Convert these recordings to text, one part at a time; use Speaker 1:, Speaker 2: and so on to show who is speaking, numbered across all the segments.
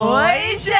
Speaker 1: Oi, gente!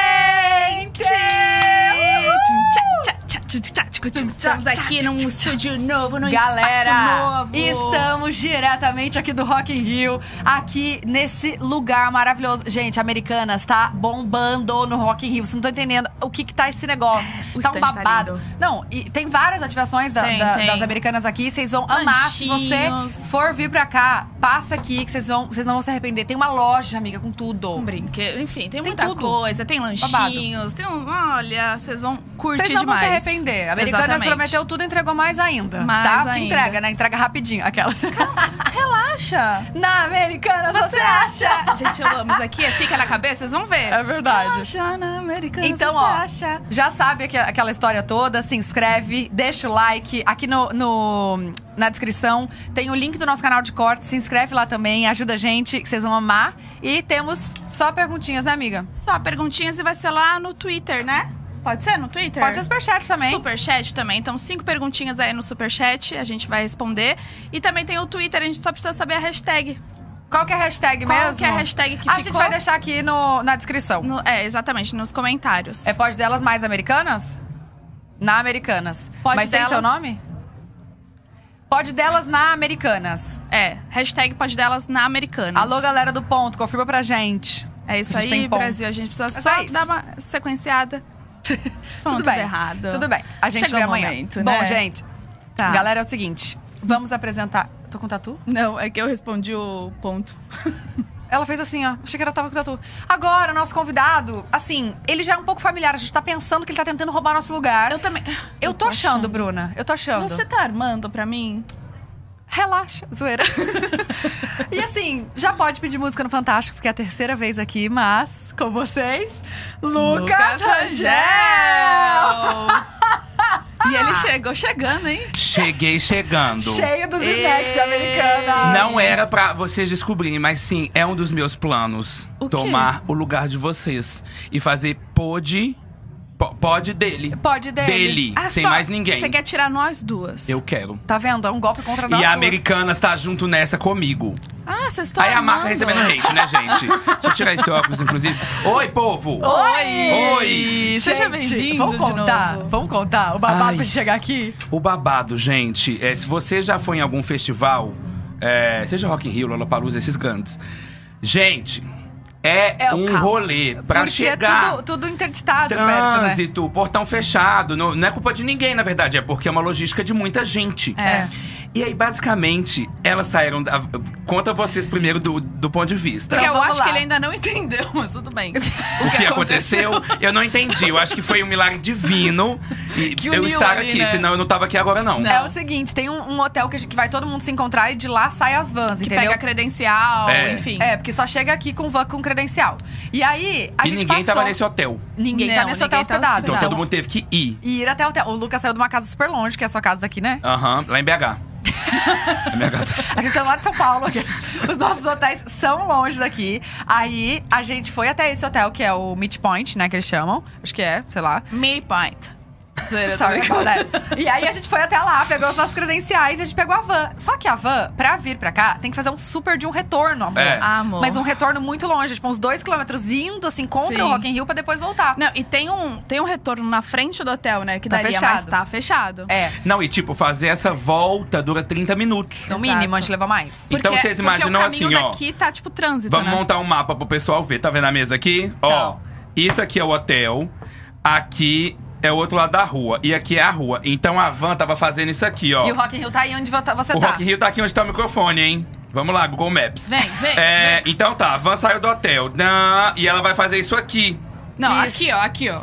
Speaker 2: Estamos aqui num estúdio novo, num
Speaker 1: Galera,
Speaker 2: espaço novo.
Speaker 1: estamos diretamente aqui do Rock in Rio, aqui nesse lugar maravilhoso. Gente, Americanas tá bombando no Rock in Rio. Vocês não estão entendendo o que que tá esse negócio.
Speaker 2: O
Speaker 1: tá um
Speaker 2: stand tá
Speaker 1: babado. não, e tem várias ativações da-
Speaker 2: Tem,
Speaker 1: da-
Speaker 2: tem.
Speaker 1: das Americanas aqui. Vocês vão amar. Se você
Speaker 2: Lanchinhos.
Speaker 1: for vir pra cá, passa aqui que vocês vão, vocês não vão se arrepender. Tem uma loja, amiga, com tudo.
Speaker 2: Um brinquedo, enfim, tem,
Speaker 1: Tem
Speaker 2: muita
Speaker 1: tudo.
Speaker 2: coisa. Tem lanchinhos, tem um... Olha, vocês vão curtir
Speaker 1: Vocês não
Speaker 2: demais.
Speaker 1: vão se arrepender. A Americanas
Speaker 2: Exatamente.
Speaker 1: prometeu tudo, entregou mais ainda.
Speaker 2: Mais
Speaker 1: tá? Que
Speaker 2: ainda.
Speaker 1: entrega, né? Entrega rapidinho. Aquelas.
Speaker 2: Acha?
Speaker 1: Na Americanas você acha!
Speaker 2: Ah, Gente, eu amo isso aqui. Fica na cabeça, vocês vão ver.
Speaker 1: É verdade.
Speaker 2: Acha na americana,
Speaker 1: Então,
Speaker 2: você
Speaker 1: ó,
Speaker 2: acha?
Speaker 1: Já sabe aqua- aquela história toda, se inscreve, deixa o like. Aqui no, no- na descrição tem o link do nosso canal de corte. Se inscreve lá também, ajuda a gente, que vocês vão amar. E temos só perguntinhas, né, amiga?
Speaker 2: Só perguntinhas e vai ser lá no Twitter, né? Pode ser no Twitter?
Speaker 1: Pode ser superchat também.
Speaker 2: Superchat também. Então, cinco perguntinhas aí no Superchat, a gente vai responder. E também tem o Twitter, a gente só precisa saber a hashtag.
Speaker 1: Qual que é a hashtag
Speaker 2: Qual
Speaker 1: mesmo? Ah,
Speaker 2: que é a hashtag que
Speaker 1: a
Speaker 2: ficou?
Speaker 1: gente vai deixar aqui no, na descrição.
Speaker 2: No- é, exatamente, nos comentários.
Speaker 1: É pode delas mais americanas? Na Americanas.
Speaker 2: Pode
Speaker 1: Mas
Speaker 2: delas-
Speaker 1: tem seu nome? Pode delas na Americanas.
Speaker 2: É, hashtag pode delas na americana.
Speaker 1: Alô, galera do ponto, confirma pra gente.
Speaker 2: É isso
Speaker 1: A gente
Speaker 2: aí,
Speaker 1: tem ponto.
Speaker 2: Brasil. A gente precisa
Speaker 1: É só
Speaker 2: só
Speaker 1: isso.
Speaker 2: dar uma sequenciada. Falando
Speaker 1: Tudo bem.
Speaker 2: errado.
Speaker 1: Tudo bem, a gente
Speaker 2: Chegou
Speaker 1: vê
Speaker 2: o
Speaker 1: amanhã.
Speaker 2: momento,
Speaker 1: Bom,
Speaker 2: né?
Speaker 1: gente,
Speaker 2: Tá.
Speaker 1: galera, é o seguinte. Vamos apresentar... Tô com tatu?
Speaker 2: Não, é que eu respondi o ponto.
Speaker 1: Ela fez assim, ó. Achei que ela tava com tatu. Agora, nosso convidado, assim, ele já é um pouco familiar. A gente tá pensando que ele tá tentando roubar nosso lugar. Eu,
Speaker 2: também.
Speaker 1: tô achando, Bruna. Eu tô achando.
Speaker 2: Você tá armando pra mim?
Speaker 1: Relaxa, zoeira. e assim, já pode pedir música no Fantástico, porque é a terceira vez aqui, mas com vocês, Lucas, Rangel!
Speaker 2: e ele chegou chegando, hein?
Speaker 3: Cheguei chegando.
Speaker 1: Cheio dos snacks de americana.
Speaker 3: Não era pra vocês descobrirem, mas sim, é um dos meus planos.
Speaker 2: O quê?
Speaker 3: tomar o lugar de vocês e fazer pod po- pod dele.
Speaker 1: Pode dele.
Speaker 3: Dele,
Speaker 2: Ah,
Speaker 3: sem
Speaker 2: só
Speaker 3: mais ninguém.
Speaker 2: Você quer tirar nós duas?
Speaker 3: Eu quero.
Speaker 1: Tá vendo? É um golpe contra nós.
Speaker 3: E a
Speaker 1: duas.
Speaker 3: Americanas tá junto nessa comigo.
Speaker 2: Ah, vocês
Speaker 1: Tá
Speaker 2: estão
Speaker 3: Aí a marca
Speaker 2: armando.
Speaker 3: recebendo hate, né, gente? Deixa eu tirar esse óculos, inclusive. Oi, povo!
Speaker 2: Oi!
Speaker 3: Oi!
Speaker 2: Seja
Speaker 1: Gente,
Speaker 2: bem-vindo
Speaker 1: Vamos
Speaker 2: de
Speaker 1: contar,
Speaker 2: novo.
Speaker 1: vamos contar o babado
Speaker 3: Ai.
Speaker 1: pra chegar aqui.
Speaker 3: O babado, gente, é se você já foi em algum festival, é, seja Rock in Rio, Lollapalooza, esses cantos. Gente, é,
Speaker 1: É o
Speaker 3: um
Speaker 1: caos.
Speaker 3: rolê pra
Speaker 1: Porque é
Speaker 3: chegar.
Speaker 1: tudo, tudo interditado perto, né?
Speaker 3: Trânsito, portão fechado. Não, não é culpa de ninguém, na verdade. É porque é uma logística de muita gente.
Speaker 1: É.
Speaker 3: E aí, basicamente, elas saíram. da- conta vocês primeiro do, do ponto de vista.
Speaker 2: Porque
Speaker 1: Então,
Speaker 2: eu acho
Speaker 1: vamos lá.
Speaker 2: que ele ainda não entendeu, mas tudo bem.
Speaker 3: O que aconteceu, eu não entendi. Eu acho que foi um milagre divino e
Speaker 2: Que
Speaker 3: eu
Speaker 2: uniu
Speaker 3: estar
Speaker 2: ali,
Speaker 3: aqui,
Speaker 2: né?
Speaker 3: senão eu não tava aqui agora, não.
Speaker 2: Não.
Speaker 1: É o seguinte, tem um, um hotel que, a gente- que vai todo mundo se encontrar e de lá sai as vans,
Speaker 2: Que
Speaker 1: entendeu?
Speaker 2: pega credencial,
Speaker 3: É.
Speaker 2: enfim.
Speaker 1: É, porque só chega aqui com van com credencial. E aí, a
Speaker 3: e
Speaker 1: gente
Speaker 3: ninguém
Speaker 1: passou.
Speaker 3: tava nesse hotel.
Speaker 1: Ninguém
Speaker 2: Não,
Speaker 1: tá nesse hotel
Speaker 2: ninguém tá
Speaker 1: hospedado.
Speaker 3: Então,
Speaker 2: Não.
Speaker 3: todo mundo teve que ir.
Speaker 1: E ir até o hotel. O Lucas saiu de uma casa super longe, que é a sua casa daqui, né?
Speaker 3: Aham, lá em BH. Na minha casa.
Speaker 1: A gente saiu lá de São Paulo. aqui. Os nossos hotéis são longe daqui. Aí a gente foi até esse hotel, que é o Meet Point, né? Que eles chamam. Acho que é, sei lá.
Speaker 2: Meat point. Zoeira, tô
Speaker 1: Sorry
Speaker 2: brincando.
Speaker 1: about that. E aí a gente foi até lá, pegou as nossas credenciais e a gente pegou a van. Só que a van, pra vir pra cá, tem que fazer um super de um retorno, amor.
Speaker 3: É.
Speaker 2: Ah, amor.
Speaker 1: Mas um retorno muito longe, tipo uns dois quilômetros indo, assim, contra
Speaker 2: Sim.
Speaker 1: o Rock in Rio pra depois voltar.
Speaker 2: Não, e tem um, tem um retorno na frente do hotel, né? Que
Speaker 1: Tá
Speaker 2: daria,
Speaker 1: fechado.
Speaker 2: mas tá fechado.
Speaker 1: É,
Speaker 3: Não, e tipo, fazer essa volta dura 30 minutos.
Speaker 1: no
Speaker 2: Exato.
Speaker 1: mínimo a gente leva mais.
Speaker 3: Então
Speaker 2: Porque-
Speaker 3: vocês imaginam
Speaker 2: porque o
Speaker 3: assim,
Speaker 2: caminho
Speaker 3: ó.
Speaker 2: daqui tá tipo trânsito,
Speaker 3: Vamos
Speaker 2: né?
Speaker 3: montar um mapa pro pessoal ver. Tá vendo a mesa aqui? Ó,
Speaker 1: Então.
Speaker 3: isso aqui é o hotel. Aqui é o outro lado da rua. E aqui é a rua. Então a van tava fazendo isso aqui, ó.
Speaker 1: E o Rock in Rio tá aí onde vo- você
Speaker 3: O
Speaker 1: tá.
Speaker 3: Rock in Rio tá aqui onde tá o microfone, hein? Vamos lá, Google Maps.
Speaker 2: Vem, vem.
Speaker 3: É,
Speaker 2: vem.
Speaker 3: então tá, a van saiu do hotel. Nã, E ela vai fazer isso aqui.
Speaker 2: Não,
Speaker 1: Isso.
Speaker 2: aqui, ó, aqui, ó.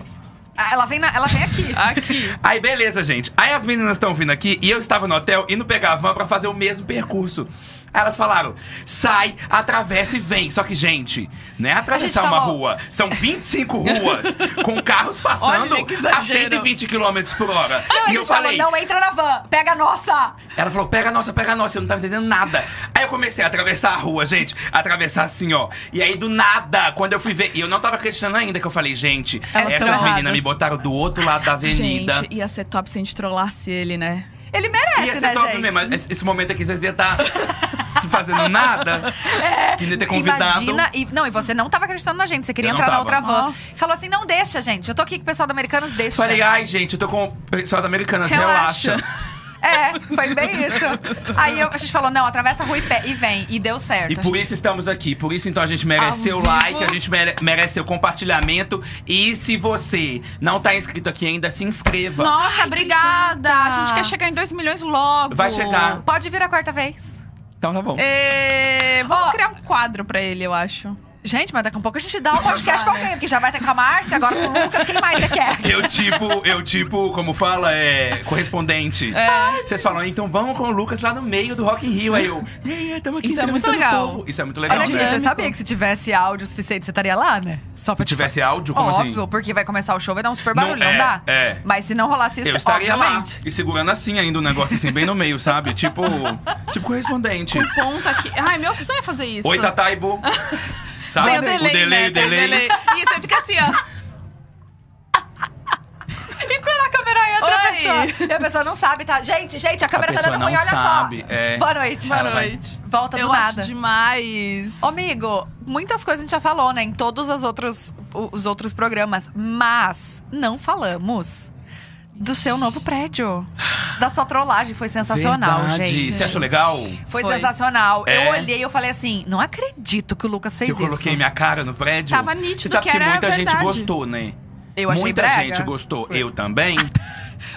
Speaker 1: Ah, Ela vem, na- ela vem aqui.
Speaker 2: Aqui.
Speaker 3: Aí, beleza, gente. Aí as meninas estão vindo aqui e eu estava no hotel indo pegar a van pra fazer o mesmo percurso. Aí elas falaram: sai, atravessa e vem. Só que, gente, não é atravessar
Speaker 1: A gente
Speaker 3: uma
Speaker 1: falou-
Speaker 3: rua. São 25 ruas com carros passando
Speaker 2: Olha que
Speaker 3: a
Speaker 2: exagero.
Speaker 3: 120 km por hora.
Speaker 1: Não, a
Speaker 3: e
Speaker 1: gente
Speaker 3: eu falei:
Speaker 1: falou, não entra na van, pega a nossa.
Speaker 3: ela falou: pega a nossa, pega a nossa. Eu não tava entendendo nada. Aí eu comecei a atravessar a rua, gente. Atravessar assim, ó. E aí, do nada, quando eu fui ver. E eu não tava acreditando ainda que eu falei: gente,
Speaker 1: É
Speaker 2: Elas tão
Speaker 3: essas meninas
Speaker 2: erradas.
Speaker 3: me botaram do outro lado da avenida.
Speaker 2: Gente, ia ser top se a gente trollasse ele, né?
Speaker 1: Ele merece,
Speaker 3: Ia ser
Speaker 1: né,
Speaker 3: top
Speaker 1: gente?
Speaker 3: mesmo, mas é esse- esse momento aqui vocês iam estar se fazendo nada. Que nem ter convidado.
Speaker 1: Imagina, e, não, e você não tava acreditando na gente, você queria
Speaker 3: Eu não
Speaker 1: entrar na
Speaker 3: tava.
Speaker 1: outra van.
Speaker 2: Nossa.
Speaker 1: Falou assim: não deixa, gente. Eu tô aqui com o pessoal do Americanos, deixa.
Speaker 3: Falei, ai, gente, eu tô com o pessoal da Americanas, relaxa.
Speaker 1: Relaxa. É, foi bem isso. Aí eu- a gente falou: não, atravessa a rua e, pe- e vem. E deu certo.
Speaker 3: E
Speaker 1: A
Speaker 3: por
Speaker 1: gente-
Speaker 3: isso estamos aqui. Por isso, então, a gente merece
Speaker 2: Ao
Speaker 3: seu
Speaker 2: vivo.
Speaker 3: like, a gente mere- merece seu compartilhamento. E se você não tá inscrito aqui ainda, se inscreva.
Speaker 2: Nossa,
Speaker 1: Ai,
Speaker 2: obrigada.
Speaker 1: obrigada.
Speaker 2: A gente quer chegar em 2 milhões logo.
Speaker 3: Vai chegar.
Speaker 1: Pode vir a quarta vez.
Speaker 3: Então tá bom.
Speaker 2: É, vamos
Speaker 1: Ó.
Speaker 2: criar um quadro pra ele, eu acho.
Speaker 1: Gente, mas daqui a pouco a gente dá um podcast pra alguém, porque já vai ter com a Márcia, agora com o Lucas, quem mais você quer?
Speaker 3: Eu tipo, eu tipo, como fala, é correspondente. Vocês falam, então vamos com o Lucas lá no meio do Rock in Rio. Aí eu, yeah, yeah, tamo aqui
Speaker 2: Isso é muito
Speaker 3: entrevistando o
Speaker 2: legal.
Speaker 3: povo. Isso é muito
Speaker 1: Olha
Speaker 3: legal,
Speaker 1: aqui,
Speaker 3: né?
Speaker 1: você
Speaker 2: dinâmico.
Speaker 1: sabia que se tivesse áudio suficiente, você estaria lá, né? Só pra
Speaker 3: Se
Speaker 1: te
Speaker 3: tivesse áudio, como
Speaker 1: Óbvio,
Speaker 3: assim?
Speaker 1: porque vai começar o show, vai dar um super
Speaker 3: Não,
Speaker 1: barulho, não,
Speaker 3: é,
Speaker 1: dá?
Speaker 3: é.
Speaker 1: Mas se não rolasse isso,
Speaker 3: Eu estaria
Speaker 1: obviamente.
Speaker 3: lá e segurando assim ainda um negócio assim, bem no meio, sabe? Tipo, tipo correspondente.
Speaker 2: Ponta aqui. Ai, meu sonho é fazer isso.
Speaker 3: Oi, Tataibo. Sabe?
Speaker 2: Tem o delay, né?
Speaker 3: o
Speaker 2: Tem o
Speaker 3: delay.
Speaker 2: Isso, aí fica assim, ó. E quando a câmera é outra
Speaker 1: Outra
Speaker 2: pessoa.
Speaker 1: pessoa. E a pessoa não sabe, tá? Gente, gente, a câmera tá
Speaker 3: pessoa
Speaker 1: dando ruim,
Speaker 3: não
Speaker 1: olha
Speaker 3: sabe,
Speaker 1: só.
Speaker 3: é.
Speaker 1: Boa noite.
Speaker 3: Ela
Speaker 2: Boa
Speaker 3: vai.
Speaker 2: noite.
Speaker 3: Tá
Speaker 1: Volta
Speaker 2: eu
Speaker 1: do
Speaker 2: acho
Speaker 1: nada.
Speaker 2: demais.
Speaker 1: Ô, Amigo, muitas coisas a gente já falou, né? Em todos os outros, os outros programas. Mas não falamos do seu novo prédio. Da sua trollagem. Foi sensacional,
Speaker 3: Verdade.
Speaker 1: gente.
Speaker 3: Você achou legal?
Speaker 1: Foi,
Speaker 2: Foi.
Speaker 1: sensacional.
Speaker 3: É.
Speaker 1: Eu olhei e eu falei assim, não acredito que o Lucas
Speaker 3: Que
Speaker 1: fez
Speaker 3: eu coloquei
Speaker 1: isso.
Speaker 3: minha cara no prédio.
Speaker 2: Tava nítido
Speaker 3: Você sabe
Speaker 2: que
Speaker 3: que,
Speaker 2: era
Speaker 3: muita gente
Speaker 2: verdade.
Speaker 3: gostou, né?
Speaker 1: Eu achei
Speaker 3: muita
Speaker 1: brega.
Speaker 3: gente gostou.
Speaker 1: Foi.
Speaker 3: Eu também.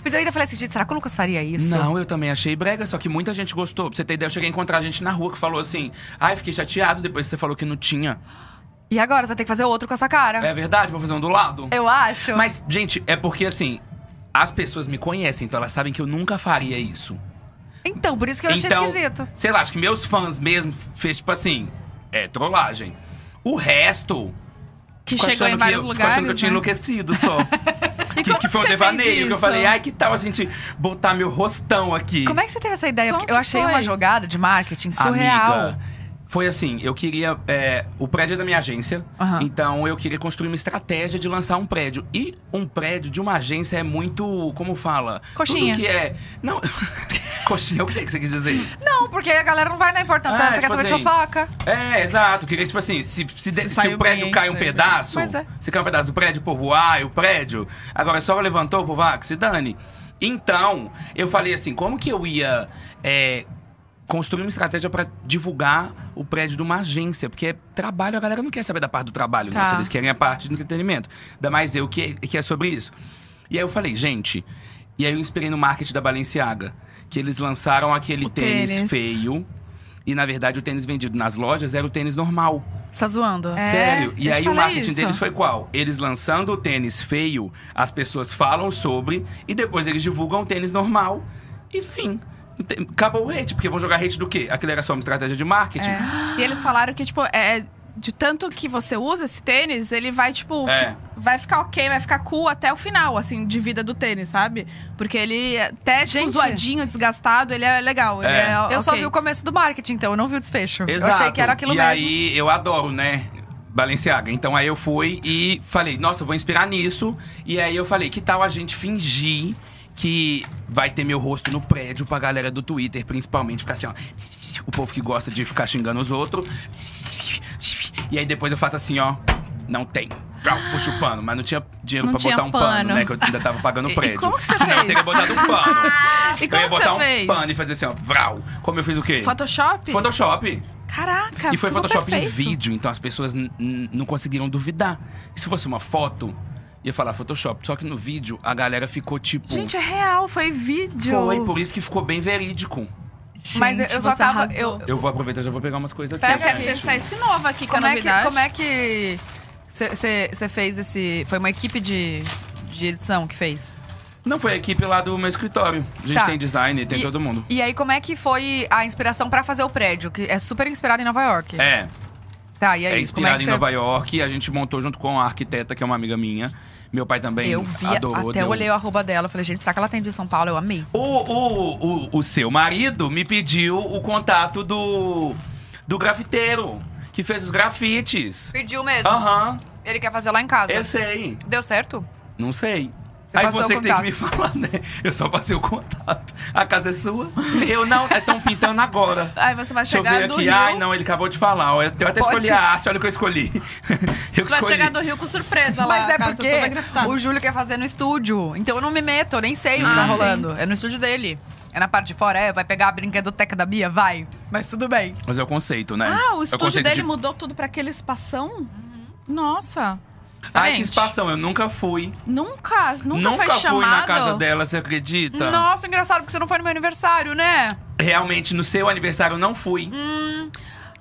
Speaker 1: Mas eu ainda falei assim, gente, será que o Lucas faria isso?
Speaker 3: Não, eu também achei brega, só que muita gente gostou. Pra você ter ideia, eu cheguei a encontrar gente na rua que falou assim: ai, fiquei chateado depois que você falou que não tinha.
Speaker 1: E agora? Vai ter que fazer outro com essa cara.
Speaker 3: É verdade? Vou fazer um do lado?
Speaker 1: Eu acho.
Speaker 3: Mas, gente, é porque assim, as pessoas me conhecem, então elas sabem que eu nunca faria isso.
Speaker 1: Então, por isso que eu achei
Speaker 3: Então,
Speaker 1: esquisito.
Speaker 3: Sei lá, acho que meus fãs mesmo fez tipo assim: é trollagem. O resto.
Speaker 2: Que
Speaker 3: ficou
Speaker 2: chegou
Speaker 3: achando
Speaker 2: em vários
Speaker 3: que, eu- ficou
Speaker 2: lugares.
Speaker 3: achando que eu tinha
Speaker 2: né?
Speaker 3: enlouquecido só.
Speaker 2: E
Speaker 3: que,
Speaker 2: como
Speaker 3: que foi um
Speaker 2: você fez
Speaker 3: devaneio. Que eu
Speaker 2: isso?
Speaker 3: falei, ai, que tal a gente botar meu rostão aqui?
Speaker 1: Como é que você teve essa ideia?
Speaker 2: Como
Speaker 1: Porque eu
Speaker 2: que
Speaker 1: achei
Speaker 2: foi?
Speaker 1: uma jogada de marketing surreal.
Speaker 3: Amiga, foi assim, eu queria. é, o prédio é da minha agência,
Speaker 1: Aham.
Speaker 3: então eu queria construir uma estratégia de lançar um prédio. E um prédio de uma agência é muito. Como fala?
Speaker 1: Coxinha.
Speaker 3: Tudo que é. Não. Coxinha, o que é que você quis dizer?
Speaker 1: Não, porque a galera não vai na importância.
Speaker 3: Ah,
Speaker 1: você
Speaker 3: tipo
Speaker 1: quer saber
Speaker 3: assim,
Speaker 1: de fofoca.
Speaker 3: É, exato. Eu queria, tipo assim, se, se, de-
Speaker 2: Se
Speaker 3: se
Speaker 2: saiu
Speaker 3: o prédio
Speaker 2: bem,
Speaker 3: cai um
Speaker 2: saiu bem.
Speaker 3: pedaço,
Speaker 1: Pois é.
Speaker 3: se cai um pedaço do prédio, o povo ai, o prédio. Agora só levantou, o povo ah, que se dane. Então, eu falei assim, como que eu ia é, construir uma estratégia pra divulgar o prédio de uma agência? Porque é trabalho, a galera não quer saber da parte do trabalho,
Speaker 2: Tá.
Speaker 3: não. Eles querem a parte do entretenimento. Ainda mais eu, que, que é sobre isso. E aí eu falei, gente... E aí eu inspirei no marketing da Balenciaga. Que eles lançaram aquele
Speaker 2: O
Speaker 3: tênis
Speaker 2: tênis.
Speaker 3: feio. E na verdade o tênis vendido nas lojas era o tênis normal.
Speaker 1: Você tá zoando?
Speaker 2: É,
Speaker 3: Sério.
Speaker 2: eu
Speaker 3: E
Speaker 2: te
Speaker 3: aí o
Speaker 2: falei
Speaker 3: marketing
Speaker 2: isso.
Speaker 3: deles foi qual? Eles lançando o tênis feio, as pessoas falam sobre e depois eles divulgam o tênis normal. E fim. Ente- Acabou o hate, porque vão jogar hate do quê? Aquilo era só uma estratégia de marketing.
Speaker 2: É. E eles falaram que, tipo, é. De tanto que você usa esse tênis, ele vai, tipo, fi-
Speaker 3: É.
Speaker 2: vai ficar ok, vai ficar cool até o final, assim, de vida do tênis, sabe? Porque ele, até tipo,
Speaker 1: Gente.
Speaker 2: zoadinho, desgastado, ele é legal. ele
Speaker 3: É.
Speaker 2: é
Speaker 1: Eu só
Speaker 2: ok.
Speaker 1: vi o começo do marketing, então. Eu não vi o desfecho.
Speaker 3: Uhum. Exato.
Speaker 1: Eu achei que era aquilo
Speaker 3: e
Speaker 1: mesmo.
Speaker 3: aí eu adoro, né? Balenciaga. Então aí eu fui e falei, nossa, eu vou inspirar nisso. E aí eu falei, que tal a gente fingir que vai ter meu rosto no prédio pra galera do Twitter, principalmente, ficar assim, ó. O povo que gosta de ficar xingando os outros. E aí depois eu faço assim, ó. Não tem. Pau, Puxo o pano, mas não tinha dinheiro
Speaker 2: Não
Speaker 3: pra
Speaker 2: tinha
Speaker 3: botar um pano,
Speaker 2: pano.
Speaker 3: né? Que eu ainda tava pagando
Speaker 2: E-
Speaker 3: o
Speaker 2: e
Speaker 3: prédio.
Speaker 2: como que você
Speaker 3: Senão eu
Speaker 2: fez?
Speaker 3: teria botado um pano.
Speaker 2: E
Speaker 3: eu
Speaker 2: como que você
Speaker 3: ia botar um
Speaker 2: fez?
Speaker 3: pano e fazer assim, ó. Vral. Como eu fiz o quê?
Speaker 2: Photoshop?
Speaker 3: Photoshop.
Speaker 2: Caraca,
Speaker 1: É,
Speaker 3: E foi
Speaker 2: ficou
Speaker 3: Photoshop em
Speaker 2: perfeito.
Speaker 3: vídeo, então as pessoas n- n- não conseguiram duvidar. E se fosse uma foto, ia falar Photoshop. Só que no vídeo, a galera ficou tipo.
Speaker 2: Gente, é real, foi
Speaker 1: é
Speaker 2: vídeo.
Speaker 3: foi, por isso que ficou bem verídico.
Speaker 2: Gente,
Speaker 1: Mas eu- eu só
Speaker 2: você
Speaker 1: tava-
Speaker 2: arrasou.
Speaker 1: eu-
Speaker 3: Eu vou aproveitar, já vou pegar umas coisas aqui.
Speaker 1: Pega,
Speaker 3: gente.
Speaker 2: Quero testar esse novo aqui, que
Speaker 1: Como
Speaker 2: é
Speaker 1: é que.
Speaker 2: novidade.
Speaker 1: Como é que. Você fez esse. Foi uma equipe de, de edição que fez?
Speaker 3: Não, foi a equipe lá do meu escritório. A gente
Speaker 1: Tá.
Speaker 3: tem design, tem
Speaker 1: E-
Speaker 3: todo mundo.
Speaker 1: E aí, como é que foi a inspiração pra fazer o prédio? Que é super inspirado em Nova York.
Speaker 3: É,
Speaker 1: Tá, e aí,
Speaker 3: é,
Speaker 1: como é
Speaker 3: inspirado
Speaker 1: que
Speaker 3: em
Speaker 1: você.
Speaker 3: Nova York. A gente montou junto com a arquiteta, que é uma amiga minha. Meu pai também
Speaker 1: Eu vi,
Speaker 3: adorou.
Speaker 1: até
Speaker 3: deu-
Speaker 1: olhei o arroba dela. eu Falei, gente, será que ela tem de São Paulo? Eu amei.
Speaker 3: O, o, o, o seu marido me pediu o contato do, do grafiteiro, que fez os grafites.
Speaker 1: Pediu mesmo.
Speaker 3: Aham,
Speaker 1: Ele quer fazer lá em casa.
Speaker 3: eu sei.
Speaker 1: Deu certo?
Speaker 3: Não sei.
Speaker 1: Você
Speaker 3: Aí
Speaker 1: passou
Speaker 3: você
Speaker 1: o
Speaker 3: que tem que
Speaker 1: contato.
Speaker 3: me falar, né? Eu só passei o contato. A casa é sua? Eu não, estão pintando agora.
Speaker 2: Aí você vai
Speaker 3: Deixa eu
Speaker 2: chegar
Speaker 3: ver
Speaker 2: do
Speaker 3: aqui.
Speaker 2: Rio.
Speaker 3: Ai, não, ele acabou de falar. ó, Eu eu
Speaker 1: Pode
Speaker 3: até escolhi
Speaker 1: ser.
Speaker 3: a arte, olha o que eu escolhi. Eu que
Speaker 2: Vai
Speaker 3: escolhi.
Speaker 2: chegar do Rio com surpresa lá.
Speaker 1: Mas é
Speaker 2: a casa toda
Speaker 1: porque
Speaker 2: grafitada.
Speaker 1: o Júlio quer fazer no estúdio. Então eu não me meto, eu nem sei o que
Speaker 2: Ah,
Speaker 1: tá
Speaker 2: sim.
Speaker 1: rolando. É no estúdio dele. É na parte de fora, é, vai pegar a brinquedoteca da Bia? Vai. Mas tudo bem.
Speaker 3: Mas é o conceito, né?
Speaker 2: Ah,
Speaker 3: É
Speaker 2: o estúdio
Speaker 3: conceito
Speaker 2: dele
Speaker 3: de-
Speaker 2: mudou tudo pra aquele espação?
Speaker 1: Uhum.
Speaker 2: Nossa.
Speaker 3: Ai, que
Speaker 2: Diferente.
Speaker 3: espação, eu nunca fui.
Speaker 2: Nunca, nunca, foi
Speaker 3: fui
Speaker 2: chamado.
Speaker 3: na casa dela, você acredita?
Speaker 1: Nossa, engraçado, porque você não foi no meu aniversário, né?
Speaker 3: Realmente, no seu aniversário eu não fui.
Speaker 2: Hum.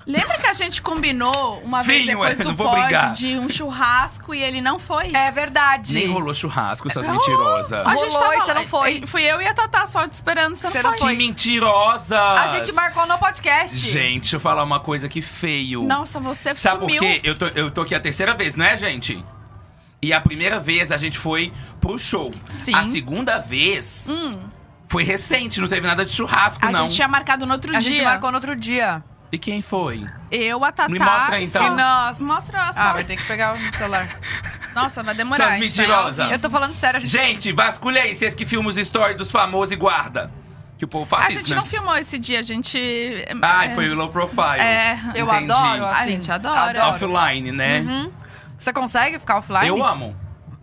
Speaker 2: Lembra que a gente combinou uma vez
Speaker 3: Vinho,
Speaker 2: depois
Speaker 3: é, não
Speaker 2: do
Speaker 3: vou
Speaker 2: pod
Speaker 3: brigar.
Speaker 2: de um churrasco e ele não foi?
Speaker 1: É verdade.
Speaker 3: Nem rolou churrasco, essas
Speaker 2: Não.
Speaker 3: mentirosas.
Speaker 2: A gente
Speaker 1: Rolou
Speaker 2: tava
Speaker 1: e você
Speaker 2: lá-
Speaker 1: não foi.
Speaker 2: Fui eu e a Tatá só te esperando, você,
Speaker 1: Você
Speaker 2: não
Speaker 1: não
Speaker 2: foi.
Speaker 3: Que
Speaker 1: foi.
Speaker 3: mentirosa!
Speaker 1: A gente marcou no podcast.
Speaker 3: Gente, deixa eu falar uma coisa que feio.
Speaker 2: Nossa, você
Speaker 3: Sabe
Speaker 2: sumiu.
Speaker 3: por quê? Eu tô, eu tô aqui a terceira vez, não é, gente? E a primeira vez a gente foi pro show.
Speaker 2: Sim.
Speaker 3: A segunda vez
Speaker 2: Hum,
Speaker 3: foi recente, não teve nada de churrasco,
Speaker 2: a
Speaker 3: não.
Speaker 2: gente é tinha marcado no outro
Speaker 1: a
Speaker 2: dia.
Speaker 1: gente marcou no outro dia.
Speaker 3: E quem foi?
Speaker 2: Eu, a Tatá.
Speaker 3: Me mostra aí, então.
Speaker 1: E nós.
Speaker 2: Mostra as
Speaker 1: Ah, vai
Speaker 2: fotos.
Speaker 1: ter que pegar o celular.
Speaker 2: Nossa, vai demorar.
Speaker 3: Suas
Speaker 2: a gente vai ao
Speaker 3: mentirosas.
Speaker 2: vivo.
Speaker 1: Eu tô falando sério, a gente.
Speaker 3: Gente, vasculha aí, vocês que filmam os stories dos famosos e guarda. Que o povo faz
Speaker 2: A
Speaker 3: isso,
Speaker 2: gente
Speaker 3: né?
Speaker 2: não filmou esse dia, a gente. é,
Speaker 3: Ai,
Speaker 2: é,
Speaker 3: foi o low profile.
Speaker 2: É.
Speaker 1: Eu
Speaker 3: Entendi.
Speaker 1: adoro, assim.
Speaker 2: A gente adora.
Speaker 1: Adoro.
Speaker 3: Offline, né?
Speaker 1: Uhum. Você consegue ficar offline?
Speaker 3: Eu amo.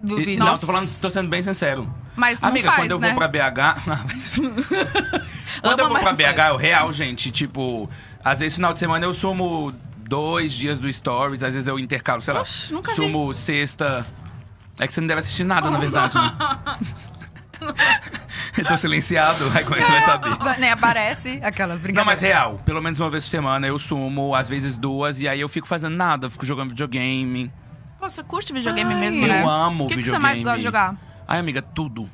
Speaker 3: E-
Speaker 1: Duvido.
Speaker 3: Não,
Speaker 2: Nossa.
Speaker 3: tô falando, tô sendo bem sincero.
Speaker 2: Mas não
Speaker 3: Amiga,
Speaker 2: faz,
Speaker 3: quando eu
Speaker 2: né?
Speaker 3: vou pra BH. quando
Speaker 2: Ama,
Speaker 3: eu vou
Speaker 2: mas
Speaker 3: pra
Speaker 2: não
Speaker 3: BH,
Speaker 2: faz.
Speaker 3: eu real, gente, tipo, às vezes final de semana eu sumo dois dias do stories, às vezes eu intercalo, sei lá.
Speaker 2: Oxe, nunca vi.
Speaker 3: sumo sexta. É que você não deve assistir nada, na verdade. Né? eu tô silenciado, aí como é que você vai saber?
Speaker 1: Nem aparece aquelas
Speaker 3: Não,
Speaker 1: brincadeiras.
Speaker 3: mas real, pelo menos uma vez por semana eu sumo, às vezes duas, e aí eu fico fazendo nada, eu fico jogando videogame.
Speaker 2: Pô, você curte videogame
Speaker 1: Ai.
Speaker 2: mesmo,
Speaker 1: Eu
Speaker 2: né?
Speaker 3: amo
Speaker 2: O que, que você
Speaker 3: videogame.
Speaker 2: mais gosta de jogar?
Speaker 3: Ai, amiga, tudo.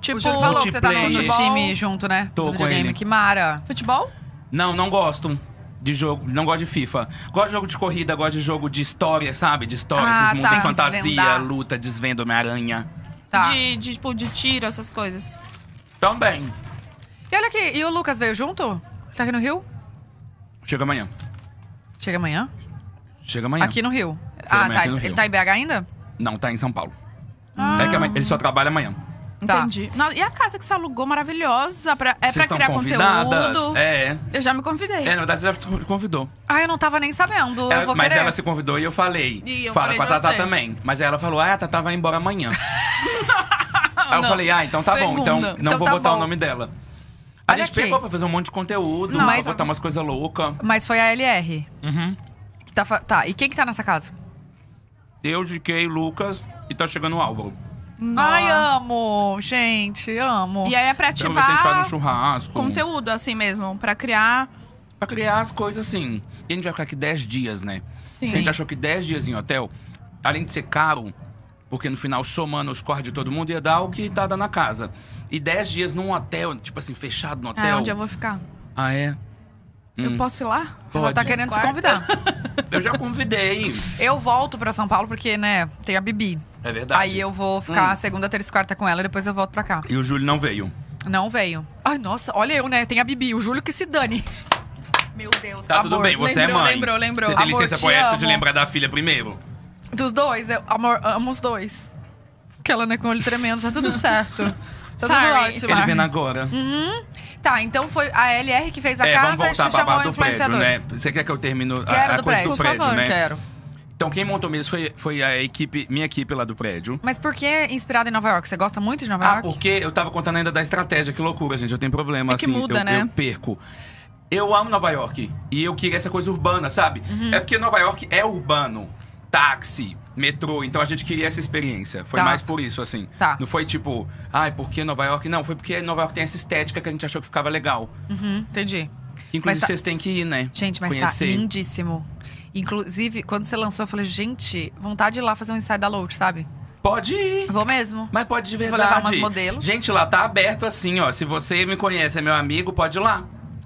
Speaker 2: Tipo,
Speaker 1: O Júlio falou que você tá no, no
Speaker 3: multiplayer.
Speaker 1: time junto, né?
Speaker 3: Tô
Speaker 1: do
Speaker 3: com
Speaker 1: videogame.
Speaker 3: ele.
Speaker 1: Que mara.
Speaker 2: futebol?
Speaker 3: Não, não gosto de jogo, não gosto de FIFA. Gosto de jogo de corrida, gosto de jogo de história, sabe? De história,
Speaker 2: Ah,
Speaker 3: esses mundos
Speaker 2: tá.
Speaker 3: de fantasia,
Speaker 1: Desvendar.
Speaker 3: luta, desvendo Homem-Aranha.
Speaker 1: Tá.
Speaker 2: De, de, tipo, de tiro, essas coisas.
Speaker 3: Também.
Speaker 1: E olha aqui, e o Lucas veio junto? Tá aqui no Rio?
Speaker 3: Chega amanhã.
Speaker 1: Chega amanhã?
Speaker 3: Chega amanhã.
Speaker 1: Aqui no Rio. ah,
Speaker 3: amanhã
Speaker 1: tá.
Speaker 3: aqui no
Speaker 1: Ele
Speaker 3: Rio.
Speaker 1: tá em BH ainda?
Speaker 3: Não, tá em São Paulo.
Speaker 2: Ah.
Speaker 3: É que amanhã- ele só trabalha amanhã.
Speaker 1: Tá.
Speaker 2: Entendi. Nossa, e a casa que você alugou, maravilhosa. Pra, é
Speaker 3: Vocês
Speaker 2: pra
Speaker 3: estão
Speaker 2: criar
Speaker 3: convidadas?
Speaker 2: conteúdo.
Speaker 3: É.
Speaker 2: Eu já me convidei.
Speaker 3: É, na verdade, você já se convidou.
Speaker 1: Ah, eu não tava nem sabendo.
Speaker 3: Ela-
Speaker 1: eu vou
Speaker 3: É, mas
Speaker 1: querer.
Speaker 3: ela se convidou e eu falei.
Speaker 2: E eu
Speaker 3: Fala
Speaker 2: falei
Speaker 3: com a
Speaker 2: de
Speaker 3: Tatá
Speaker 2: você.
Speaker 3: também. Mas aí ela falou, ah, a Tatá vai embora amanhã. aí eu
Speaker 2: Não.
Speaker 3: falei, ah, então tá bom. Então
Speaker 2: Segunda.
Speaker 3: não
Speaker 1: Então
Speaker 3: vou
Speaker 1: tá
Speaker 3: botar
Speaker 1: bom.
Speaker 3: o nome dela. A
Speaker 1: Olha
Speaker 3: gente
Speaker 1: aqui.
Speaker 3: pegou pra fazer um monte de conteúdo,
Speaker 2: Não,
Speaker 3: pra
Speaker 1: mas-
Speaker 3: botar umas coisas loucas.
Speaker 1: Mas foi a LR.
Speaker 3: Uhum.
Speaker 1: Que tá, fa- tá, e quem que tá nessa casa?
Speaker 3: Eu, GK, Lucas e tá chegando o Álvaro.
Speaker 2: Nossa.
Speaker 1: Ai, amo, gente, amo.
Speaker 2: E aí é pra
Speaker 3: Então vai ser a gente faz
Speaker 2: ativar
Speaker 3: um churrasco.
Speaker 2: conteúdo, assim mesmo. Pra criar.
Speaker 3: Pra criar as coisas assim. E a gente vai ficar aqui 10 dias, né?
Speaker 2: Sim.
Speaker 3: A gente achou que 10 dias em hotel, além de ser caro, porque no final somando os cortes de todo mundo, ia dar o que tá dando na casa. E 10 dias num hotel, tipo assim, fechado no
Speaker 2: Ah,
Speaker 3: hotel.
Speaker 2: onde eu vou ficar?
Speaker 3: Ah, é?
Speaker 2: Eu
Speaker 3: Hum,
Speaker 2: posso ir lá?
Speaker 1: Ela tá
Speaker 3: pode.
Speaker 1: querendo
Speaker 2: Quarta.
Speaker 1: se convidar.
Speaker 3: Eu já convidei.
Speaker 1: Eu volto pra São Paulo porque, né, tem a Bibi.
Speaker 3: É verdade.
Speaker 1: Aí eu vou ficar
Speaker 3: Hum.
Speaker 1: segunda, terça e quarta com ela e depois eu volto pra cá.
Speaker 3: E o Júlio não veio.
Speaker 1: Não veio. Ai, nossa, olha eu, né? Tem a Bibi, o Júlio que se dane. Meu Deus,
Speaker 3: Tá
Speaker 1: amor.
Speaker 3: tudo bem, você
Speaker 1: lembrou,
Speaker 3: é mãe.
Speaker 1: Lembrou, lembrou,
Speaker 3: Você tem
Speaker 1: Amor,
Speaker 3: licença
Speaker 1: te
Speaker 3: poética
Speaker 1: amo.
Speaker 3: de lembrar da filha primeiro?
Speaker 1: Dos dois, eu, amor, amo os dois. Aquela, né, com o olho tremendo, tá tudo certo. tá tudo
Speaker 2: Sorry.
Speaker 1: ótimo.
Speaker 3: Ele vendo agora.
Speaker 1: Tá, então foi a LR que fez a
Speaker 3: é,
Speaker 1: casa
Speaker 3: vamos
Speaker 1: e
Speaker 3: voltar
Speaker 1: te
Speaker 3: pra
Speaker 1: chamou
Speaker 3: barra do prédio, né?
Speaker 1: influenciadores.
Speaker 3: Você quer que eu termine a-
Speaker 1: um Quero
Speaker 3: a,
Speaker 1: do
Speaker 3: coisa
Speaker 1: prédio,
Speaker 3: do
Speaker 1: por
Speaker 3: prédio,
Speaker 2: favor,
Speaker 3: né?
Speaker 1: Quero.
Speaker 3: Então quem montou mesmo foi, foi a equipe, minha equipe lá do prédio.
Speaker 1: Mas por que inspirado em Nova York? Você gosta muito de Nova
Speaker 3: Ah,
Speaker 1: York?
Speaker 3: porque eu tava contando ainda da estratégia, que loucura, gente. Eu tenho problema,
Speaker 2: É que
Speaker 3: assim.
Speaker 2: muda,
Speaker 3: eu,
Speaker 2: né?
Speaker 3: eu perco. Eu amo Nova York. E eu queria essa coisa urbana, sabe? É porque Nova York é urbano. Táxi, metrô. Então a gente queria essa experiência. Foi
Speaker 1: Tá.
Speaker 3: mais por isso, assim.
Speaker 1: Tá.
Speaker 3: Não foi tipo, ai, por que Nova York? Não, foi porque Nova York tem essa estética que a gente achou que ficava legal.
Speaker 1: Uhum, entendi.
Speaker 3: Que, Inclusive,
Speaker 1: Mas tá-
Speaker 3: vocês têm que ir, né?
Speaker 1: Gente, mas tá
Speaker 3: Conhecer.
Speaker 1: lindíssimo. Inclusive, quando você lançou, eu falei, gente, vontade de ir lá fazer um inside da Load, sabe?
Speaker 3: Pode ir.
Speaker 1: Vou mesmo.
Speaker 3: Mas pode de
Speaker 1: Vou
Speaker 3: verdade.
Speaker 1: levar umas modelos.
Speaker 3: Gente, lá tá aberto assim, ó. Se você me conhece, é meu amigo, pode ir lá.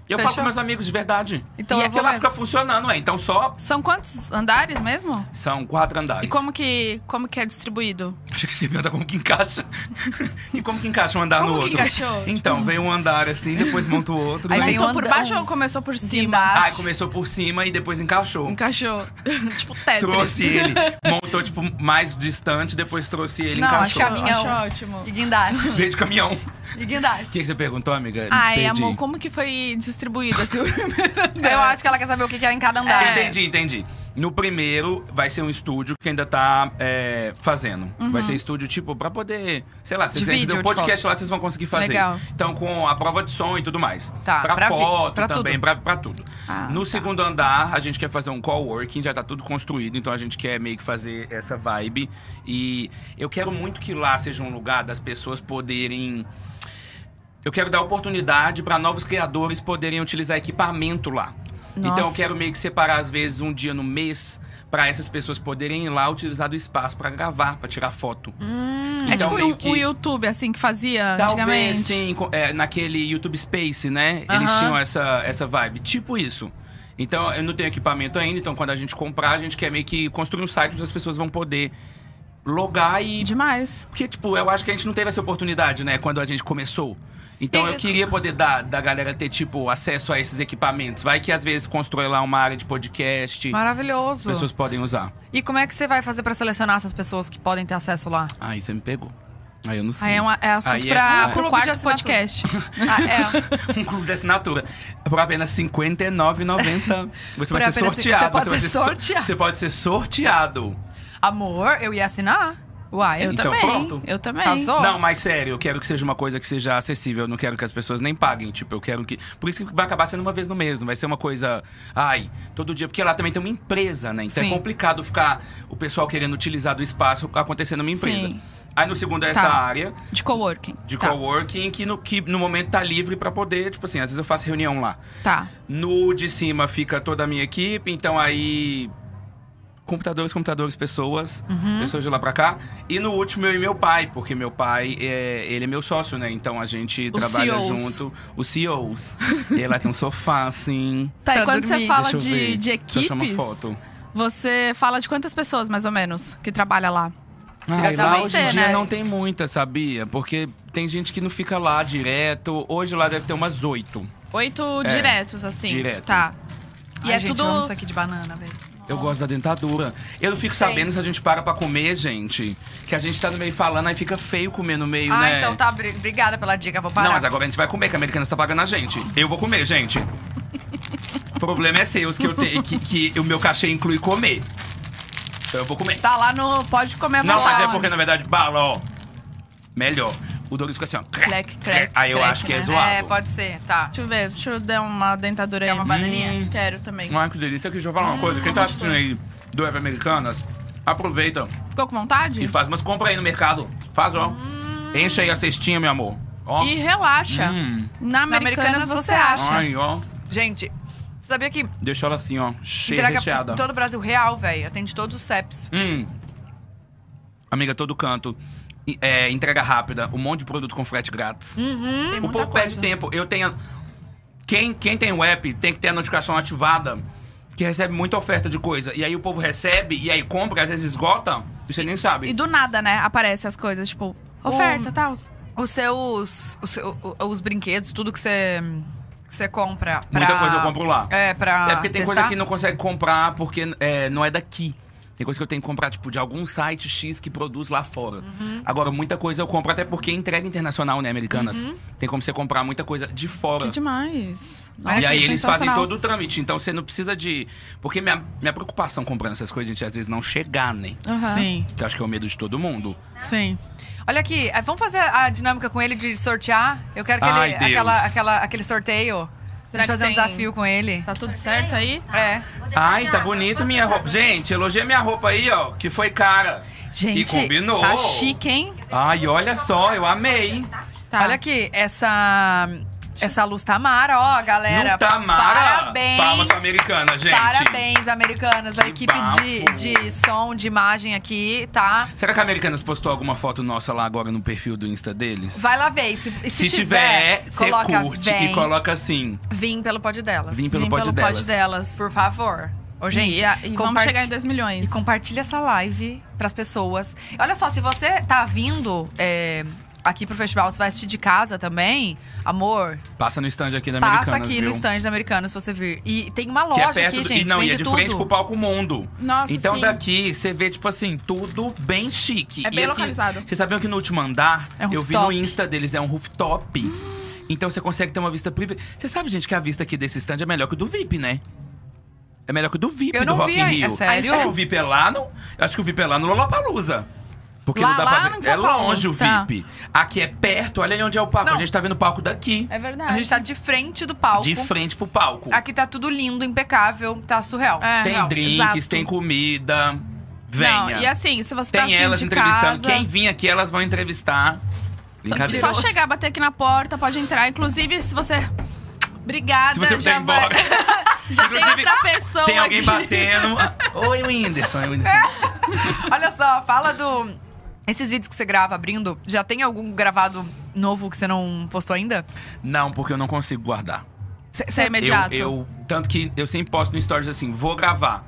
Speaker 3: Eu falo
Speaker 1: Fechou?
Speaker 3: com meus amigos de verdade.
Speaker 1: Então
Speaker 2: E
Speaker 1: eu
Speaker 2: aqui
Speaker 1: vou
Speaker 3: Porque lá
Speaker 1: mesmo.
Speaker 3: fica funcionando, é. Então só
Speaker 2: São quantos andares mesmo?
Speaker 3: são quatro andares.
Speaker 2: E como que, como que é distribuído?
Speaker 3: Acho que você pergunta como que encaixa. e como que encaixa um andar
Speaker 2: Como
Speaker 3: no
Speaker 2: que
Speaker 3: outro?
Speaker 2: encaixou?
Speaker 3: Então, vem um andar assim, depois monta o outro.
Speaker 1: Aí
Speaker 3: né?
Speaker 1: vem
Speaker 2: Então
Speaker 1: um
Speaker 2: por
Speaker 1: anda-
Speaker 2: baixo
Speaker 1: um
Speaker 2: ou começou por cima?
Speaker 1: guindaste.
Speaker 3: Ah, começou por cima e depois encaixou.
Speaker 2: Encaixou. tipo Tetris.
Speaker 3: Trouxe ele, montou, tipo, mais distante, depois trouxe ele,
Speaker 2: Não, acho,
Speaker 3: encaixou.
Speaker 1: caminhão.
Speaker 2: acho ótimo.
Speaker 1: E guindaste.
Speaker 3: Veio de caminhão. O
Speaker 1: E
Speaker 3: que, que
Speaker 1: guindaste.
Speaker 3: você perguntou, amiga?
Speaker 2: Ai,
Speaker 3: Perdi.
Speaker 2: amor, como que foi distribuído assim, o primeiro andar?
Speaker 1: Eu acho que ela quer saber o que que é em cada andar.
Speaker 2: É.
Speaker 3: Entendi, entendi. No primeiro, vai ser um estúdio que ainda tá é, fazendo. Vai ser estúdio, tipo, pra poder. Sei lá, se
Speaker 1: Uhum. De
Speaker 3: vocês
Speaker 1: vídeo,
Speaker 3: fizer um
Speaker 1: de
Speaker 3: podcast lá, vocês vão conseguir fazer.
Speaker 1: Legal.
Speaker 3: Então, com a prova de som e tudo mais.
Speaker 1: Tá,
Speaker 3: pra,
Speaker 1: pra vi-
Speaker 3: foto
Speaker 1: pra
Speaker 3: também,
Speaker 1: tudo.
Speaker 3: pra, pra tudo.
Speaker 2: Ah,
Speaker 3: no
Speaker 2: tá.
Speaker 3: segundo andar, a gente quer fazer um coworking, já tá tudo construído, então a gente quer meio que fazer essa vibe. E eu quero muito que lá seja um lugar das pessoas poderem. Eu quero dar oportunidade para novos criadores poderem utilizar equipamento lá. Então eu
Speaker 1: Nossa.
Speaker 3: quero meio que separar às vezes um dia no mês para essas pessoas poderem ir lá utilizar do espaço para gravar, para tirar foto.
Speaker 1: Hum,
Speaker 2: É
Speaker 3: Então,
Speaker 2: tipo
Speaker 3: meio
Speaker 2: o,
Speaker 3: que-
Speaker 2: o YouTube, assim, que fazia antigamente.
Speaker 3: Talvez sim, co- é, naquele YouTube Space, né? Eles
Speaker 1: Aham.
Speaker 3: tinham essa, essa vibe, tipo isso. Então eu não tenho equipamento ainda, então quando a gente comprar, a gente quer meio que construir um site onde as pessoas vão poder logar e
Speaker 2: Demais.
Speaker 3: porque, tipo, eu acho que a gente não teve essa oportunidade, né, quando a gente começou. Então
Speaker 1: E-
Speaker 3: eu queria poder dar da galera ter, tipo, acesso a esses equipamentos. Vai que às vezes constrói lá uma área de podcast, as
Speaker 1: Maravilhoso.
Speaker 3: pessoas podem usar.
Speaker 1: E como é que você vai fazer pra selecionar essas pessoas que podem ter acesso lá?
Speaker 3: Aí você me pegou. Aí eu não
Speaker 1: Ah,
Speaker 3: sei.
Speaker 2: Aí é, um é assunto
Speaker 3: Aí é-
Speaker 2: pra
Speaker 3: Ah,
Speaker 2: pro
Speaker 1: clube de
Speaker 2: quarto
Speaker 1: assinatura.
Speaker 2: podcast.
Speaker 1: Ah, é.
Speaker 3: um clube de assinatura. Por apenas R$
Speaker 1: Por
Speaker 3: 59,90. Você vai
Speaker 1: apenas
Speaker 3: ser
Speaker 1: cin-
Speaker 3: sorteado.
Speaker 1: você pode
Speaker 3: vai
Speaker 1: ser
Speaker 3: so-
Speaker 1: sorteado.
Speaker 3: Você pode ser sorteado.
Speaker 1: Amor, eu ia assinar. Uai,
Speaker 2: Eu
Speaker 3: Então,
Speaker 2: também.
Speaker 3: pronto.
Speaker 2: Eu também.
Speaker 1: Passou?
Speaker 3: Não, mas sério, eu quero que seja uma coisa que seja acessível. Eu não quero que as pessoas nem paguem. Tipo, eu quero que. Por isso que vai acabar sendo uma vez no mês. Não vai ser uma coisa. Ai, todo dia. Porque lá também tem uma empresa, né? Então
Speaker 1: Sim.
Speaker 3: é complicado ficar o pessoal querendo utilizar do espaço acontecendo numa empresa.
Speaker 2: Sim.
Speaker 3: Aí no segundo é essa
Speaker 2: Tá.
Speaker 3: área
Speaker 2: De coworking.
Speaker 3: de
Speaker 2: tá.
Speaker 3: coworking que no, que no momento tá livre pra poder. Tipo assim, às vezes eu faço reunião lá.
Speaker 2: Tá.
Speaker 3: No de cima fica toda a minha equipe, então aí. Computadores, computadores, pessoas,
Speaker 2: Uhum.
Speaker 3: pessoas de lá pra cá. E no último, eu e meu pai, porque meu pai, é, ele é meu sócio, né? Então a gente trabalha
Speaker 2: CEOs.
Speaker 3: junto. Os CEOs. e aí lá tem um sofá, assim.
Speaker 2: Tá,
Speaker 1: Pra
Speaker 2: e quando você
Speaker 1: dormir.
Speaker 2: fala
Speaker 3: Deixa eu
Speaker 2: de,
Speaker 3: ver.
Speaker 2: de
Speaker 3: Deixa eu achar uma
Speaker 2: equipes,
Speaker 3: foto.
Speaker 2: você fala de quantas pessoas, mais ou menos, que trabalha lá?
Speaker 3: Ah,
Speaker 1: tá
Speaker 3: lá
Speaker 1: bem
Speaker 3: hoje em
Speaker 2: ser,
Speaker 3: dia
Speaker 2: né?
Speaker 3: não tem muita, sabia? Porque tem gente que não fica lá direto. Hoje lá deve ter umas oito.
Speaker 2: Oito diretos, assim.
Speaker 3: É, direto.
Speaker 2: Tá. E
Speaker 1: Ai,
Speaker 2: é
Speaker 1: gente,
Speaker 2: tudo.
Speaker 1: eu amo isso aqui de banana, velho.
Speaker 3: Eu gosto da dentadura. Eu não fico
Speaker 1: Sei.
Speaker 3: sabendo se a gente para pra comer, gente. Que a gente tá no meio falando, aí fica feio comer no meio,
Speaker 1: Ah,
Speaker 3: né?
Speaker 1: então tá. bri- Obrigada pela dica, vou parar.
Speaker 3: Não, mas agora a gente vai comer, que a Americanas tá pagando a gente. Eu vou comer, gente. o problema é seu, que eu tenho que, que o meu cachê inclui comer. Então eu vou comer.
Speaker 1: Tá lá no... Pode comer
Speaker 3: Não, mas é
Speaker 1: bala.
Speaker 3: porque, na verdade, bala, ó. Melhor. O Douglas fica assim, ó.
Speaker 2: Crack, crack,
Speaker 3: Aí eu
Speaker 2: crack,
Speaker 3: acho que é
Speaker 2: né?
Speaker 3: zoado.
Speaker 1: É, pode ser, tá.
Speaker 2: Deixa eu ver, deixa eu dar uma dentadura aí.
Speaker 1: Quer uma bananinha? Hum.
Speaker 2: Quero também.
Speaker 3: Ai, que delícia. Aqui, deixa eu falar uma coisa. Quem tá assistindo aí do Web Americanas, aproveita.
Speaker 2: Ficou com vontade?
Speaker 3: E faz umas compras aí no mercado. Faz, ó.
Speaker 2: Hum.
Speaker 3: Enche aí a cestinha, meu amor. Ó.
Speaker 2: E relaxa.
Speaker 3: Hum.
Speaker 2: Na Americanas,
Speaker 1: Americanas
Speaker 2: você
Speaker 1: você
Speaker 2: acha.
Speaker 3: Ai, ó.
Speaker 1: Gente, você sabia que
Speaker 3: Deixa ela assim, ó. Cheia,
Speaker 1: entrega
Speaker 3: recheada.
Speaker 1: todo o Brasil real, velho? Atende todos os CEPs.
Speaker 3: Hum. Amiga, todo canto. E, É, entrega rápida. Um monte de produto com frete grátis.
Speaker 1: Uhum.
Speaker 2: Tem
Speaker 3: Hum. o
Speaker 2: Hum, muita
Speaker 3: povo
Speaker 2: coisa.
Speaker 3: perde tempo. Eu tenho... Quem, quem tem o app tem que ter a notificação ativada. Porque recebe muita oferta de coisa. E aí o povo recebe, e aí compra, às vezes esgota. E você nem sabe.
Speaker 2: E do nada, né, aparecem as coisas, tipo, oferta e tal.
Speaker 3: é.
Speaker 1: Os seus... Os, seu- o- os brinquedos, tudo que você... Que você compra pra...
Speaker 3: Muita coisa eu compro lá.
Speaker 1: É, pra
Speaker 3: É
Speaker 2: Ah,
Speaker 3: porque tem
Speaker 1: testar?
Speaker 3: coisa que não consegue comprar porque é, não é daqui. Tem coisa que eu tenho que comprar, tipo, de algum site X que produz lá fora.
Speaker 2: Uhum.
Speaker 3: Agora, muita coisa eu compro, até porque é entrega internacional, né, americanas? Tem como você comprar muita coisa de fora.
Speaker 2: Uhum. Que demais. É
Speaker 1: Mas
Speaker 3: e aí eles fazem
Speaker 2: sensacional.
Speaker 3: todo o trâmite. Então você não precisa de. Porque minha, minha preocupação comprando essas coisas, gente, é às vezes não chegar, né?
Speaker 2: Aham.
Speaker 1: Sim,
Speaker 3: Que eu acho que é o medo de todo mundo.
Speaker 1: sim. Olha aqui, eh, vamos fazer a dinâmica com ele de sortear? Eu quero que
Speaker 3: Ai,
Speaker 1: ele...
Speaker 3: Deus.
Speaker 1: Aquela, aquela, aquele sorteio.
Speaker 2: Será
Speaker 1: Será
Speaker 2: que
Speaker 1: fazer um
Speaker 2: tem-
Speaker 1: desafio com ele.
Speaker 2: Tá tudo certo aí?
Speaker 1: É.
Speaker 3: Ai, tá bonita minha roupa. Gente, elogia minha roupa aí, ó, que foi cara.
Speaker 2: Gente,
Speaker 3: combinou.
Speaker 2: tá chique, hein?
Speaker 3: Ai, olha só, eu amei.
Speaker 2: Tá.
Speaker 1: Olha aqui, essa.
Speaker 3: gente.
Speaker 1: Essa luz tá mara, ó, galera.
Speaker 3: Não tá, Mara?
Speaker 1: Parabéns.
Speaker 3: Palmas pra americana, gente.
Speaker 1: Parabéns, americanas. A
Speaker 3: Que
Speaker 1: equipe de,
Speaker 3: bafo.
Speaker 1: de som, de imagem aqui, tá?
Speaker 3: Será que a Americanas postou alguma foto nossa lá agora no perfil do Insta deles?
Speaker 1: Vai lá ver. E Se, e se,
Speaker 3: Se, tiver, você
Speaker 1: coloca
Speaker 3: curte
Speaker 1: vem,
Speaker 3: e coloca assim.
Speaker 1: Vim pelo pod delas.
Speaker 3: Vim pelo pod delas.
Speaker 1: Por favor. Ô, gente,
Speaker 2: e, a- e vamos
Speaker 1: comparti-
Speaker 2: chegar em 2
Speaker 3: É
Speaker 2: milhões.
Speaker 1: E compartilha essa live pras pessoas. Olha só, se você tá vindo é, aqui pro festival, se vai assistir de casa também, amor,
Speaker 3: Passa no stand aqui da Americanas,
Speaker 1: passa aqui
Speaker 3: viu?
Speaker 1: no stand da Americana se você vir. E tem uma
Speaker 3: Que
Speaker 1: loja
Speaker 3: é perto
Speaker 1: aqui,
Speaker 3: do-
Speaker 1: gente,
Speaker 3: e não, e
Speaker 1: vende
Speaker 3: é de
Speaker 1: tudo.
Speaker 3: frente pro palco mundo.
Speaker 2: Nossa,
Speaker 3: então
Speaker 2: sim.
Speaker 3: daqui você vê, tipo assim, tudo bem chique.
Speaker 2: É bem
Speaker 3: E aqui-
Speaker 2: localizado.
Speaker 3: Vocês sabiam que no último andar,
Speaker 1: É um
Speaker 3: eu vi no
Speaker 1: rooftop.
Speaker 3: Insta deles, é um rooftop. Então você consegue ter uma vista privada. Você sabe, gente, que a vista aqui desse stand é melhor que o do VIP, né? É melhor que o do VIP
Speaker 1: Eu
Speaker 3: do
Speaker 1: não
Speaker 3: Rock
Speaker 1: vi
Speaker 3: in
Speaker 1: aí,
Speaker 3: Rio.
Speaker 1: é sério?
Speaker 3: Acho que o VIP é lá no... Acho que o VIP é lá no Lollapalooza. Porque
Speaker 1: Lá-
Speaker 3: não dá
Speaker 1: lá
Speaker 3: pra
Speaker 1: em
Speaker 3: ver.
Speaker 1: São
Speaker 3: É
Speaker 1: Paulo.
Speaker 3: longe o
Speaker 1: Tá.
Speaker 3: VIP. Aqui é perto, olha ali onde é o palco.
Speaker 1: Não.
Speaker 3: A gente tá vendo o palco daqui.
Speaker 2: É verdade.
Speaker 1: A gente tá de frente do palco.
Speaker 3: De frente pro palco.
Speaker 1: Aqui tá tudo lindo, impecável, tá surreal.
Speaker 2: É,
Speaker 3: tem
Speaker 2: não,
Speaker 3: drinks,
Speaker 2: exato.
Speaker 3: tem comida. Venha.
Speaker 2: Não, e assim, se você
Speaker 3: tem
Speaker 2: tá assim
Speaker 3: elas
Speaker 2: de
Speaker 3: entrevistando.
Speaker 2: casa...
Speaker 3: Quem vir aqui, elas vão entrevistar. Brincadeira.
Speaker 2: Só chegar, bater aqui na porta, pode entrar. Inclusive, se você... Obrigada,
Speaker 3: Se você puder
Speaker 2: já
Speaker 3: ir embora.
Speaker 2: vai... Já tem
Speaker 3: Inclusive,
Speaker 2: outra pessoa
Speaker 3: Tem alguém
Speaker 2: aqui.
Speaker 3: batendo. Oi, Whindersson. é o Whindersson.
Speaker 1: Olha só, fala do. Esses vídeos que você grava abrindo, já tem algum gravado novo que você não postou ainda?
Speaker 3: Não, porque eu não consigo guardar.
Speaker 1: Você
Speaker 2: Você é imediato.
Speaker 3: Eu, eu- tanto que eu sempre posto no Stories assim, vou gravar,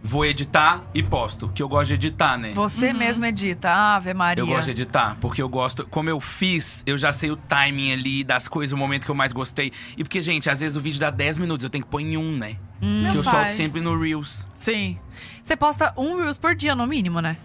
Speaker 3: vou editar e posto. Que eu gosto de editar, né?
Speaker 1: Você mesmo edita, Ave Maria.
Speaker 3: Eu gosto de editar, porque eu gosto. Como eu fiz, eu já sei o timing ali das coisas, o momento que eu mais gostei. E porque, gente, às vezes o vídeo dá 10 minutos, eu tenho que pôr em um, né?
Speaker 2: Meu
Speaker 3: que eu
Speaker 2: pai.
Speaker 3: solto sempre no Reels.
Speaker 1: Sim. Você posta um Reels por dia, no mínimo, né?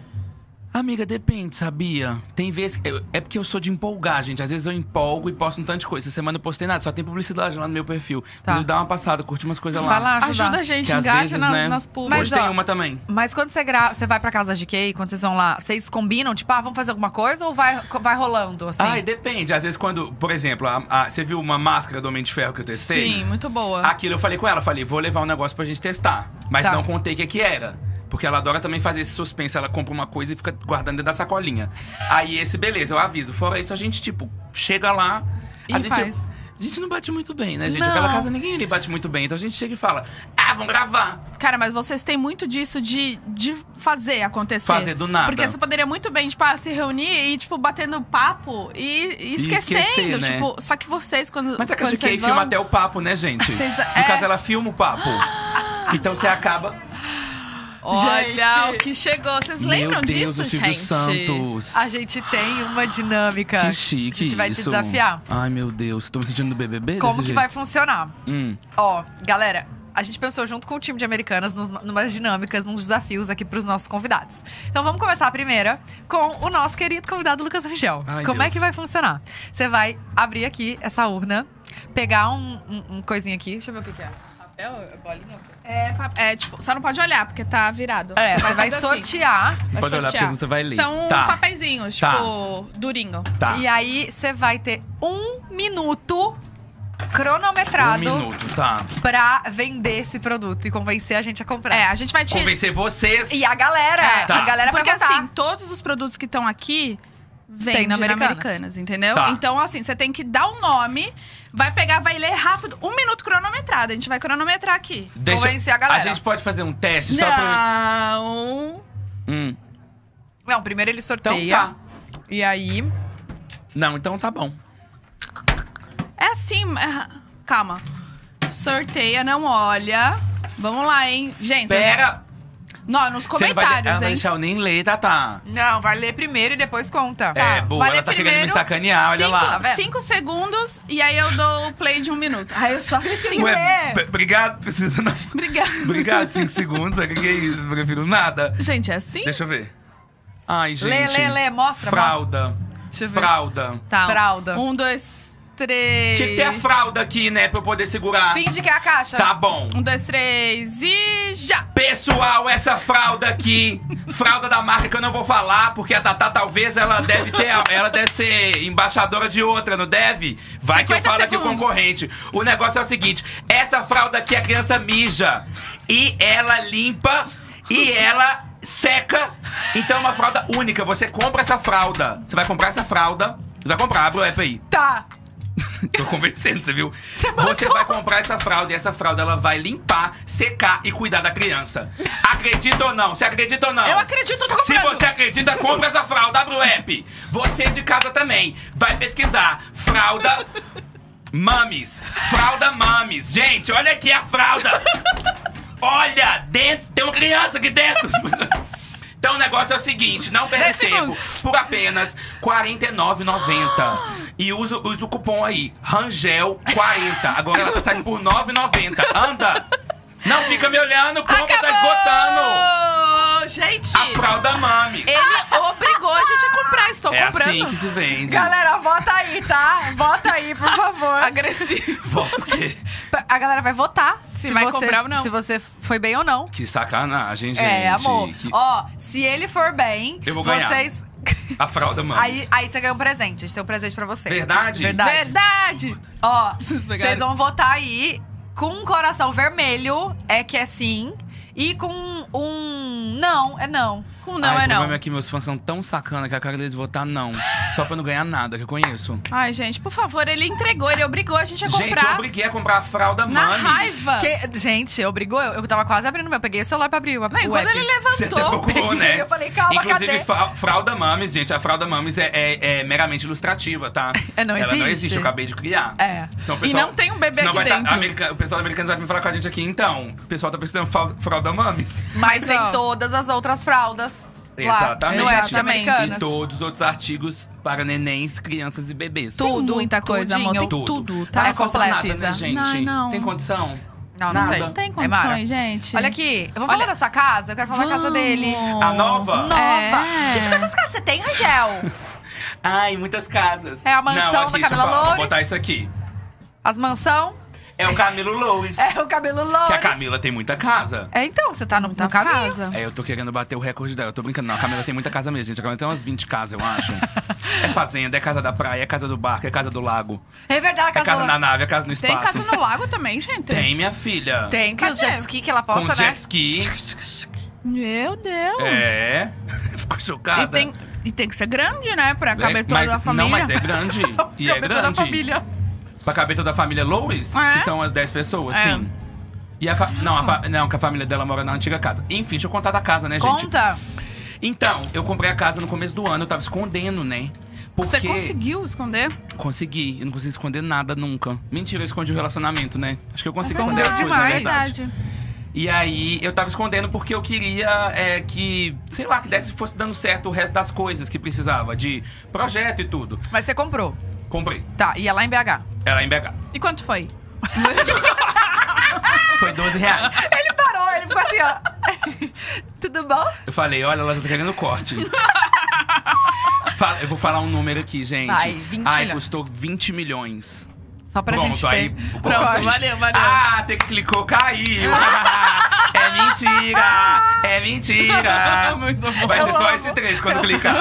Speaker 3: Amiga, depende, sabia? Tem vezes. eu- é porque eu sou de empolgar, gente. Às vezes eu empolgo e posto um tanto de coisa. Essa semana eu postei nada, só tem publicidade lá no meu perfil.
Speaker 1: Tá.
Speaker 3: Preciso dar uma passada, curti umas coisas lá.
Speaker 1: Vai lá ajudar.
Speaker 2: Ajuda a gente,
Speaker 3: Que às
Speaker 2: engaja
Speaker 3: vezes,
Speaker 2: nas,
Speaker 3: né?
Speaker 2: nas
Speaker 1: Mas,
Speaker 2: públicas.
Speaker 3: Hoje tem
Speaker 1: ó,
Speaker 3: uma também.
Speaker 1: Mas quando você, gra... você vai pra casa da GK, quando vocês vão lá, vocês combinam, tipo, ah, vamos fazer alguma coisa ou vai, vai rolando, assim?
Speaker 3: Ai, depende. Às vezes quando, por exemplo, a- a- você viu uma máscara do Homem de Ferro que eu testei?
Speaker 2: Sim, muito boa.
Speaker 3: Aquilo eu falei com ela, falei, vou levar um negócio pra gente testar. Mas
Speaker 1: Tá.
Speaker 3: não contei o que, que era. Porque ela adora também fazer esse suspense. Ela compra uma coisa e fica guardando dentro da sacolinha. Aí esse, beleza, eu aviso. Fora isso, a gente, tipo, chega lá. a
Speaker 2: E
Speaker 3: gente.
Speaker 2: faz.
Speaker 3: A gente não bate muito bem, né, gente?
Speaker 1: Não.
Speaker 3: Aquela casa ninguém ali bate muito bem. Então a gente chega e fala, ah, vamos gravar.
Speaker 2: Cara, mas vocês têm muito disso de, de fazer acontecer.
Speaker 3: Fazer do nada.
Speaker 2: Porque você poderia muito bem, tipo, ah, se reunir e, tipo, batendo papo e, e esquecendo.
Speaker 3: esquecer, né?
Speaker 2: Tipo, só que vocês, quando.
Speaker 3: Mas é a
Speaker 2: quando
Speaker 3: Katy Kay
Speaker 2: vocês
Speaker 3: filma
Speaker 2: vão,
Speaker 3: até o papo, né, gente?
Speaker 1: Vocês-
Speaker 3: no
Speaker 1: é.
Speaker 3: caso, ela filma o papo. Então você acaba.
Speaker 2: Olha
Speaker 1: Gente.
Speaker 2: o que chegou. Vocês
Speaker 3: Meu
Speaker 2: lembram
Speaker 3: Deus,
Speaker 2: disso,
Speaker 3: o Silvio
Speaker 2: gente?
Speaker 3: Santos.
Speaker 1: A gente tem uma dinâmica.
Speaker 3: Que chique.
Speaker 1: É. A gente vai
Speaker 3: isso.
Speaker 1: te desafiar.
Speaker 3: Ai, meu Deus. Tô me sentindo no BBB?
Speaker 1: Como
Speaker 3: desse
Speaker 1: que
Speaker 3: jeito?
Speaker 1: vai funcionar?
Speaker 3: Hum.
Speaker 1: Ó, galera, a gente pensou junto com o time de americanas num- numas dinâmicas, nos desafios aqui pros nossos convidados. Então vamos começar a primeira com o nosso querido convidado Lucas Rangel.
Speaker 3: Ai,
Speaker 1: Como é
Speaker 3: Deus.
Speaker 1: que vai funcionar? Você vai abrir aqui essa urna, pegar um, um- um coisinha aqui, deixa eu ver o que, que é. Papel? Bolinha?
Speaker 2: É, pap- é, tipo, só não pode olhar, porque tá virado.
Speaker 1: É, você vai
Speaker 2: fazer assim.
Speaker 1: sortear. um
Speaker 3: Não pode
Speaker 2: sortear.
Speaker 3: olhar, porque senão você vai ler.
Speaker 2: São
Speaker 3: Tá.
Speaker 2: papeizinhos,
Speaker 3: Tá.
Speaker 2: tipo, durinho.
Speaker 3: Tá.
Speaker 1: E aí você vai ter um minuto cronometrado
Speaker 3: Um minuto, tá.
Speaker 1: pra vender esse produto e convencer a gente a comprar.
Speaker 2: É, a gente vai te.
Speaker 3: Convencer vocês.
Speaker 1: E a galera,
Speaker 2: É,
Speaker 3: Tá.
Speaker 1: a galera
Speaker 2: Porque
Speaker 1: vai votar.
Speaker 2: assim, todos os produtos que estão aqui vêm
Speaker 1: Tem
Speaker 2: de
Speaker 1: na Americanas.
Speaker 2: Americanas, entendeu?
Speaker 3: Tá.
Speaker 2: Então, assim, você tem que dar o nome, vai pegar, vai ler rápido, um minuto cronometrado. A gente vai cronometrar aqui.
Speaker 1: Convencer a galera.
Speaker 3: gente pode fazer um teste só pra.
Speaker 2: Não.
Speaker 3: Hum.
Speaker 1: Não, primeiro ele
Speaker 3: Então
Speaker 1: sorteia.
Speaker 3: tá.
Speaker 1: E aí.
Speaker 3: Não, então tá bom.
Speaker 2: É assim. é- Calma. Sorteia, não olha. Vamos lá, hein? Gente, vocês-
Speaker 3: Pera!
Speaker 2: Não, nos
Speaker 3: Você não vai de-
Speaker 2: comentários,
Speaker 3: Ela não
Speaker 2: hein?
Speaker 3: deixa eu nem ler, tá, tá.
Speaker 1: Não, vai ler primeiro e depois conta.
Speaker 3: É, boa,
Speaker 2: vai ler
Speaker 3: ela tá querendo me
Speaker 1: um
Speaker 2: primeiro,
Speaker 3: sacanear, olha
Speaker 2: cinco,
Speaker 3: lá. tá
Speaker 1: vendo?
Speaker 2: cinco segundos e aí eu dou o play de um minuto. Ai, eu sou assim,
Speaker 3: Ué,
Speaker 2: né?
Speaker 3: b- obrigado, precisa não.
Speaker 2: Obrigada.
Speaker 3: Obrigado, cinco segundos. O que que é isso? Eu prefiro nada.
Speaker 2: Gente, é assim?
Speaker 3: Deixa eu ver. Ai, gente.
Speaker 1: Lê, lê, lê, mostra,
Speaker 3: Fralda.
Speaker 1: Deixa eu ver.
Speaker 3: Fralda.
Speaker 2: Tá.
Speaker 1: Fralda.
Speaker 2: Um, dois, três.
Speaker 3: Tinha que ter a fralda aqui, né? Pra eu poder segurar.
Speaker 1: Finge que é a caixa.
Speaker 3: Tá bom.
Speaker 2: Um, dois, três e já!
Speaker 3: Pessoal, essa fralda aqui, fralda da marca que eu não vou falar, porque a Tatá talvez ela deve ter, ela deve ser embaixadora de outra, não deve? Vai que eu
Speaker 2: 50
Speaker 3: falo aqui o
Speaker 2: segundos.
Speaker 3: concorrente. O negócio é o seguinte, essa fralda aqui a criança mija e ela limpa e ela seca. Então é uma fralda única, você compra essa fralda. Você vai comprar essa fralda, você vai comprar, abre o app aí.
Speaker 2: Tá!
Speaker 3: Tô convencendo, você viu?
Speaker 1: Você mandou.
Speaker 3: Você vai comprar essa fralda e essa fralda ela vai limpar, secar e cuidar da criança. Acredita ou não? Você acredita ou não?
Speaker 2: Eu acredito, eu tô
Speaker 3: Se
Speaker 2: comprando.
Speaker 3: você acredita, compra essa fralda, abre o app. Você é de casa também vai pesquisar fralda mames, fralda mames. Gente, olha aqui a fralda. Olha, dentro, tem uma criança aqui dentro. Então o negócio é o seguinte, não perde
Speaker 2: Dez
Speaker 3: tempo.
Speaker 2: segundos.
Speaker 3: Por apenas R$ 49,90. E usa, usa o cupom aí, Rangel40. Agora ela sai por R$ 9,90. Anda! Não fica me olhando, compra, tá esgotando!
Speaker 2: Gente,
Speaker 3: A fralda mami.
Speaker 2: ele obrigou a gente a comprar. Estou
Speaker 3: é
Speaker 2: comprando.
Speaker 3: assim que se vende.
Speaker 1: Galera, vota aí, tá? Vota aí, por favor.
Speaker 2: Agressivo.
Speaker 3: Volta o quê?
Speaker 1: A galera vai votar se,
Speaker 2: vai
Speaker 1: você,
Speaker 2: comprar ou não.
Speaker 1: Se você foi bem ou não.
Speaker 3: Que sacanagem, gente.
Speaker 1: é, amor.
Speaker 3: Que-
Speaker 1: Ó, se ele for bem,
Speaker 3: Eu vou ganhar.
Speaker 1: vocês.
Speaker 3: A fralda mami.
Speaker 1: Aí, aí você ganha um presente. A gente tem um presente pra você.
Speaker 3: Verdade?
Speaker 1: Verdade.
Speaker 2: Verdade.
Speaker 1: Ó,
Speaker 2: Vocês pegaram.
Speaker 1: vocês vão votar aí com um coração vermelho, é que é sim. E com um não, é não.
Speaker 2: Com não
Speaker 3: Ai,
Speaker 2: é
Speaker 3: O problema
Speaker 2: não.
Speaker 3: é que meus fãs são tão sacana que a cara deles votar não. Só pra não ganhar nada, que eu conheço.
Speaker 2: Ai, gente, por favor, ele entregou, ele obrigou a gente a
Speaker 3: Gente, eu
Speaker 2: comprar.
Speaker 3: obriguei a comprar a fralda
Speaker 2: na
Speaker 3: mami.
Speaker 2: raiva.
Speaker 1: Que- gente, obrigou. Eu, eu tava quase abrindo meu. Eu peguei o celular pra abrir o,
Speaker 2: Não,
Speaker 1: o
Speaker 2: quando
Speaker 1: app.
Speaker 2: ele
Speaker 3: Você até
Speaker 2: levantou,
Speaker 3: procurou, né?
Speaker 1: Eu falei, calma,
Speaker 3: Inclusive,
Speaker 1: cadê?
Speaker 3: fa- fralda mames, gente. A fralda mames é, é- é meramente ilustrativa, tá?
Speaker 1: É, não
Speaker 3: Ela não
Speaker 1: existe.
Speaker 3: existe, eu acabei de criar.
Speaker 1: É.
Speaker 3: Senão o
Speaker 2: e
Speaker 3: pessoal-
Speaker 2: não tem um bebê
Speaker 3: senão
Speaker 2: aqui
Speaker 3: vai tá-
Speaker 2: dentro.
Speaker 3: america- o pessoal americano vai vir falar com a gente aqui, então. O pessoal tá precisando de fralda mames.
Speaker 1: Mas
Speaker 2: Não.
Speaker 1: tem todas as outras fraldas.
Speaker 3: Exatamente.
Speaker 1: Lá, não é
Speaker 2: Exatamente.
Speaker 1: americanas.
Speaker 3: E todos os outros artigos para nenéns, crianças e bebês.
Speaker 1: Tu-
Speaker 2: Tem muita coisa,
Speaker 1: tudinho.
Speaker 2: amor. Tem
Speaker 3: Tudo.
Speaker 2: tudo,
Speaker 3: Tá,
Speaker 2: tá?
Speaker 1: É
Speaker 3: não falta nada, né,
Speaker 1: complexa.
Speaker 3: gente?
Speaker 2: Não, não.
Speaker 3: Tem condição?
Speaker 1: Não, não
Speaker 3: Nada.
Speaker 1: tem.
Speaker 2: Tem
Speaker 1: É Mara.
Speaker 2: condições, gente.
Speaker 1: Olha aqui, vamos
Speaker 2: Olha-
Speaker 1: falar dessa casa? Eu quero falar da casa dele.
Speaker 2: Vamos.
Speaker 3: A nova?
Speaker 1: Nova.
Speaker 2: É.
Speaker 1: Gente, quantas casas você tem, Rangel?
Speaker 3: Ai, muitas casas.
Speaker 1: É a mansão
Speaker 3: não, aqui,
Speaker 1: da
Speaker 3: deixa eu
Speaker 1: Camila
Speaker 3: falar,
Speaker 1: Loures.
Speaker 3: Vou botar isso aqui.
Speaker 1: As mansão,
Speaker 3: É o Camilo Loures.
Speaker 1: é o cabelo
Speaker 3: Que a
Speaker 1: louro.
Speaker 3: Camila tem muita casa.
Speaker 1: É, então, você tá no, no
Speaker 2: Na
Speaker 1: caminho.
Speaker 2: casa.
Speaker 3: É, eu tô querendo bater o recorde dela. Eu tô brincando, não. A Camila tem muita casa mesmo, gente. A Camila tem umas 20 casas, eu acho. é fazenda, é casa da praia, é casa do barco, é casa do lago.
Speaker 1: É verdade, a
Speaker 3: É
Speaker 1: casa,
Speaker 3: casa
Speaker 1: do-
Speaker 3: na nave, é casa no
Speaker 2: Tem
Speaker 3: espaço.
Speaker 2: casa no lago também, gente.
Speaker 3: Tem, minha filha.
Speaker 1: Tem, que os
Speaker 2: Cadê?
Speaker 1: jet ski que ela
Speaker 3: Com
Speaker 1: posta, né?
Speaker 3: jet ski.
Speaker 2: Meu Deus.
Speaker 3: É. Ficou chocada.
Speaker 2: E tem, e tem que ser grande, né? Pra caber
Speaker 3: É,
Speaker 2: toda
Speaker 3: mas-
Speaker 2: a família.
Speaker 3: Não, mas é grande. e é
Speaker 2: caber toda a
Speaker 3: grande.
Speaker 2: família.
Speaker 3: Pra caber toda a família Lois,
Speaker 2: É.
Speaker 3: que são as 10 pessoas,
Speaker 2: É.
Speaker 3: sim. E a fa... não, a fa- não, que a família dela mora na antiga casa. Enfim, deixa eu contar da casa, né, gente?
Speaker 1: Conta.
Speaker 3: Então, eu comprei a casa no começo do ano, eu tava escondendo, né? Porque
Speaker 2: Você conseguiu esconder?
Speaker 3: consegui, eu não consegui esconder nada nunca. Mentira, eu escondi o relacionamento, né? Acho que eu
Speaker 2: É
Speaker 3: consigo
Speaker 1: verdade.
Speaker 3: esconder as coisas, na
Speaker 1: Demais.
Speaker 3: verdade. E aí, eu tava escondendo porque eu queria é, que, sei lá, que desse fosse dando certo o resto das coisas que precisava, de projeto e tudo.
Speaker 1: Mas você comprou.
Speaker 3: Comprei.
Speaker 1: Tá, e é lá em BH.
Speaker 3: Ela em BH.
Speaker 2: E quanto foi?
Speaker 3: Foi 12 reais.
Speaker 1: Ele parou, ele ficou assim, ó. Tudo bom?
Speaker 3: Eu falei, olha, ela já tá querendo corte. Fala- eu vou falar um número aqui, gente.
Speaker 1: Vai, 20
Speaker 3: Ai,
Speaker 1: milhões.
Speaker 3: custou 20 milhões.
Speaker 1: Só pra
Speaker 3: Pronto,
Speaker 1: gente ter.
Speaker 3: aí.
Speaker 1: o
Speaker 3: pronto.
Speaker 1: corte.
Speaker 2: Pronto, valeu, valeu.
Speaker 3: Ah, você que clicou, caiu. é mentira! É mentira!
Speaker 2: Muito bom.
Speaker 3: Vai ser
Speaker 1: Eu
Speaker 3: só
Speaker 1: amo.
Speaker 3: esse trecho quando clicar.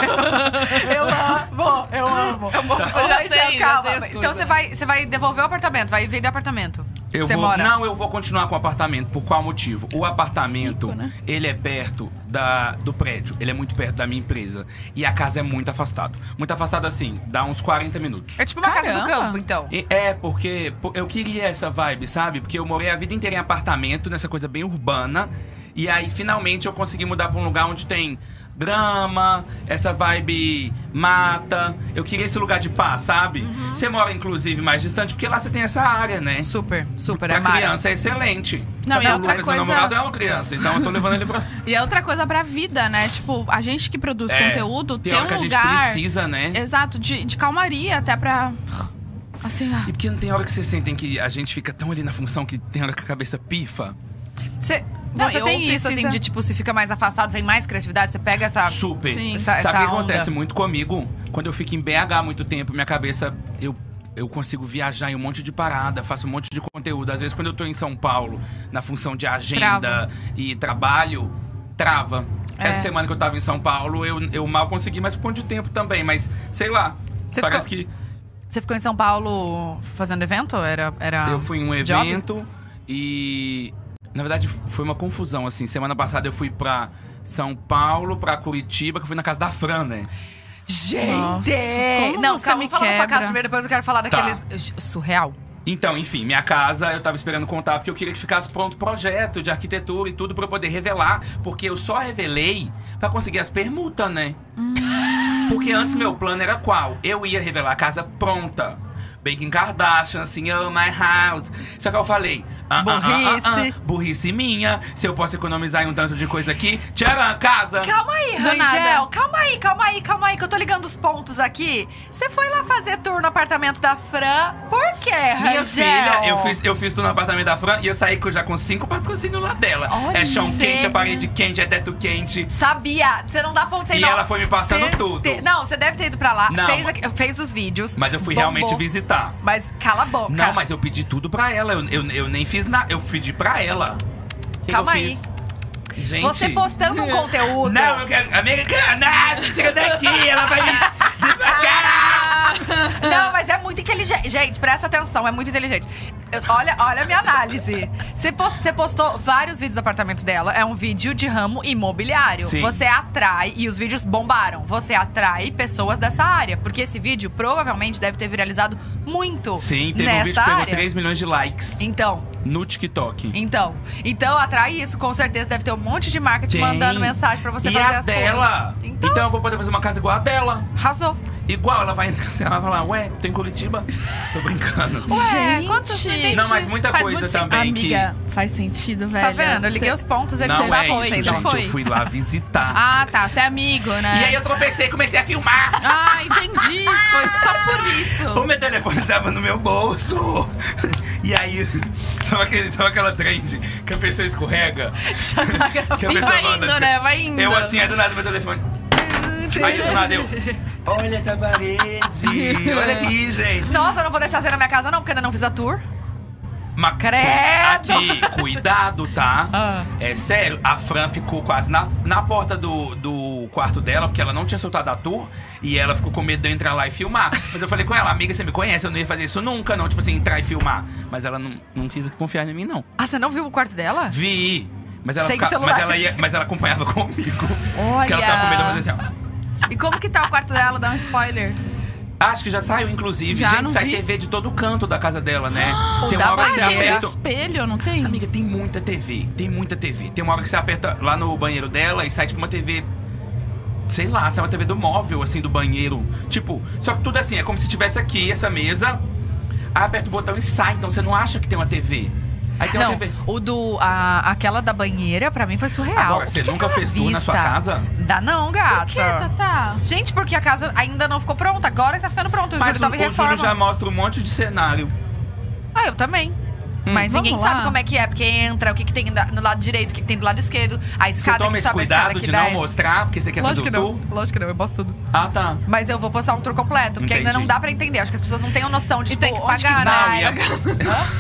Speaker 1: Eu amo, eu amo. Eu amo.
Speaker 2: Você já tem, já tem as
Speaker 1: calma.
Speaker 2: coisas.
Speaker 1: Então você vai, você vai devolver o apartamento, vai vender o apartamento.
Speaker 3: Eu
Speaker 1: você
Speaker 3: vou,
Speaker 1: mora.
Speaker 3: Não, eu vou continuar com o apartamento. Por qual motivo? O apartamento,
Speaker 2: Rico, né?
Speaker 3: ele é perto da, do prédio. Ele é muito perto da minha empresa. E a casa é muito afastado. Muito afastado assim, dá uns 40 minutos.
Speaker 1: É tipo uma casa do
Speaker 2: Caramba.
Speaker 1: campo, então.
Speaker 3: E- É, porque pô, eu queria essa vibe, sabe? Porque eu morei a vida inteira em apartamento, nessa coisa bem urbana. E aí, finalmente, eu consegui mudar pra um lugar onde tem grama, essa vibe mata. Eu queria esse lugar de paz, sabe?
Speaker 2: Uhum.
Speaker 3: Você mora, inclusive, mais distante, porque lá você tem essa área, né?
Speaker 1: Super, super, é
Speaker 3: Pra
Speaker 1: mara.
Speaker 3: criança é excelente.
Speaker 2: Não,
Speaker 3: Porque
Speaker 2: e
Speaker 3: o
Speaker 2: outra
Speaker 3: Lucas,
Speaker 2: coisa-
Speaker 3: meu namorado é uma criança, então eu tô levando ele pra...
Speaker 2: E é outra coisa pra vida, né? Tipo, a gente que produz
Speaker 3: É,
Speaker 2: conteúdo
Speaker 3: Tem
Speaker 2: tem
Speaker 3: hora
Speaker 2: um
Speaker 3: que a gente
Speaker 2: lugar. É.
Speaker 3: precisa, né?
Speaker 2: Exato, de, de calmaria até pra. Assim, ah,
Speaker 3: E porque não tem hora que vocês sentem que a gente fica tão ali na função que tem hora que a cabeça pifa.
Speaker 1: Você,
Speaker 2: Não,
Speaker 1: você
Speaker 2: eu
Speaker 1: tem isso,
Speaker 2: precisa-
Speaker 1: assim, de tipo, se fica mais afastado, vem mais criatividade, você pega essa.
Speaker 3: Super.
Speaker 2: Sim.
Speaker 1: essa,
Speaker 3: Sabe o que
Speaker 1: essa onda.
Speaker 3: acontece muito comigo? Quando eu fico em BH há muito tempo, minha cabeça. Eu, eu consigo viajar em um monte de parada, faço um monte de conteúdo. Às vezes, quando eu tô em São Paulo, na função de agenda
Speaker 2: Trava.
Speaker 3: e trabalho, trava.
Speaker 2: É.
Speaker 3: Essa semana que eu tava em São Paulo, eu, eu mal consegui, mas por conta de tempo também. Mas, sei lá.
Speaker 1: Você
Speaker 3: parece que
Speaker 1: Você ficou em São Paulo fazendo evento? Era. era...
Speaker 3: eu fui em um
Speaker 1: Ah. job?
Speaker 3: evento e. Na verdade, foi uma confusão, assim. Semana passada eu fui pra São Paulo, pra Curitiba, que eu fui na casa da Fran, né? Gente!
Speaker 2: Nossa, como
Speaker 1: não,
Speaker 2: você
Speaker 1: calma,
Speaker 2: me
Speaker 1: vamos falar da sua
Speaker 2: quebra.
Speaker 1: casa primeiro, depois eu quero falar
Speaker 3: Tá.
Speaker 1: daqueles. Surreal.
Speaker 3: Então, enfim, minha casa eu tava esperando contar porque eu queria que ficasse pronto o projeto de arquitetura e tudo pra eu poder revelar, porque eu só revelei pra conseguir as permutas, né?
Speaker 1: Hum.
Speaker 3: Porque antes meu plano era qual? Eu ia revelar a casa pronta. Baking Kardashian, assim, oh, my house. Só que eu falei, ah, ah, ah, ah,
Speaker 1: Burrice.
Speaker 3: ah, burrice minha. Se eu posso economizar em um tanto de coisa aqui, tcharam, casa.
Speaker 1: Calma aí,
Speaker 2: Do nada.
Speaker 1: Rangel. Calma aí, calma aí, calma aí, que eu tô ligando os pontos aqui. Você foi lá fazer tour no apartamento da Fran. Por quê, Rangel?
Speaker 3: Minha filha, eu fiz, eu fiz tudo no apartamento da Fran e eu saí com- já com cinco patrocínios lá dela.
Speaker 1: Olha,
Speaker 3: é chão quente,
Speaker 1: sério?
Speaker 3: é parede quente, é teto quente.
Speaker 1: Sabia, você não dá ponto sem
Speaker 3: E
Speaker 1: não.
Speaker 3: ela foi me passando
Speaker 1: Certe-
Speaker 3: tudo.
Speaker 1: Não, você deve ter ido pra lá,
Speaker 3: Não.
Speaker 1: fez, aqui- fez os vídeos.
Speaker 3: Mas eu fui
Speaker 1: bombou.
Speaker 3: realmente visitar.
Speaker 1: Mas cala a boca.
Speaker 3: Não, mas eu pedi tudo pra ela. Eu, eu, eu nem fiz nada. Eu pedi pra ela. O que
Speaker 1: Calma
Speaker 3: que eu fiz? Gente.
Speaker 1: Você postando um conteúdo.
Speaker 3: Não, eu quero. Americana! Tira daqui! Ela vai me desmascarar!
Speaker 1: Não, mas é muito inteligente. Gente, presta atenção, é muito inteligente. Eu- Olha, olha a minha análise. Você pos- você postou vários vídeos do apartamento dela. É um vídeo de ramo imobiliário.
Speaker 3: Sim.
Speaker 1: Você atrai, e os vídeos bombaram. Você atrai pessoas dessa área. Porque esse vídeo provavelmente deve ter viralizado muito
Speaker 3: Sim, teve
Speaker 1: nesta
Speaker 3: um vídeo que pegou
Speaker 1: área.
Speaker 3: 3 milhões de likes
Speaker 1: Então,
Speaker 3: no TikTok.
Speaker 1: então. Então, atrai isso, com certeza. Deve ter um monte de marketing
Speaker 3: Tem.
Speaker 1: mandando mensagem pra você
Speaker 3: e
Speaker 1: fazer
Speaker 3: as,
Speaker 1: as
Speaker 3: dela?
Speaker 1: coisas.
Speaker 3: Então...
Speaker 1: Então,
Speaker 3: eu vou poder fazer uma casa igual a dela.
Speaker 1: arrasou.
Speaker 3: Igual, ela vai entrar, ela vai falar, ué, tô em Curitiba. Tô brincando.
Speaker 1: Ué,
Speaker 2: Gente.
Speaker 1: quantos não entendi.
Speaker 3: Não, mas muita
Speaker 2: Faz
Speaker 3: coisa
Speaker 2: muito
Speaker 3: também que-
Speaker 2: Amiga, faz sentido, velho.
Speaker 1: Tá vendo? Eu liguei
Speaker 2: Cê-
Speaker 1: os pontos, ele
Speaker 3: Não
Speaker 1: foi
Speaker 3: é
Speaker 1: arroz,
Speaker 3: isso,
Speaker 1: então.
Speaker 3: gente. Eu fui lá visitar.
Speaker 2: Ah, tá. Você é amigo, né?
Speaker 3: E aí eu tropecei e comecei a filmar.
Speaker 2: Ah, entendi. Foi só por
Speaker 3: O
Speaker 2: isso.
Speaker 3: meu telefone tava no meu bolso. E aí, só aquele, só aquela trend que a pessoa escorrega. que a
Speaker 2: E
Speaker 3: pessoa
Speaker 2: vai
Speaker 3: manda,
Speaker 2: indo,
Speaker 3: assim,
Speaker 2: né? Vai indo.
Speaker 3: Eu assim, aí do nada meu telefone. Aí do nada eu. Olha essa parede. Olha aqui, gente.
Speaker 1: Nossa, eu não vou deixar você na minha casa, não, porque ainda não fiz a tour.
Speaker 3: Mas
Speaker 1: Credo.
Speaker 3: Aqui, cuidado, tá?
Speaker 2: Ah.
Speaker 3: É sério, a Fran ficou quase na, na porta do, do quarto dela, porque ela não tinha soltado a tour e ela ficou com medo de eu entrar lá e filmar. Mas eu falei com ela, amiga, você me conhece, eu não ia fazer isso nunca, não, tipo assim, entrar e filmar. Mas ela não, não quis confiar em mim, não.
Speaker 1: Ah, você não viu o quarto dela?
Speaker 3: Vi. Mas ela,
Speaker 1: Sem
Speaker 3: fica-
Speaker 1: o celular.
Speaker 3: mas ela, ia, mas ela acompanhava comigo. Porque ela ficava com medo de
Speaker 2: Olha.
Speaker 3: fazer assim, ó.
Speaker 2: E como que tá o quarto dela? Dá um spoiler.
Speaker 3: Acho que já saiu, inclusive.
Speaker 2: Já,
Speaker 3: gente,
Speaker 2: não
Speaker 3: sai
Speaker 2: vi.
Speaker 3: TV de todo canto da casa dela, né?
Speaker 1: O da
Speaker 3: que você
Speaker 1: banheira.
Speaker 2: Tem
Speaker 3: aperta-
Speaker 2: espelho, não tem?
Speaker 3: Amiga, tem muita TV, tem muita TV. Tem uma hora que você aperta lá no banheiro dela e sai tipo uma TV. Sei lá, sai uma TV do móvel, assim, do banheiro. Tipo, só que tudo assim, é como se tivesse aqui essa mesa, aí aperta o botão e sai, então você não acha que tem uma TV. Aí tem
Speaker 1: não,
Speaker 3: uma TV.
Speaker 1: o do. a- aquela da banheira, pra mim, foi surreal.
Speaker 3: Agora,
Speaker 1: O que
Speaker 3: você
Speaker 1: que é
Speaker 3: nunca
Speaker 1: aquela
Speaker 3: fez tour na sua
Speaker 1: vista?
Speaker 3: casa? Tá-
Speaker 1: Dá não,
Speaker 2: Por que,
Speaker 1: gata.
Speaker 2: Tatá?
Speaker 1: Gente, porque a casa ainda não ficou pronta. Agora que tá ficando pronta. O Júlio
Speaker 3: Mas o,
Speaker 1: tava em
Speaker 3: o Júlio
Speaker 1: reforma.
Speaker 3: já mostra um monte de cenário.
Speaker 1: Ah, eu também.
Speaker 3: Hum.
Speaker 1: Mas
Speaker 2: Vamos
Speaker 1: ninguém
Speaker 2: lá.
Speaker 1: sabe como é que é, porque entra, o que, que tem da- no lado direito, o que, que tem do lado esquerdo, a
Speaker 3: Você
Speaker 1: escada
Speaker 3: toma
Speaker 1: que
Speaker 3: esse
Speaker 1: sobe a escada
Speaker 3: cuidado
Speaker 1: que
Speaker 3: de
Speaker 1: dá
Speaker 3: não
Speaker 1: essa-
Speaker 3: mostrar, porque você quer
Speaker 1: Lógico que
Speaker 3: fazer o tour?
Speaker 1: não, lógico que não, eu posto tudo.
Speaker 3: Ah, tá.
Speaker 1: Mas eu vou postar um tour completo, porque ainda
Speaker 3: Entendi.
Speaker 1: não dá pra entender. Acho que as pessoas não têm a noção de
Speaker 2: E
Speaker 1: tipo,
Speaker 2: tem que
Speaker 1: onde
Speaker 2: pagar,
Speaker 1: vai.
Speaker 3: né?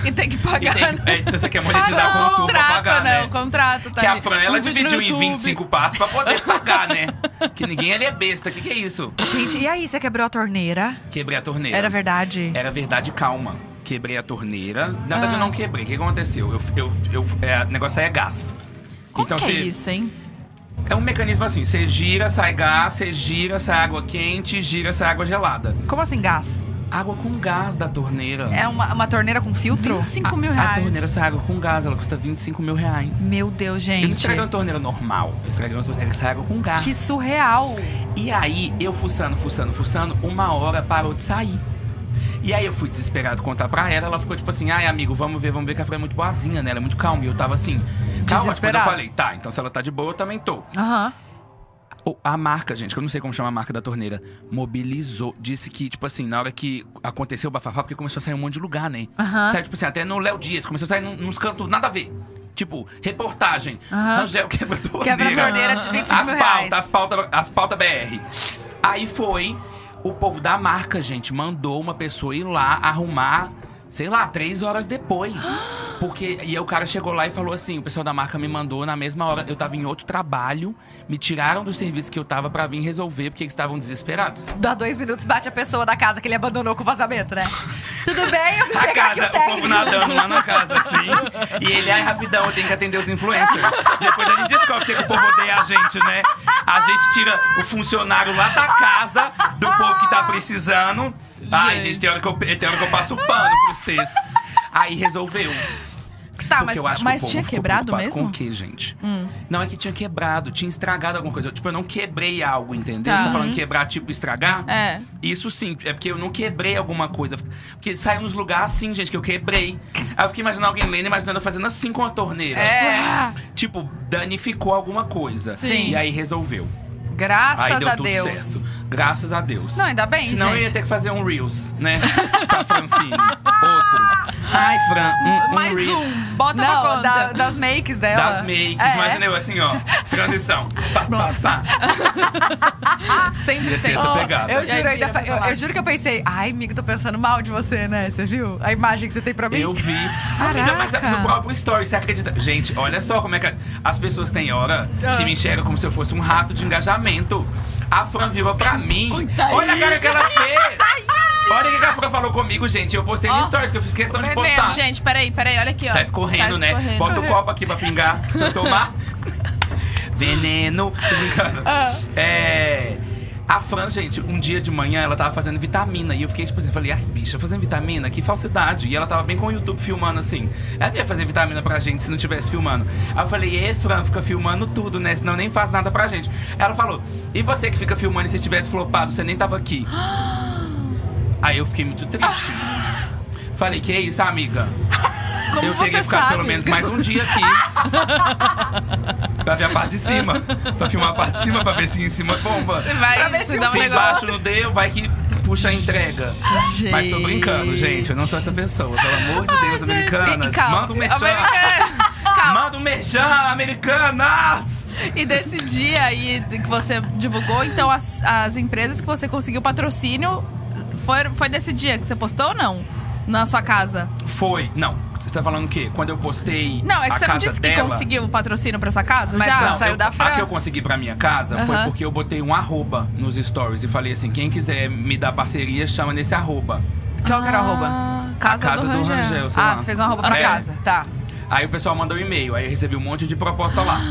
Speaker 2: E tem que
Speaker 3: E
Speaker 1: né?
Speaker 2: pagar.
Speaker 3: tem, é, então você quer
Speaker 1: Ah,
Speaker 3: monetizar com
Speaker 1: um
Speaker 3: o tour pra
Speaker 2: contrato,
Speaker 3: pagar,
Speaker 2: né?
Speaker 3: né?
Speaker 2: O contrato, tá
Speaker 3: Que a
Speaker 2: ali.
Speaker 3: Fran, ela
Speaker 2: Um vídeo
Speaker 3: dividiu
Speaker 2: no
Speaker 3: em
Speaker 2: YouTube.
Speaker 3: 25 partes pra poder pagar, né? Que ninguém ali é besta. O que, que é isso?
Speaker 1: Gente, e aí, você quebrou a torneira?
Speaker 3: Quebrei a torneira.
Speaker 1: Era verdade?
Speaker 3: Era verdade, calma. Quebrei a torneira. Na
Speaker 2: Ah.
Speaker 3: verdade, eu não quebrei. O que aconteceu? Eu, eu, eu, é, o negócio aí é gás.
Speaker 2: Como
Speaker 3: então
Speaker 2: que
Speaker 3: você.
Speaker 2: é isso, hein?
Speaker 3: é um mecanismo assim: você gira, sai gás, você gira, sai água quente, gira, sai água gelada.
Speaker 1: Como assim, gás?
Speaker 3: Água com gás da torneira.
Speaker 1: É uma, uma torneira com filtro?
Speaker 2: 25 mil
Speaker 3: A
Speaker 2: reais.
Speaker 3: torneira sai água com gás, ela custa 25 mil reais.
Speaker 1: Meu Deus,
Speaker 3: Eu não
Speaker 1: gente.
Speaker 3: estraguei uma torneira normal. Eu estraguei uma torneira que sai água com gás.
Speaker 1: Que surreal.
Speaker 3: E aí, eu fuçando, fuçando, fuçando, uma hora parou de sair. E aí eu fui desesperado contar pra ela, ela ficou tipo assim, ai amigo, vamos ver, vamos ver que a Fran é muito boazinha, né? Ela é muito calma. E eu tava assim, calma, mas depois eu
Speaker 1: Desesperado.
Speaker 3: falei, tá, então se ela tá de boa, eu também tô.
Speaker 1: Aham.
Speaker 3: O- A marca, gente, que eu não sei como chama a marca da torneira, mobilizou, disse que, tipo assim, na hora que aconteceu o bafafá, porque começou a sair um monte de lugar, né?
Speaker 1: Aham.
Speaker 3: Saiu, tipo assim, até no Léo Dias, começou a sair num- nos cantos, nada a ver. Tipo, reportagem,
Speaker 1: Aham.
Speaker 3: Angel quebra a torneira.
Speaker 1: Quebra a torneira de 25
Speaker 3: As
Speaker 1: mil
Speaker 3: pautas,
Speaker 1: reais.
Speaker 3: as pautas, as pautas BR. Aí foi, o povo da marca, gente, mandou uma pessoa ir lá arrumar sei lá, três horas depois. Porque. E aí o cara chegou lá e falou assim: o pessoal da marca me mandou na mesma hora. Eu tava em outro trabalho, me tiraram do serviço que eu tava pra vir resolver, porque eles estavam desesperados.
Speaker 1: Dá dois minutos, bate a pessoa da casa que ele abandonou com o vazamento, né? Tudo bem, eu vim
Speaker 3: A
Speaker 1: pegar aqui
Speaker 3: casa,
Speaker 1: o
Speaker 3: o povo
Speaker 1: técnico.
Speaker 3: nadando lá na casa, assim. E ele, ai, rapidão, eu tenho que atender os influencers. Depois a gente descobre porque que o povo odeia a gente, né? A gente tira o funcionário lá da casa, do povo que tá precisando. Ai, gente, tem hora que eu, tem hora que eu passo o pano pra vocês. Aí resolveu.
Speaker 2: Tá,
Speaker 3: Porque
Speaker 2: mas,
Speaker 3: eu acho
Speaker 2: mas
Speaker 3: que o povo
Speaker 2: tinha
Speaker 3: ficou
Speaker 2: quebrado
Speaker 3: preocupado Com
Speaker 2: mesmo? Hum.
Speaker 3: o quê, gente? Não é que tinha quebrado, tinha estragado alguma coisa. Tipo, eu não quebrei algo, entendeu?
Speaker 2: Tá.
Speaker 3: Você tá falando quebrar, tipo, estragar?
Speaker 2: É.
Speaker 3: Isso sim, é porque eu não quebrei alguma coisa. Porque saiu nos lugares assim, gente, que eu quebrei. Aí eu fiquei imaginando alguém lendo, imaginando eu fazendo assim com a torneira.
Speaker 1: É.
Speaker 3: Tipo, danificou alguma coisa.
Speaker 1: Sim.
Speaker 3: E aí resolveu.
Speaker 1: Graças
Speaker 3: aí deu
Speaker 1: a
Speaker 3: tudo
Speaker 1: Deus.
Speaker 3: certo. Graças a Deus.
Speaker 1: Não, ainda bem,
Speaker 3: Senão eu ia
Speaker 1: gente.
Speaker 3: ter que fazer um Reels, né? pra Francine. Outro. Ai, Fran, um, um
Speaker 2: Mais
Speaker 3: Reels.
Speaker 2: um, bota na
Speaker 1: Não,
Speaker 2: conta.
Speaker 1: da- das makes dela.
Speaker 3: Das makes,
Speaker 1: É.
Speaker 3: imagina eu assim, ó. Transição. Pá, pá, pá.
Speaker 2: Sempre
Speaker 3: Ia ser
Speaker 2: tem.
Speaker 3: essa
Speaker 2: Ó,
Speaker 3: pegada.
Speaker 1: Ah, Eu
Speaker 2: E
Speaker 1: juro,
Speaker 2: aí
Speaker 1: eu ainda
Speaker 2: vira
Speaker 1: fa-
Speaker 2: pra
Speaker 1: eu,
Speaker 2: lá.
Speaker 1: eu juro que eu pensei, ai, amigo, tô pensando mal de você, né? Você viu a imagem que você tem pra mim?
Speaker 3: Eu vi. Amiga, mas
Speaker 1: Caraca.
Speaker 3: no próprio story, você acredita? Gente, olha só como é que as pessoas têm hora
Speaker 1: Ah.
Speaker 3: que me enxergam como se eu fosse um rato de engajamento. A Fran virou
Speaker 1: Tá
Speaker 3: pra mim.
Speaker 2: Coitadinha.
Speaker 3: Olha a cara que ela fez. Olha o que que a Fran falou comigo, gente. Eu postei
Speaker 2: Ó.
Speaker 3: no stories, que eu fiz questão
Speaker 1: Tá
Speaker 3: de
Speaker 2: Bebendo.
Speaker 3: postar.
Speaker 2: Gente, peraí, peraí, olha aqui, ó.
Speaker 3: Tá escorrendo,
Speaker 2: Tá
Speaker 3: né?
Speaker 2: escorrendo.
Speaker 3: Bota o copo aqui pra pingar, pra eu tomar. Veneno. Tô brincando.
Speaker 2: Ah.
Speaker 3: É. A Fran, gente, um dia de manhã ela tava fazendo vitamina. E eu fiquei tipo assim, falei, ai, bicha, fazendo vitamina? Que falsidade. E ela tava bem com o YouTube filmando assim. Ela não ia fazer vitamina pra gente se não tivesse filmando. Aí eu falei, e Fran, fica filmando tudo, né? Senão nem faz nada pra gente. Ela falou, e você que fica filmando e se tivesse flopado, você nem tava aqui. Aí eu fiquei muito triste. Falei, que isso, amiga?
Speaker 2: Como
Speaker 3: eu
Speaker 2: você
Speaker 3: teria que ficar
Speaker 2: sabe?
Speaker 3: pelo menos mais um dia aqui. pra ver a parte de cima. Pra filmar a parte de cima, pra ver se em cima bomba.
Speaker 2: Você vai,
Speaker 1: Pra ver se
Speaker 2: você dá um
Speaker 1: o
Speaker 3: se
Speaker 1: negócio.
Speaker 3: embaixo não deu, vai que puxa a entrega. Mas tô brincando, gente. Eu não sou essa pessoa. Pelo amor de Deus, americanas.
Speaker 2: calma.
Speaker 3: Manda um merchan.
Speaker 2: Americana.
Speaker 3: Manda um merchan, americanas!
Speaker 2: E desse dia aí que você divulgou, então as, as empresas que você conseguiu patrocínio foi, foi desse dia que você postou ou não? Na sua casa?
Speaker 3: Foi. Não. Você tá falando o quê? Quando eu postei
Speaker 2: Não, é que
Speaker 3: a
Speaker 2: você não
Speaker 3: casa
Speaker 2: disse que
Speaker 3: dela...
Speaker 2: conseguiu patrocínio pra sua casa?
Speaker 1: Mas
Speaker 2: já?
Speaker 1: não.
Speaker 3: Não,
Speaker 1: saiu
Speaker 3: eu-
Speaker 1: da Fran.
Speaker 3: A que eu consegui pra minha casa foi
Speaker 2: Aham.
Speaker 3: porque eu botei um arroba nos stories e falei assim: quem quiser me dar parceria, chama nesse arroba.
Speaker 1: Qual que era o arroba?
Speaker 2: Ah,
Speaker 3: A
Speaker 2: Casa, do, Rangel.
Speaker 3: sei
Speaker 1: Ah,
Speaker 3: lá.
Speaker 1: você fez uma roupa pra
Speaker 3: É.
Speaker 1: casa, tá.
Speaker 3: Aí o pessoal mandou um e-mail, aí eu recebi um monte de proposta lá.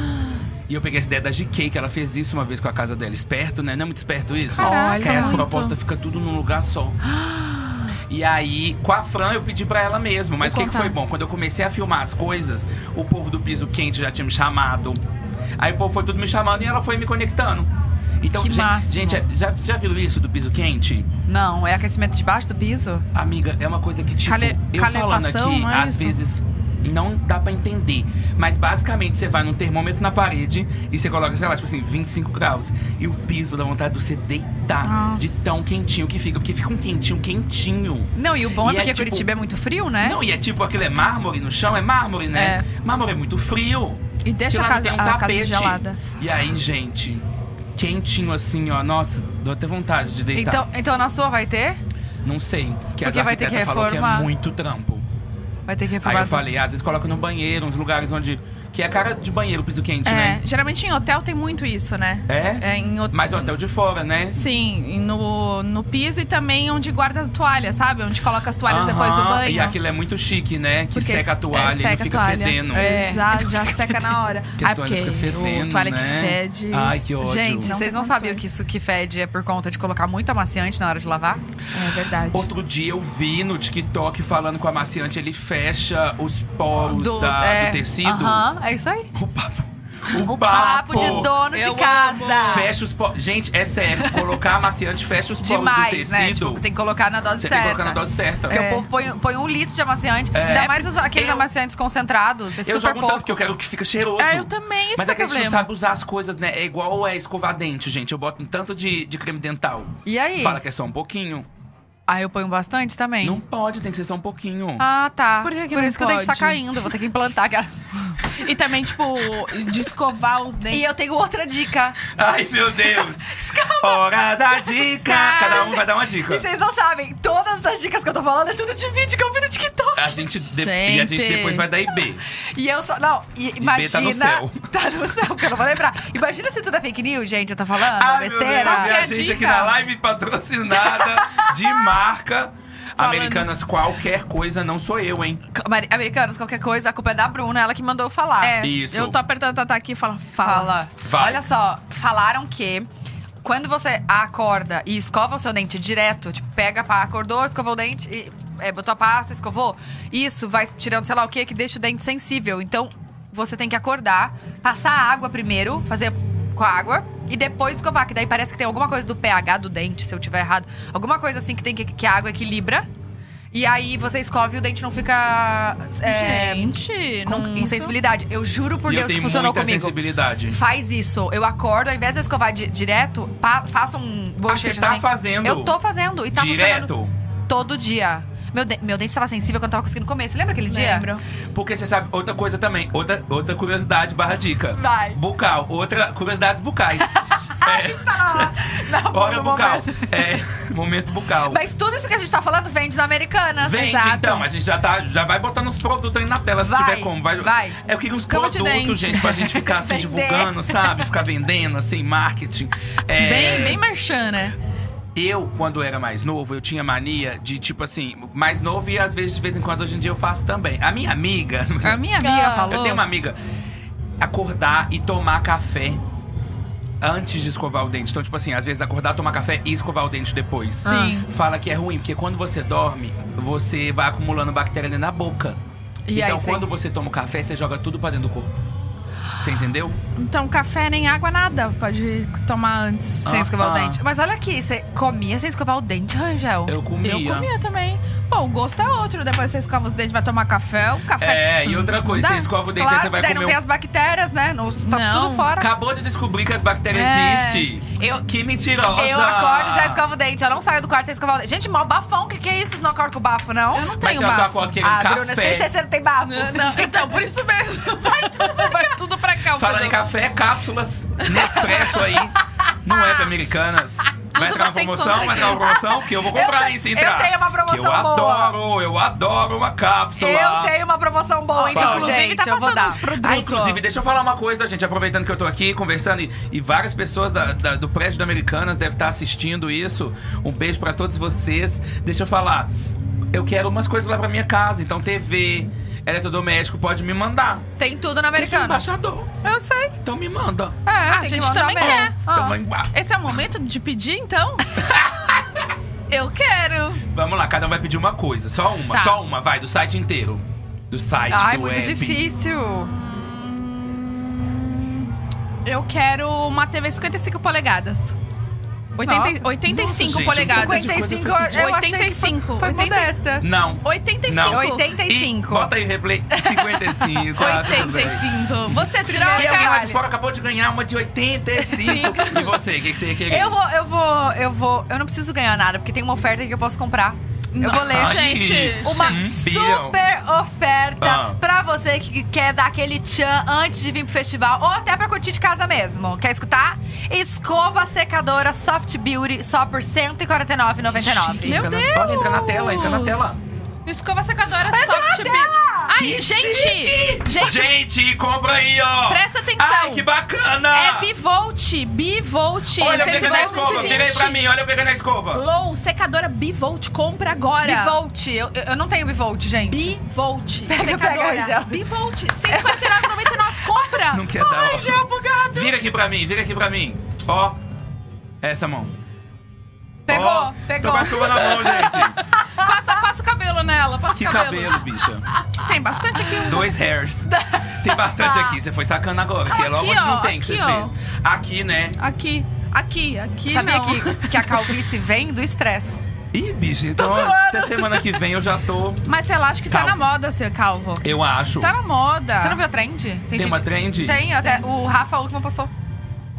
Speaker 3: E eu peguei essa ideia da GK, que ela fez isso uma vez com a casa dela. Esperto, né? Não é muito esperto isso?
Speaker 1: Caraca,
Speaker 3: que aí as
Speaker 2: muito.
Speaker 3: propostas ficam tudo num lugar só. E aí, com a Fran, eu pedi pra ela mesmo. Mas o
Speaker 2: Vou
Speaker 3: que, que
Speaker 2: contar.
Speaker 3: foi bom? Quando eu comecei a filmar as coisas, o povo do piso quente já tinha me chamado. Aí o povo foi tudo me chamando e ela foi me conectando. Então,
Speaker 2: Que
Speaker 3: gente,
Speaker 2: máximo.
Speaker 3: gente, já, já viu isso do piso quente?
Speaker 1: Não, é aquecimento debaixo do piso?
Speaker 3: Amiga, é uma coisa que, tipo,
Speaker 2: Cale-
Speaker 3: eu falando
Speaker 2: calefação,
Speaker 3: aqui,
Speaker 2: não é
Speaker 3: às
Speaker 2: isso?
Speaker 3: vezes não dá pra entender. Mas basicamente você vai num termômetro na parede e você coloca, sei lá, tipo assim, 25 graus. E o piso dá vontade de você deitar
Speaker 2: Nossa.
Speaker 3: de tão quentinho que fica. Porque fica um quentinho, quentinho.
Speaker 1: Não, e o bom é
Speaker 3: E é
Speaker 1: porque
Speaker 3: tipo-
Speaker 1: Curitiba é muito frio, né?
Speaker 3: Não, e é tipo, aquilo é mármore no chão, é mármore, né? Mármore é muito frio.
Speaker 2: E deixa a
Speaker 3: Porque lá não
Speaker 2: casa,
Speaker 3: tem um
Speaker 2: a casa
Speaker 3: tapete.
Speaker 2: gelada.
Speaker 3: E aí, gente, quentinho assim, ó. Nossa, dou até vontade de deitar.
Speaker 1: Então, então na sua vai ter?
Speaker 3: não sei. Que as
Speaker 1: Porque vai ter que
Speaker 3: arquitetas falam que é
Speaker 1: reformar.
Speaker 3: muito trampo.
Speaker 1: Vai ter que
Speaker 3: Aí
Speaker 1: reformar.
Speaker 3: eu falei, "Ah, às vezes coloca no banheiro, uns lugares onde. Que é a cara de banheiro, piso quente, né?
Speaker 2: É, geralmente em hotel tem muito isso, né?
Speaker 3: É?
Speaker 2: É, em hotel.
Speaker 3: Mas o hotel de fora, né?
Speaker 2: Sim, e no, no piso e também onde guarda as toalhas, sabe? Onde coloca as toalhas
Speaker 3: Aham,
Speaker 2: depois do banho.
Speaker 3: E aquilo é muito chique, né? Que
Speaker 2: Porque
Speaker 3: seca a
Speaker 2: é,
Speaker 3: toalha e
Speaker 2: seca
Speaker 3: não
Speaker 2: a
Speaker 3: fica
Speaker 2: toalha.
Speaker 3: fedendo.
Speaker 1: É.
Speaker 2: Exato, já seca na hora.
Speaker 3: Porque
Speaker 2: Ah,
Speaker 3: a toalha fica fedendo.
Speaker 2: o toalha
Speaker 3: né?
Speaker 2: que fede.
Speaker 3: Ai, que ódio.
Speaker 1: Gente,
Speaker 2: Não
Speaker 1: vocês
Speaker 2: tem
Speaker 1: não sabiam
Speaker 2: condições.
Speaker 1: que isso que fede é por conta de colocar muito amaciante na hora de lavar?
Speaker 2: É verdade.
Speaker 3: Outro dia eu vi no TikTok falando com o amaciante, ele fecha os poros da-
Speaker 1: é,
Speaker 3: do tecido.
Speaker 1: Aham, é isso aí.
Speaker 3: O papo. O,
Speaker 1: O papo de dono
Speaker 2: Eu
Speaker 1: de casa.
Speaker 3: Fecha os poros. Gente, é sério. Colocar amaciante fecha os poros do
Speaker 1: Demais,
Speaker 3: tecido.
Speaker 1: né? Tipo, tem que colocar na dose
Speaker 3: Você tem que
Speaker 1: certa.
Speaker 3: colocar na dose certa.
Speaker 2: É.
Speaker 1: Porque o povo põe, põe um litro de amaciante. Ainda mais os- aqueles
Speaker 3: É. eu-
Speaker 1: amaciantes concentrados. É
Speaker 3: Eu
Speaker 1: super
Speaker 3: jogo um tanto
Speaker 1: pouco.
Speaker 3: porque eu quero que fica cheiroso.
Speaker 2: É, eu também, esse
Speaker 3: Mas
Speaker 2: que é
Speaker 3: é que a
Speaker 2: o
Speaker 3: gente não
Speaker 2: problema.
Speaker 3: sabe usar as coisas, né? É igual é escovar dente, gente. Eu boto um tanto de, de creme dental.
Speaker 1: E aí?
Speaker 3: Fala que é só um pouquinho.
Speaker 1: Ah, eu ponho bastante também?
Speaker 3: Não pode, tem que ser só um pouquinho.
Speaker 1: Ah, tá.
Speaker 2: Por que que
Speaker 1: Por
Speaker 2: não
Speaker 1: isso que o dente tá
Speaker 2: pode?
Speaker 1: caindo. Vou ter que implantar. aquela-
Speaker 2: E também, tipo, de escovar os dentes.
Speaker 1: E eu tenho outra dica.
Speaker 3: Ai, meu Deus! Hora da dica! Cada um vai dar uma dica.
Speaker 1: é E vocês não sabem, todas Todas essas dicas que eu tô falando é tudo de vídeo que eu vi no TikTok.
Speaker 3: A gente, de- E a gente
Speaker 2: Gente.
Speaker 3: depois vai dar IB.
Speaker 1: E eu só. Não, e imagina.
Speaker 3: tá no céu.
Speaker 1: Tá no céu, porque eu não vou lembrar. Imagina se tudo é fake news, gente. Eu tô falando, é
Speaker 3: Ah, meu
Speaker 1: besteira.
Speaker 3: Deus, e a
Speaker 2: Qualquer
Speaker 3: gente
Speaker 2: dica.
Speaker 3: aqui na live patrocinada de marca.
Speaker 2: Falando.
Speaker 3: Americanas, qualquer coisa não sou eu, hein?
Speaker 1: Ameri- Americanos, qualquer coisa, a culpa é da Bruna, ela que mandou eu falar.
Speaker 2: É,
Speaker 3: Isso.
Speaker 2: eu tô apertando tá, tá aqui e fala, fala.
Speaker 1: Fala.
Speaker 3: Vai.
Speaker 1: Olha só, falaram que quando você acorda e escova o seu dente direto, tipo, pega a pá, acordou, escovou o dente e é, botou a pasta, escovou, isso vai tirando sei lá o que que deixa o dente sensível. Então, você tem que acordar, passar a água primeiro, fazer com a água e depois escovar, que daí parece que tem alguma coisa do pH do dente, se eu tiver errado, alguma coisa assim que tem que, que a água equilibra. E aí você escove e o dente não fica é,
Speaker 2: Gente,
Speaker 1: com
Speaker 2: não-
Speaker 1: insensibilidade. Eu juro por
Speaker 3: e eu
Speaker 1: Deus
Speaker 3: tenho
Speaker 1: que funcionou
Speaker 3: muita
Speaker 1: comigo.
Speaker 3: sensibilidade.
Speaker 1: Faz isso. Eu acordo, ao invés de eu escovar di- direto, pa- faço um
Speaker 3: Ah,
Speaker 1: bochecho
Speaker 3: você tá
Speaker 1: assim.
Speaker 3: fazendo
Speaker 1: Eu tô fazendo. E tá funcionando
Speaker 3: direto?
Speaker 1: todo dia. Meu, de- meu dente tava sensível quando eu tava conseguindo comer. Você lembra aquele dia?
Speaker 2: Lembro.
Speaker 3: Porque você sabe, outra coisa também, outra, outra curiosidade barra dica.
Speaker 1: Vai.
Speaker 3: Bucal, outra curiosidades bucais.
Speaker 1: A gente tá na, na
Speaker 3: Hora
Speaker 1: no
Speaker 3: bucal.
Speaker 1: momento.
Speaker 3: É, momento bucal.
Speaker 1: Mas tudo isso que a gente tá falando vende da Americanas.
Speaker 3: Vende
Speaker 1: exato.
Speaker 3: então, a gente já, tá, já vai botando os produtos aí na tela, se
Speaker 1: Vai,
Speaker 3: tiver como. Vai, é
Speaker 1: vai.
Speaker 3: Eu queria uns
Speaker 2: Escova de dente.
Speaker 3: produtos, gente, pra gente ficar assim
Speaker 1: Vender.
Speaker 3: divulgando, sabe? Ficar vendendo, assim, marketing. É,
Speaker 2: Bem, bem merchan, né?
Speaker 3: Eu, quando era mais novo, eu tinha mania de, tipo assim, mais novo e às vezes, de vez em quando, hoje em dia eu faço também. A minha amiga.
Speaker 2: A minha amiga
Speaker 1: Ah.
Speaker 2: falou.
Speaker 3: Eu tenho uma amiga. Acordar e tomar café antes de escovar o dente. Então, tipo assim, às vezes acordar, tomar café e escovar o dente depois.
Speaker 2: Sim.
Speaker 3: Fala que é ruim, porque quando você dorme, você vai acumulando bactéria ali na boca.
Speaker 1: E
Speaker 3: então,
Speaker 1: aí, você-
Speaker 3: quando você toma o café, você joga tudo pra dentro do corpo. Você entendeu?
Speaker 2: Então, café nem água, nada. Pode tomar antes.
Speaker 1: Sem
Speaker 3: Ah,
Speaker 1: escovar o
Speaker 3: ah.
Speaker 1: dente. Mas olha aqui, você comia sem escovar o dente, Rangel?
Speaker 3: Eu comia.
Speaker 2: Eu comia também. Pô, o gosto é outro. Depois você escova os dentes, vai tomar café. O café.
Speaker 3: É, e outra coisa,
Speaker 2: Dá.
Speaker 3: você escova o dente, aí
Speaker 1: Claro
Speaker 3: você vai
Speaker 1: que daí
Speaker 3: comer
Speaker 1: não
Speaker 3: um
Speaker 1: tem as bactérias, né? Não, tá
Speaker 2: Não.
Speaker 1: tudo fora.
Speaker 3: Acabou de descobrir que as bactérias
Speaker 2: É.
Speaker 3: existem.
Speaker 1: Eu-
Speaker 3: que mentirosa.
Speaker 1: Eu acordo e já escovo o dente. Eu não saio do quarto sem escovar o dente. Gente, mó bafão. O que, que é isso? Vocês não acordam com bafo, não?
Speaker 2: Eu não
Speaker 3: Mas
Speaker 2: tenho
Speaker 3: eu
Speaker 2: bafo.
Speaker 3: acordo querendo
Speaker 1: ah,
Speaker 3: café.
Speaker 1: Bruna, tem certeza que não tem bafo.
Speaker 2: Não, não, então, por isso mesmo. Vai tudo, vai tudo pra cá. o
Speaker 3: Falando
Speaker 2: Fernando.
Speaker 3: em café, cápsulas Nespresso aí. Não é pra americanas. vai entrar uma
Speaker 2: você
Speaker 3: promoção,
Speaker 2: encontra
Speaker 3: vai entrar uma promoção, que eu vou
Speaker 1: Eu
Speaker 3: comprar,
Speaker 1: te-
Speaker 3: hein, se
Speaker 1: eu
Speaker 3: entrar.
Speaker 1: tenho uma promoção
Speaker 3: que eu
Speaker 1: boa.
Speaker 3: adoro, eu adoro uma cápsula.
Speaker 1: Eu tenho uma promoção boa, então,
Speaker 3: Fala.
Speaker 2: Inclusive,
Speaker 1: gente.
Speaker 2: tá
Speaker 1: eu vou
Speaker 2: passando
Speaker 1: dar.
Speaker 2: uns produtos.
Speaker 3: Ah, inclusive, deixa eu falar uma coisa, gente. Aproveitando que eu tô aqui conversando e, e várias pessoas da- da- do prédio da Americanas devem estar assistindo isso. Um beijo pra todos vocês. Deixa eu falar. Eu quero umas coisas lá pra minha casa. Então, TV, eletrodoméstico, pode me mandar.
Speaker 1: Tem tudo na
Speaker 3: Eu sou
Speaker 1: Americana.
Speaker 3: embaixador.
Speaker 2: Eu sei.
Speaker 3: Então, me manda.
Speaker 2: É,
Speaker 1: Ah,
Speaker 2: a
Speaker 1: tem que
Speaker 2: gente
Speaker 1: mandar
Speaker 2: também
Speaker 1: mesmo.
Speaker 2: quer. Ó,
Speaker 3: Então, vamos lá.
Speaker 2: Esse é o momento de pedir, então? Eu quero.
Speaker 3: Vamos lá, cada um vai pedir uma coisa. Só uma,
Speaker 2: Tá.
Speaker 3: só uma, vai, do site inteiro. Do site,
Speaker 1: Ai,
Speaker 3: do
Speaker 1: muito
Speaker 3: app.
Speaker 1: difícil.
Speaker 2: Hum, Eu quero uma TV 55 polegadas. Oitenta-
Speaker 1: Nossa.
Speaker 2: 85
Speaker 3: Nossa, gente,
Speaker 2: polegadas.
Speaker 1: 55, eu
Speaker 3: coisa
Speaker 1: achei que
Speaker 2: 85,
Speaker 1: foi, foi
Speaker 2: 80.
Speaker 1: modesta.
Speaker 3: Não.
Speaker 2: 85.
Speaker 3: Não.
Speaker 1: 85.
Speaker 3: E bota aí o replay. 55. ah, tudo bem.
Speaker 2: 85. Você é
Speaker 1: é
Speaker 3: E alguém lá
Speaker 2: troca.
Speaker 3: de fora acabou de ganhar uma de 85. e você, o que, que você ia querer?
Speaker 1: Eu vou, eu vou, eu vou. Eu não preciso ganhar nada, porque tem uma oferta que eu posso comprar. Eu vou ler,
Speaker 3: Ai,
Speaker 2: gente.
Speaker 1: Uma
Speaker 3: um bilhão.
Speaker 1: super oferta
Speaker 3: Ah.
Speaker 1: pra você que quer dar aquele tchan antes de vir pro festival ou até pra curtir de casa mesmo. Quer escutar? Escova secadora Soft Beauty só por R$
Speaker 3: Chique,
Speaker 1: 149,99.
Speaker 2: Meu
Speaker 3: entra na- Olha, entra na tela, entra na
Speaker 2: Deus.
Speaker 3: tela.
Speaker 2: Escova secadora soft Be- Ai,
Speaker 3: Que
Speaker 2: gente.
Speaker 3: Gente,
Speaker 2: Gente,
Speaker 3: compra aí, ó.
Speaker 2: Presta atenção.
Speaker 3: Ai, que bacana.
Speaker 2: é bivolt. Bivolt. é
Speaker 3: Olha, eu pegando a escova.
Speaker 2: 110,
Speaker 3: Vira aí pra
Speaker 2: 120.
Speaker 3: mim, olha eu pegando a escova.
Speaker 2: Low, secadora bivolt. Compra agora.
Speaker 1: Bivolt, eu, eu- eu não tenho Bivolt, gente.
Speaker 2: Bivolt.
Speaker 1: Pega, pega, Angel.
Speaker 2: Secadora. Bivolt. 149,99. Compra.
Speaker 3: Não quer dar, ó. Vira aqui pra mim, vira aqui pra mim. Ó. Essa mão.
Speaker 1: Pegou,
Speaker 3: Ó,
Speaker 1: pegou.
Speaker 3: Tô com a escova na mão, gente.
Speaker 2: Passa, passa o cabelo nela. Passa
Speaker 3: Que
Speaker 2: o cabelo.
Speaker 3: cabelo, bicha.
Speaker 2: Tem bastante aqui.
Speaker 3: Dois hairs. Tem bastante aqui. Você foi sacando agora, que é
Speaker 2: Ah,
Speaker 3: logo
Speaker 2: aqui,
Speaker 3: onde não
Speaker 2: ó,
Speaker 3: tem que você
Speaker 2: aqui, ó.
Speaker 3: fez. Aqui, né?
Speaker 2: Aqui. Aqui, aqui
Speaker 1: Sabia
Speaker 2: não.
Speaker 1: que, que a calvície vem do estresse.
Speaker 3: Ih, bicha, então ó,
Speaker 2: zoando.
Speaker 3: até semana que vem eu já tô.
Speaker 2: Mas sei lá, acho que tá na
Speaker 3: Calvo.
Speaker 2: moda ser calvo.
Speaker 3: Eu acho.
Speaker 2: Tá na moda.
Speaker 1: Você não viu a trend? Tem,
Speaker 3: Tem uma trend?
Speaker 1: Tem, até o Rafa, a última passou.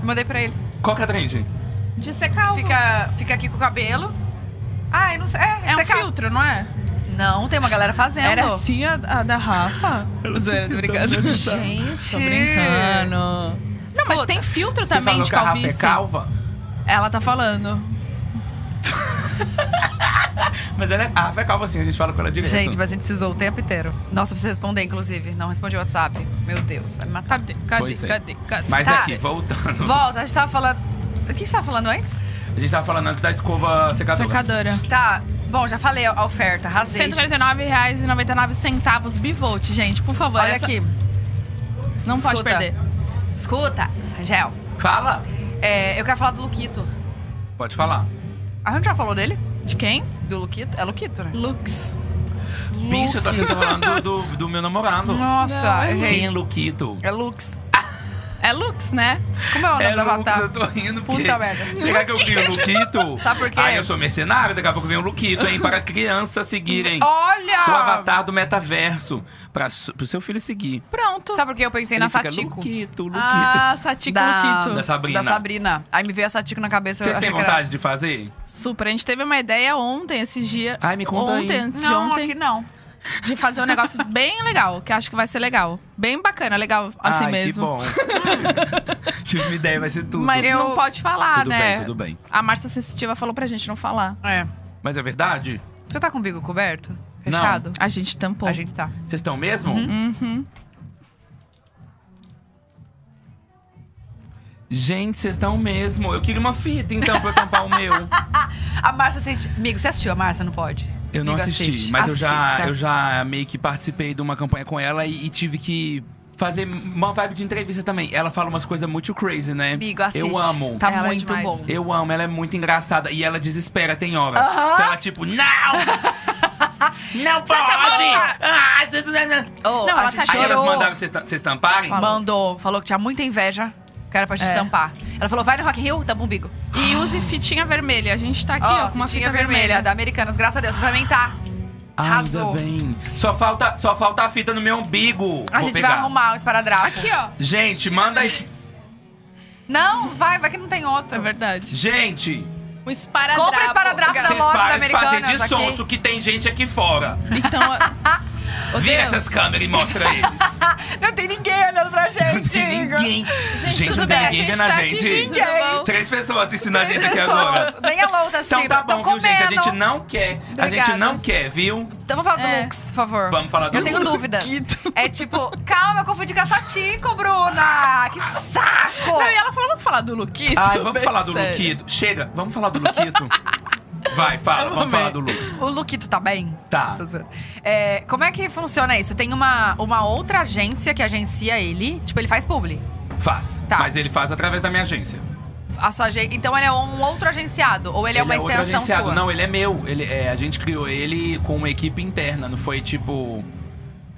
Speaker 1: Mandei pra ele.
Speaker 3: Qual que é a trend?
Speaker 2: De ser calvo.
Speaker 1: Fica, fica aqui com o cabelo. Ai, não sei. É,
Speaker 2: É um
Speaker 1: seca-
Speaker 2: filtro, não é?
Speaker 1: Não, tem uma galera fazendo.
Speaker 2: Era assim a, a da Rafa? Zoeira, tô brincando.
Speaker 1: Gente.
Speaker 2: Tô brincando. Não, mas tem filtro
Speaker 3: Você
Speaker 2: também
Speaker 3: falou
Speaker 2: de
Speaker 3: que a Rafa é
Speaker 2: tá calvície.
Speaker 3: calva?
Speaker 2: Ela tá falando.
Speaker 3: Mas ela é Rafa é calva assim, a gente fala com ela direto.
Speaker 1: Gente, mas a gente precisou o tempo inteiro. Nossa, preciso responder, inclusive. Não respondi o WhatsApp. Meu Deus, vai me matar.
Speaker 2: Cadê? Cadê?
Speaker 3: Pois é.
Speaker 2: Cadê? Cadê?
Speaker 3: Mas
Speaker 1: Tá.
Speaker 3: aqui, voltando.
Speaker 1: Volta, a gente tava falando. O que a gente tava falando antes?
Speaker 3: A gente tava falando antes da escova secadora.
Speaker 2: Secadora.
Speaker 1: Tá, bom, já falei a oferta, arrasei. gente.
Speaker 2: R$ 149,99 bivolt, gente. Por favor,
Speaker 1: Olha
Speaker 2: essa-
Speaker 1: aqui,
Speaker 2: não pode
Speaker 1: escuta.
Speaker 2: perder.
Speaker 1: escuta, Angel.
Speaker 3: Fala!
Speaker 1: é, eu quero falar do Luquito.
Speaker 3: Pode falar.
Speaker 1: A gente já falou dele?
Speaker 2: De quem?
Speaker 1: Do Luquito? É Luquito, né?
Speaker 2: Lux.
Speaker 3: Bicha, eu tô achando que tá falando do, do- do meu namorado.
Speaker 1: Nossa,
Speaker 2: Não,
Speaker 1: errei.
Speaker 3: Quem é Luquito?
Speaker 1: É Lux.
Speaker 2: É Lux, né?
Speaker 1: Como é o nome
Speaker 3: É
Speaker 1: do
Speaker 3: Lucas,
Speaker 1: avatar?
Speaker 3: eu tô rindo porque...
Speaker 1: Puta merda.
Speaker 3: Será que eu vi o Luquito?
Speaker 1: Sabe por quê?
Speaker 3: Ah, eu sou mercenário, daqui a pouco vem o Luquito, hein? Para crianças seguirem.
Speaker 1: Olha!
Speaker 3: O avatar do metaverso. Pra, su- pro seu filho seguir.
Speaker 2: Pronto.
Speaker 1: Sabe por que eu pensei na
Speaker 3: Ele fica,
Speaker 1: Satiko?
Speaker 3: Luquito, Luquito.
Speaker 2: Ah, Satiko
Speaker 1: Da,
Speaker 2: Luquito.
Speaker 3: Da Sabrina.
Speaker 1: Da Sabrina. Aí me veio a Satiko na cabeça. eu
Speaker 3: Vocês
Speaker 1: achei
Speaker 3: têm
Speaker 1: que era-
Speaker 3: vontade de fazer?
Speaker 2: Super. A gente teve uma ideia ontem, esses dias.
Speaker 3: Ai, me conta aí.
Speaker 2: ontem, antes de
Speaker 1: Não,
Speaker 2: ontem.
Speaker 1: aqui não.
Speaker 2: De fazer um negócio bem legal, que eu acho que vai ser legal. Bem bacana, legal assim
Speaker 3: Ai, que
Speaker 2: mesmo.
Speaker 3: bom. Tive uma ideia, vai ser tudo.
Speaker 2: Mas
Speaker 1: Eu-
Speaker 2: não pode falar,
Speaker 3: tudo
Speaker 2: né?
Speaker 3: bem, tudo bem.
Speaker 2: A Márcia Sensitiva falou pra gente não falar.
Speaker 1: É.
Speaker 3: Mas é verdade?
Speaker 1: Você tá com o bigo coberto? Fechado?
Speaker 2: A gente tampou.
Speaker 1: A gente tá.
Speaker 3: Vocês estão mesmo?
Speaker 2: Uhum.
Speaker 3: Gente, vocês estão mesmo. Eu queria uma fita, então, pra eu tampar o meu.
Speaker 1: A Márcia assiste. Amigo, você assistiu a Márcia? Não pode?
Speaker 3: Eu não
Speaker 1: Amigo,
Speaker 3: assisti,
Speaker 1: assiste.
Speaker 3: mas eu já,
Speaker 1: Assista.
Speaker 3: eu já meio que participei de uma campanha com ela e, e tive que fazer uma vibe de entrevista também. Ela fala umas coisas muito crazy, né?
Speaker 1: Amigo, assiste.
Speaker 3: Eu amo.
Speaker 1: Tá
Speaker 2: Ela é
Speaker 1: muito
Speaker 2: demais.
Speaker 1: bom.
Speaker 3: Eu amo, ela é muito engraçada e ela desespera, tem hora.
Speaker 1: Aham.
Speaker 3: Então ela tipo, não! não pode!
Speaker 1: tá
Speaker 3: ah, vocês não- não.
Speaker 1: Oh,
Speaker 2: Não,
Speaker 1: a
Speaker 2: ela
Speaker 1: gente
Speaker 2: tá
Speaker 3: Aí elas
Speaker 1: chorou.
Speaker 3: mandaram vocês, tam- vocês tamparem?
Speaker 1: Mandou. Falou que tinha muita inveja. Que era pra gente
Speaker 2: É.
Speaker 1: tampar. Ela falou, vai no Rock in Rio, tampa o umbigo.
Speaker 2: E use fitinha vermelha. A gente tá aqui, ó,
Speaker 1: Ó,
Speaker 2: com uma
Speaker 1: fitinha
Speaker 2: fita
Speaker 1: vermelha,
Speaker 2: vermelha.
Speaker 1: da Americanas. Graças a Deus, você também tá.
Speaker 3: Ah,
Speaker 1: Arrasou.
Speaker 3: Ainda bem. Só falta, só falta a fita no meu umbigo.
Speaker 1: A
Speaker 3: Vou
Speaker 1: gente
Speaker 3: pegar.
Speaker 1: vai arrumar um esparadrapo.
Speaker 2: Aqui, ó.
Speaker 3: Gente, manda aí.
Speaker 1: Não, vai, vai que não tem outro.
Speaker 2: É verdade.
Speaker 3: Gente,
Speaker 2: O esparadrapo.
Speaker 1: Compra um esparadrapo na
Speaker 3: vocês
Speaker 1: loja da
Speaker 3: param de fazer
Speaker 1: Americanas.
Speaker 3: de
Speaker 1: aqui.
Speaker 3: sonso que tem gente aqui fora.
Speaker 2: Então, ó, ô,
Speaker 3: Vira
Speaker 2: Deus.
Speaker 3: essas câmeras e mostra eles.
Speaker 1: Não tem ninguém olhando pra gente, Igor.
Speaker 3: ninguém.
Speaker 2: Gente, tudo
Speaker 3: não
Speaker 2: bem,
Speaker 3: tem
Speaker 2: a
Speaker 3: ninguém
Speaker 2: gente
Speaker 3: vendo
Speaker 2: tá
Speaker 3: a
Speaker 2: aqui.
Speaker 3: gente.
Speaker 2: Tudo bom?
Speaker 3: Três pessoas assistindo a
Speaker 1: Três
Speaker 3: gente aqui agora.
Speaker 1: pessoas. Nem a Lou tá assistindo.
Speaker 3: Então tá
Speaker 1: Tão
Speaker 3: bom, viu, gente? A
Speaker 1: comendo.
Speaker 3: gente não quer. A gente
Speaker 2: Obrigada.
Speaker 3: não quer, viu?
Speaker 1: Então vamos falar do
Speaker 2: É.
Speaker 1: Lux, por favor.
Speaker 3: Vamos falar do
Speaker 1: Eu tenho
Speaker 3: Lux.
Speaker 1: dúvidas. É tipo, calma, eu confundi com a Satiko, Bruna. Que saco.
Speaker 2: Não, e ela falou, vamos falar do Luquito?
Speaker 3: Ai, vamos
Speaker 2: Bem
Speaker 3: falar do
Speaker 2: sério.
Speaker 3: Luquito. Chega, vamos falar do Luquito. Vai, fala,
Speaker 2: Eu
Speaker 3: vamos
Speaker 2: amei.
Speaker 3: falar do Lux.
Speaker 1: O Luquito tá bem?
Speaker 3: Tá.
Speaker 1: Tô zoando. É, como é que funciona isso? Tem uma, uma outra agência que agencia ele. Tipo, ele faz publi.
Speaker 3: Faz.
Speaker 1: Tá.
Speaker 3: Mas ele faz através da minha agência.
Speaker 1: A sua agen- Então ele é um outro agenciado? Ou ele é uma
Speaker 3: outro
Speaker 1: extensão
Speaker 3: agenciado.
Speaker 1: sua?
Speaker 3: Não, ele é meu. Ele, é, a gente criou ele com uma equipe interna. Não foi tipo.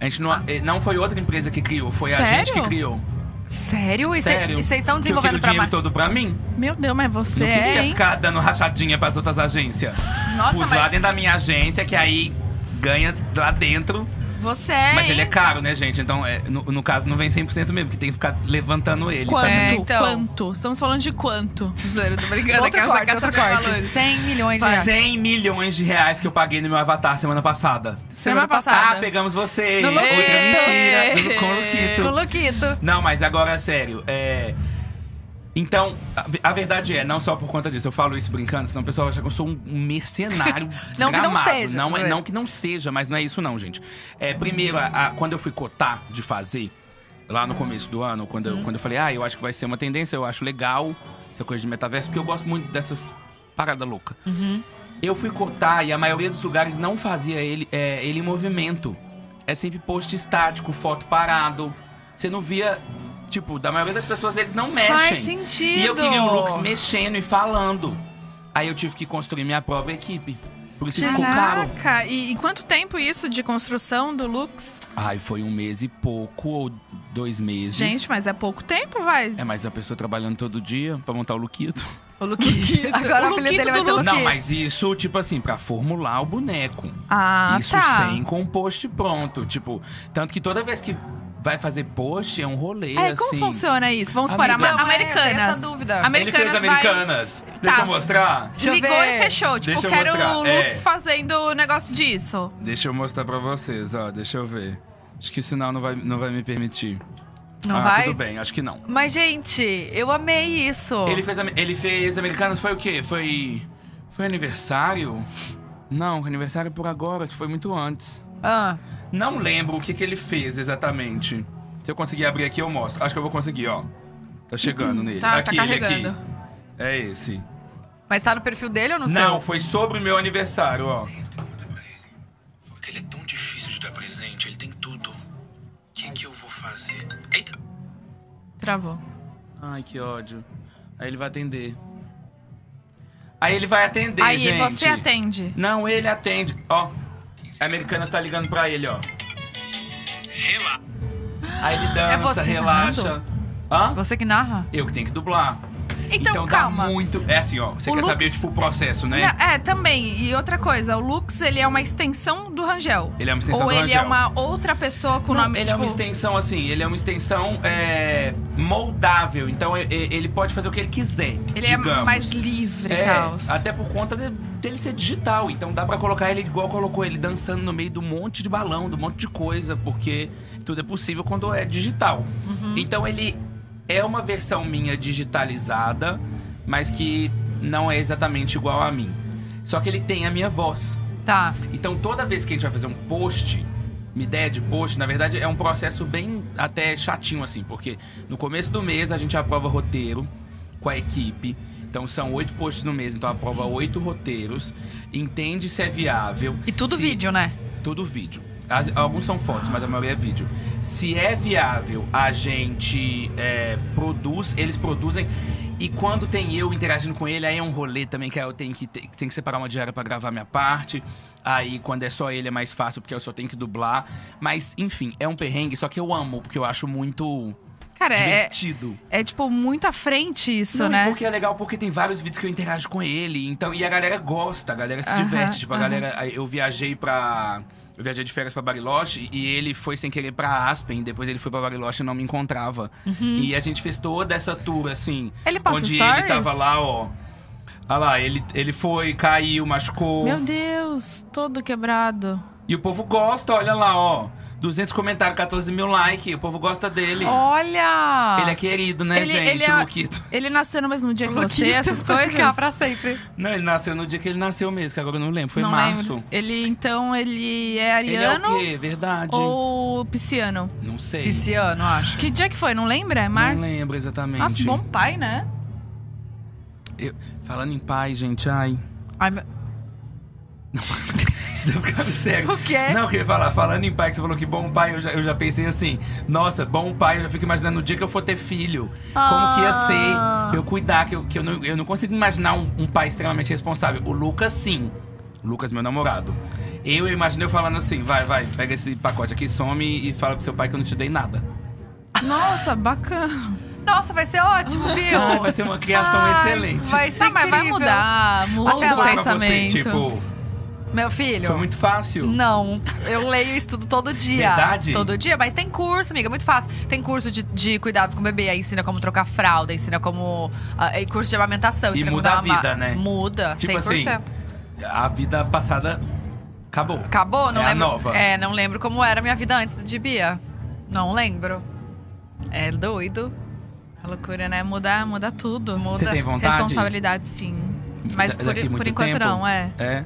Speaker 3: A gente
Speaker 1: Ah.
Speaker 3: não, eh, não foi outra empresa que criou, foi a
Speaker 2: Sério?
Speaker 3: gente que criou.
Speaker 1: Sério? E
Speaker 3: Sério.
Speaker 1: vocês estão
Speaker 3: Que eu queria
Speaker 1: desenvolvendo
Speaker 3: o
Speaker 1: pra
Speaker 3: dinheiro
Speaker 1: marca?
Speaker 3: todo pra mim?
Speaker 2: Meu Deus, mas
Speaker 3: Não
Speaker 2: você é,
Speaker 3: queria
Speaker 2: hein?
Speaker 3: ficar dando rachadinha pras outras agências.
Speaker 1: Nossa,
Speaker 3: Pus
Speaker 1: mas...
Speaker 3: lá dentro da minha agência, que aí ganha lá dentro.
Speaker 2: Você é,
Speaker 3: Mas ele é
Speaker 2: hein?
Speaker 3: caro, né, gente? Então, é, no, no caso, não vem 100% mesmo, porque tem que ficar levantando ele.
Speaker 2: Quanto?
Speaker 1: É,
Speaker 3: fazendo-
Speaker 1: então.
Speaker 2: Quanto? Estamos falando de quanto? Zero, tô brincando. é
Speaker 1: Outro
Speaker 2: aquela
Speaker 1: corte,
Speaker 2: sacação
Speaker 1: outro
Speaker 2: de
Speaker 1: corte.
Speaker 2: valores.
Speaker 1: 100 milhões de reais.
Speaker 3: 100 milhões de reais que eu paguei no meu avatar semana passada.
Speaker 2: Semana
Speaker 3: Ah,
Speaker 2: passada.
Speaker 3: pegamos você!
Speaker 1: No
Speaker 3: Outra
Speaker 1: Luquito.
Speaker 3: mentira! No, com o Luquito.
Speaker 1: O Luquito.
Speaker 3: Não, mas agora é sério. É. Então, a, ve- a verdade é, não só por conta disso, eu falo isso brincando, senão o pessoal acha que eu sou um mercenário
Speaker 1: Não que não
Speaker 3: desgramado.
Speaker 1: seja,
Speaker 3: Não, é,
Speaker 1: zoeira.
Speaker 3: não que não seja, mas não é isso não, gente. É, primeiro, a- a- quando eu fui cotar de fazer, lá no começo do ano, quando,
Speaker 1: Uhum.
Speaker 3: eu, quando eu falei, ah, eu acho que vai ser uma tendência, eu acho legal essa coisa de metaverso, porque eu gosto muito dessas paradas loucas. Eu fui cotar e a maioria dos lugares não fazia ele, é, ele em movimento. É sempre post estático, foto parado. Você não via, tipo, da maioria das pessoas eles não mexem.
Speaker 1: Faz sentido.
Speaker 3: É, E eu queria um o Lux mexendo e falando. Aí eu tive que construir minha própria equipe. Por isso que ficou caro.
Speaker 2: Caraca, e, e quanto tempo isso de construção do Lux?
Speaker 3: Ai, foi um mês e pouco, ou dois meses.
Speaker 2: Gente, mas é pouco tempo, vai.
Speaker 3: É, mas a pessoa trabalhando todo dia pra montar o Luquito.
Speaker 1: O Luquito. Agora
Speaker 2: O
Speaker 1: o filho dele
Speaker 2: Luquito
Speaker 1: vai
Speaker 2: do
Speaker 1: ser o
Speaker 2: Luquito.
Speaker 3: Não,
Speaker 1: Luquito.
Speaker 3: mas isso, tipo assim, pra formular o boneco.
Speaker 2: Ah,
Speaker 3: Isso
Speaker 2: tá.
Speaker 3: sem composto pronto. Tipo, tanto que toda vez que vai fazer post, é um rolê,
Speaker 2: É,
Speaker 3: assim.
Speaker 2: como funciona isso? Vamos supor,
Speaker 3: Amiga.
Speaker 2: ama-
Speaker 1: Não, é, tem
Speaker 2: Americanas.
Speaker 1: essa dúvida.
Speaker 3: Ele fez
Speaker 2: Americanas vai... Tá.
Speaker 3: Americanas. Deixa eu mostrar.
Speaker 1: Deixa eu
Speaker 2: Ligou
Speaker 1: ver.
Speaker 2: e fechou. Tipo,
Speaker 3: Deixa eu
Speaker 2: quero
Speaker 3: mostrar,
Speaker 2: o
Speaker 3: é.
Speaker 2: Lux fazendo o negócio disso.
Speaker 3: Deixa eu mostrar pra vocês, ó. Deixa eu ver. Acho que o sinal não vai, não vai me permitir.
Speaker 1: Não
Speaker 3: ah,
Speaker 1: vai?
Speaker 3: tudo bem, acho que não.
Speaker 1: Mas, gente, eu amei isso.
Speaker 3: Ele fez, Am- ele fez Americanas, foi o quê? Foi. Foi aniversário? Não, aniversário é por agora, isso foi muito antes.
Speaker 1: Ah,
Speaker 3: Não lembro o que, que ele fez exatamente. Se eu conseguir abrir aqui, eu mostro. Acho que eu vou conseguir, ó. Tá chegando nele.
Speaker 2: Tá- tá
Speaker 3: aqui, ele
Speaker 2: carregando.
Speaker 3: aqui. É esse.
Speaker 1: mas tá no perfil dele ou no seu?
Speaker 3: Não, foi sobre o meu aniversário, ó.
Speaker 4: Tenho pergunta pra ele. Porque ele é tão difícil de dar presente, ele tem tudo. O que que eu vou fazer? Eita!
Speaker 2: Travou.
Speaker 3: Ai, que ódio. Aí ele vai atender. Aí ele vai atender,
Speaker 2: Aí
Speaker 3: gente.
Speaker 2: você atende.
Speaker 3: Não, ele atende. Ó, a americana está ligando pra ele, ó.
Speaker 4: Relaxa.
Speaker 3: Aí
Speaker 2: É
Speaker 3: ele dança,
Speaker 1: você
Speaker 3: relaxa. Hã?
Speaker 1: Você que narra?
Speaker 3: Eu que tenho que dublar.
Speaker 2: Então,
Speaker 3: dá
Speaker 2: calma.
Speaker 3: muito... É assim, ó. Você
Speaker 2: O
Speaker 3: quer
Speaker 2: Lux-
Speaker 3: saber, tipo, o processo, né?
Speaker 2: Não, é, também. E outra coisa, o Lux, ele é uma extensão do Rangel.
Speaker 3: Ele é uma extensão
Speaker 2: Ou
Speaker 3: do
Speaker 2: ele é
Speaker 3: Rangel.
Speaker 2: uma outra pessoa com o
Speaker 3: Não,
Speaker 2: nome,
Speaker 3: ele é
Speaker 2: tipo...
Speaker 3: uma extensão, assim, ele é uma extensão é, moldável. Então, e- e- ele pode fazer o que ele quiser,
Speaker 2: Ele
Speaker 3: digamos.
Speaker 2: é mais livre e
Speaker 3: É,
Speaker 2: tal.
Speaker 3: até por conta de- dele ser digital. Então dá pra colocar ele igual colocou ele dançando no meio do monte de balão, do monte de coisa, porque tudo é possível quando é digital.
Speaker 2: Uhum.
Speaker 3: Então ele é uma versão minha digitalizada, mas que não é exatamente igual a mim. Só que ele tem a minha voz.
Speaker 1: Tá.
Speaker 3: Então toda vez que a gente vai fazer um post, uma ideia de post, na verdade é um processo bem até chatinho assim, porque no começo do mês a gente aprova roteiro com a equipe. Então são oito posts no mês, então aprova oito roteiros, entende se é viável.
Speaker 1: E tudo
Speaker 3: se-
Speaker 1: vídeo, né?
Speaker 3: Tudo vídeo. As- alguns são fotos, mas a maioria é vídeo. Se é viável, a gente é, produz, eles produzem. E quando tem eu interagindo com ele, aí é um rolê também, que aí eu tenho que, te- tenho que separar uma diária pra gravar minha parte. Aí quando é só ele é mais fácil, porque eu só tenho que dublar. Mas, enfim, é um perrengue, só que eu amo, porque eu acho muito
Speaker 2: Cara, é,
Speaker 3: divertido.
Speaker 2: é, tipo, muito à frente isso,
Speaker 3: Não, e
Speaker 2: né?
Speaker 3: Porque é legal, porque tem vários vídeos que eu interajo com ele. Então, e a galera gosta, a galera se
Speaker 2: Aham,
Speaker 3: diverte. Tipo, a
Speaker 2: aham.
Speaker 3: galera. Eu viajei pra. Eu viajei de férias pra Bariloche e ele foi sem querer pra Aspen. Depois ele foi pra Bariloche e não me encontrava. E a gente fez toda essa tour, assim.
Speaker 2: Ele passa
Speaker 3: onde
Speaker 2: Uhum. stories?
Speaker 3: ele tava lá, ó. Olha lá, ele, ele foi, caiu, machucou.
Speaker 2: Meu Deus, todo quebrado.
Speaker 3: E o povo gosta, olha lá, ó. 200 comentários, 14 mil likes. O povo gosta dele.
Speaker 2: Olha!
Speaker 3: Ele é querido, né,
Speaker 2: Ele-
Speaker 3: gente?
Speaker 2: ele
Speaker 3: o
Speaker 2: é-
Speaker 3: Luquito.
Speaker 2: Ele nasceu no mesmo dia que você,
Speaker 1: Luquito,
Speaker 2: essas
Speaker 1: vai
Speaker 2: coisas?
Speaker 1: Ficar pra sempre.
Speaker 3: Não, ele nasceu no dia que ele nasceu mesmo, que agora eu não lembro. Foi
Speaker 2: Não
Speaker 3: março.
Speaker 2: lembro. Ele, então, ele é
Speaker 3: Ele é
Speaker 2: ariano
Speaker 3: o quê? Verdade.
Speaker 2: ou pisciano?
Speaker 3: Não sei.
Speaker 1: Esse ano, acho.
Speaker 2: Que dia que foi? Não lembra? É
Speaker 3: Não
Speaker 2: março?
Speaker 3: lembro exatamente.
Speaker 2: Nossa, bom pai, né?
Speaker 3: Eu- Falando em pai, gente, ai.
Speaker 1: Ai, meu-
Speaker 3: Você ficava sério.
Speaker 1: O quê?
Speaker 3: Não, eu queria falar. Falando em pai, que você falou que bom pai, eu já, eu já pensei assim. Nossa, bom pai, eu já fico imaginando o dia que eu for ter filho. Como que ia ser
Speaker 2: Ah.
Speaker 3: pra eu cuidar, que eu, que eu, não, eu não consigo imaginar um, um pai extremamente responsável. O Lucas, sim. O Lucas, meu namorado. Eu imaginei eu falando assim: vai, vai, pega esse pacote aqui, some e fala pro seu pai que eu não te dei nada.
Speaker 2: Nossa, bacana.
Speaker 1: Nossa, vai ser ótimo, viu?
Speaker 3: Ai, vai ser uma criação
Speaker 1: Ai,
Speaker 3: excelente.
Speaker 1: Vai ser
Speaker 2: Não, mas Ah. vai
Speaker 1: incrível.
Speaker 2: mudar,
Speaker 1: Até
Speaker 2: muda
Speaker 1: lá.
Speaker 2: o
Speaker 3: Pra você,
Speaker 2: pensamento.
Speaker 3: tipo,
Speaker 1: Meu filho.
Speaker 3: foi muito fácil.
Speaker 1: Não, eu leio isso tudo todo dia.
Speaker 3: Verdade?
Speaker 1: Todo dia, mas tem curso, amiga, muito fácil. Tem curso de, de cuidados com o bebê, aí ensina como trocar fralda, ensina como. ah, e curso de amamentação,
Speaker 3: E
Speaker 1: ensina
Speaker 3: muda
Speaker 1: como dar
Speaker 3: a
Speaker 1: uma-
Speaker 3: vida, né?
Speaker 1: Muda,
Speaker 3: Tipo
Speaker 1: 100%.
Speaker 3: assim, a vida passada acabou.
Speaker 1: Acabou? Não
Speaker 3: É a
Speaker 1: lembro.
Speaker 3: nova.
Speaker 1: É, não lembro como era a minha vida antes de Bia. Não lembro. É doido.
Speaker 2: A loucura, né? Mudar, muda tudo. Muda.
Speaker 3: Você tem vontade?
Speaker 2: Responsabilidade, sim. Mas
Speaker 3: Da-
Speaker 2: por,
Speaker 3: daqui muito
Speaker 2: por enquanto
Speaker 3: tempo?
Speaker 2: não, é.
Speaker 3: É.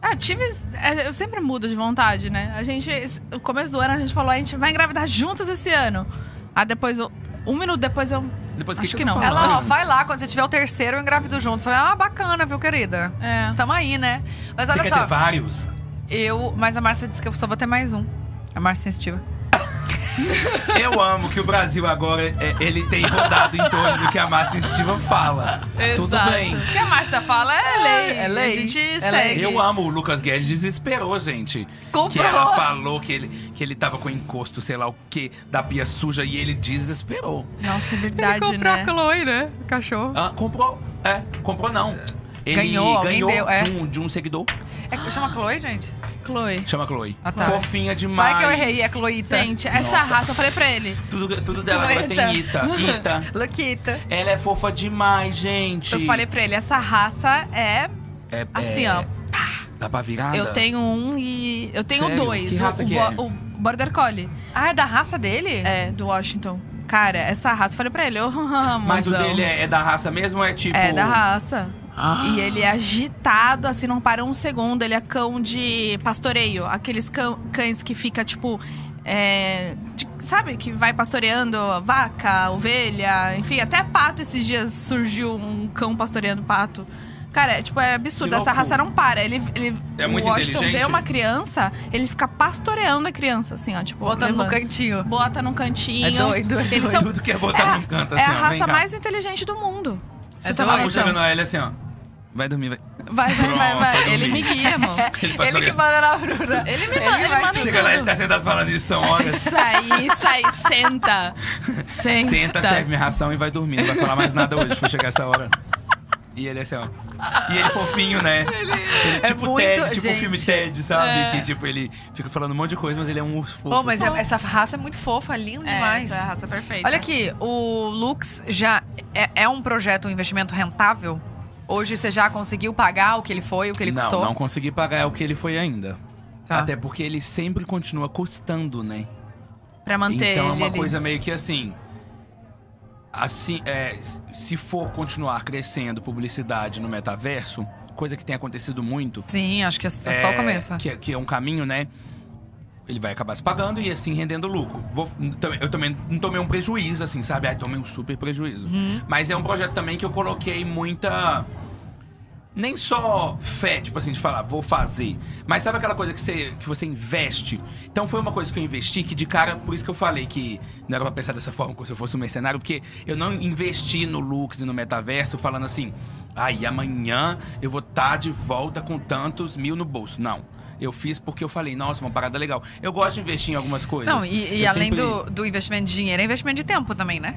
Speaker 2: Ah, tive. é, Eu sempre mudo de vontade, né? A gente. No começo do ano a gente falou, a gente vai engravidar juntas esse ano. Ah, depois eu. Um minuto depois eu.
Speaker 3: Depois
Speaker 2: Acho
Speaker 3: que,
Speaker 2: que
Speaker 3: eu tô
Speaker 2: não.
Speaker 3: falando?
Speaker 1: Ela, ó, vai lá, quando você tiver o terceiro, eu engravido junto. Falei, ah, bacana, viu, querida?
Speaker 2: É.
Speaker 1: Tamo aí, né? Mas
Speaker 3: Você
Speaker 1: olha
Speaker 3: quer ter
Speaker 1: só,
Speaker 3: vários?
Speaker 1: eu. Mas a Márcia disse que eu só vou ter mais um. A
Speaker 2: é
Speaker 1: Márcia Sensitiva.
Speaker 3: Eu amo que o Brasil agora é, ele tem rodado em torno do que a Márcia Estiva fala. Tudo bem.
Speaker 2: O que a Márcia fala é lei.
Speaker 1: É lei.
Speaker 2: A gente
Speaker 1: É
Speaker 2: segue.
Speaker 1: lei.
Speaker 3: Eu amo, o Lucas Guedes desesperou, gente. Que
Speaker 1: Comprou!
Speaker 3: ela falou que ele, que ele tava com encosto, sei lá o quê, da pia suja e ele desesperou.
Speaker 2: Nossa, é
Speaker 1: Ele
Speaker 2: verdade,
Speaker 1: comprou a
Speaker 2: né?
Speaker 1: Chloe, né? O cachorro.
Speaker 3: Ah, comprou? É, comprou não. Ele
Speaker 1: Ganhou, alguém
Speaker 3: ganhou
Speaker 1: deu, é.
Speaker 3: de, um, de um seguidor.
Speaker 1: É que chama Chloe, gente?
Speaker 2: Chloe.
Speaker 3: Chama Chloe.
Speaker 1: Ah, tá.
Speaker 3: Fofinha demais.
Speaker 1: Vai que eu errei, é Chloeita.
Speaker 2: Gente, essa
Speaker 3: Nossa.
Speaker 2: raça, eu falei pra ele.
Speaker 3: Tudo, tudo dela agora
Speaker 2: Chloeta.
Speaker 3: tem Ita. Ita.
Speaker 1: Luquita.
Speaker 3: Ela é fofa demais, gente.
Speaker 2: Eu falei pra ele, essa raça é
Speaker 3: É-
Speaker 2: assim,
Speaker 3: é-
Speaker 2: ó.
Speaker 3: Dá pra virada?
Speaker 2: Eu tenho um e. Eu tenho
Speaker 3: Sério?
Speaker 2: dois.
Speaker 3: Que
Speaker 2: O-
Speaker 3: raça
Speaker 2: o,
Speaker 3: que
Speaker 2: bo-
Speaker 3: é?
Speaker 2: o Border Collie.
Speaker 1: Ah, é da raça dele?
Speaker 2: É, do Washington. Cara, essa raça, eu falei pra ele, eu
Speaker 3: Mas o dele é, é da raça mesmo ou é tipo.
Speaker 2: É da raça. E ele é agitado, assim, não para um segundo. Ele é cão de pastoreio. Aqueles cão- cães que fica, tipo. é, de- sabe, que vai pastoreando vaca, ovelha, enfim, até pato esses dias surgiu um cão pastoreando pato. Cara, é, tipo, é absurdo.
Speaker 3: Que
Speaker 2: Essa
Speaker 3: loucura.
Speaker 2: raça não para. Ele, ele
Speaker 3: É muito
Speaker 2: o Washington vê
Speaker 3: inteligente.
Speaker 2: uma criança, ele fica pastoreando a criança, assim, ó. Tipo,
Speaker 1: Botando no
Speaker 2: levando.
Speaker 1: cantinho.
Speaker 2: Bota num cantinho.
Speaker 1: É doido, é
Speaker 2: Eles
Speaker 1: doido.
Speaker 2: são-
Speaker 3: Tudo que é botar
Speaker 2: é-
Speaker 3: num canto,
Speaker 2: é
Speaker 3: assim,
Speaker 2: a
Speaker 3: ó. vem
Speaker 2: raça
Speaker 3: cá.
Speaker 2: mais inteligente do mundo. Você
Speaker 1: É
Speaker 2: tá
Speaker 1: doido.
Speaker 2: maluco?
Speaker 3: Puxa a ele assim, ó. Vai dormir, vai.
Speaker 2: Vai, vai, vai,
Speaker 3: Pronto,
Speaker 2: vai. Ele
Speaker 3: dormi.
Speaker 2: me guia, amor.
Speaker 3: Ele
Speaker 1: Ele que
Speaker 3: pastoreia.
Speaker 1: manda na Bruna.
Speaker 2: Ele me manda, ele,
Speaker 1: vai-
Speaker 2: manda em
Speaker 3: Chega lá, ele
Speaker 2: tudo.
Speaker 3: tá sentado falando isso, são horas.
Speaker 2: Sai, sai, senta. Senta.
Speaker 3: Senta, serve minha ração e vai dormir. Não vai falar mais nada hoje, foi chegar essa hora. E ele assim, ó. E ele fofinho, né? Ele, tipo
Speaker 1: é muito-
Speaker 3: Ted, tipo o
Speaker 1: gente,
Speaker 3: filme Ted, sabe?
Speaker 2: é.
Speaker 3: Que tipo, ele fica falando um monte de coisa, mas ele é um urso fofo.
Speaker 1: Pô, mas é-
Speaker 3: sabe?
Speaker 1: essa raça é muito fofa, linda
Speaker 2: É,
Speaker 1: demais.
Speaker 2: essa é a raça perfeita.
Speaker 1: Olha aqui, o Lux já é, é um projeto, um investimento rentável? Hoje você já conseguiu pagar o que ele foi, o que ele
Speaker 3: não,
Speaker 1: custou?
Speaker 3: não consegui pagar é o que ele foi ainda.
Speaker 1: Tá.
Speaker 3: Até porque ele sempre continua custando, né?
Speaker 2: Pra manter
Speaker 3: então é
Speaker 2: ele
Speaker 3: uma
Speaker 2: ali.
Speaker 3: coisa meio que assim. Assim, é, se for continuar crescendo publicidade no metaverso, coisa que tem acontecido muito,
Speaker 1: Sim, acho que é, é só o começo.
Speaker 3: Que, é- que é um caminho, né? Ele vai acabar se pagando e assim rendendo lucro. Vou- também- eu também não tomei um prejuízo, assim, sabe? Ah, tomei um super prejuízo. Mas é um projeto também que eu coloquei muita. Nem só fé, tipo assim, de falar, vou fazer. Mas sabe aquela coisa que você, que você investe? Então foi uma coisa que eu investi que de cara, por isso que eu falei que não era pra pensar dessa forma, como se eu fosse um mercenário, porque eu não investi no Lux e no metaverso falando assim, aí amanhã eu vou estar de volta com tantos mil no bolso. Não. Eu fiz porque eu falei, nossa, uma parada legal. Eu gosto de investir em algumas coisas.
Speaker 1: Não, e, e
Speaker 3: Eu
Speaker 1: além
Speaker 3: sempre-
Speaker 1: do, do investimento de dinheiro, é investimento de tempo também, né?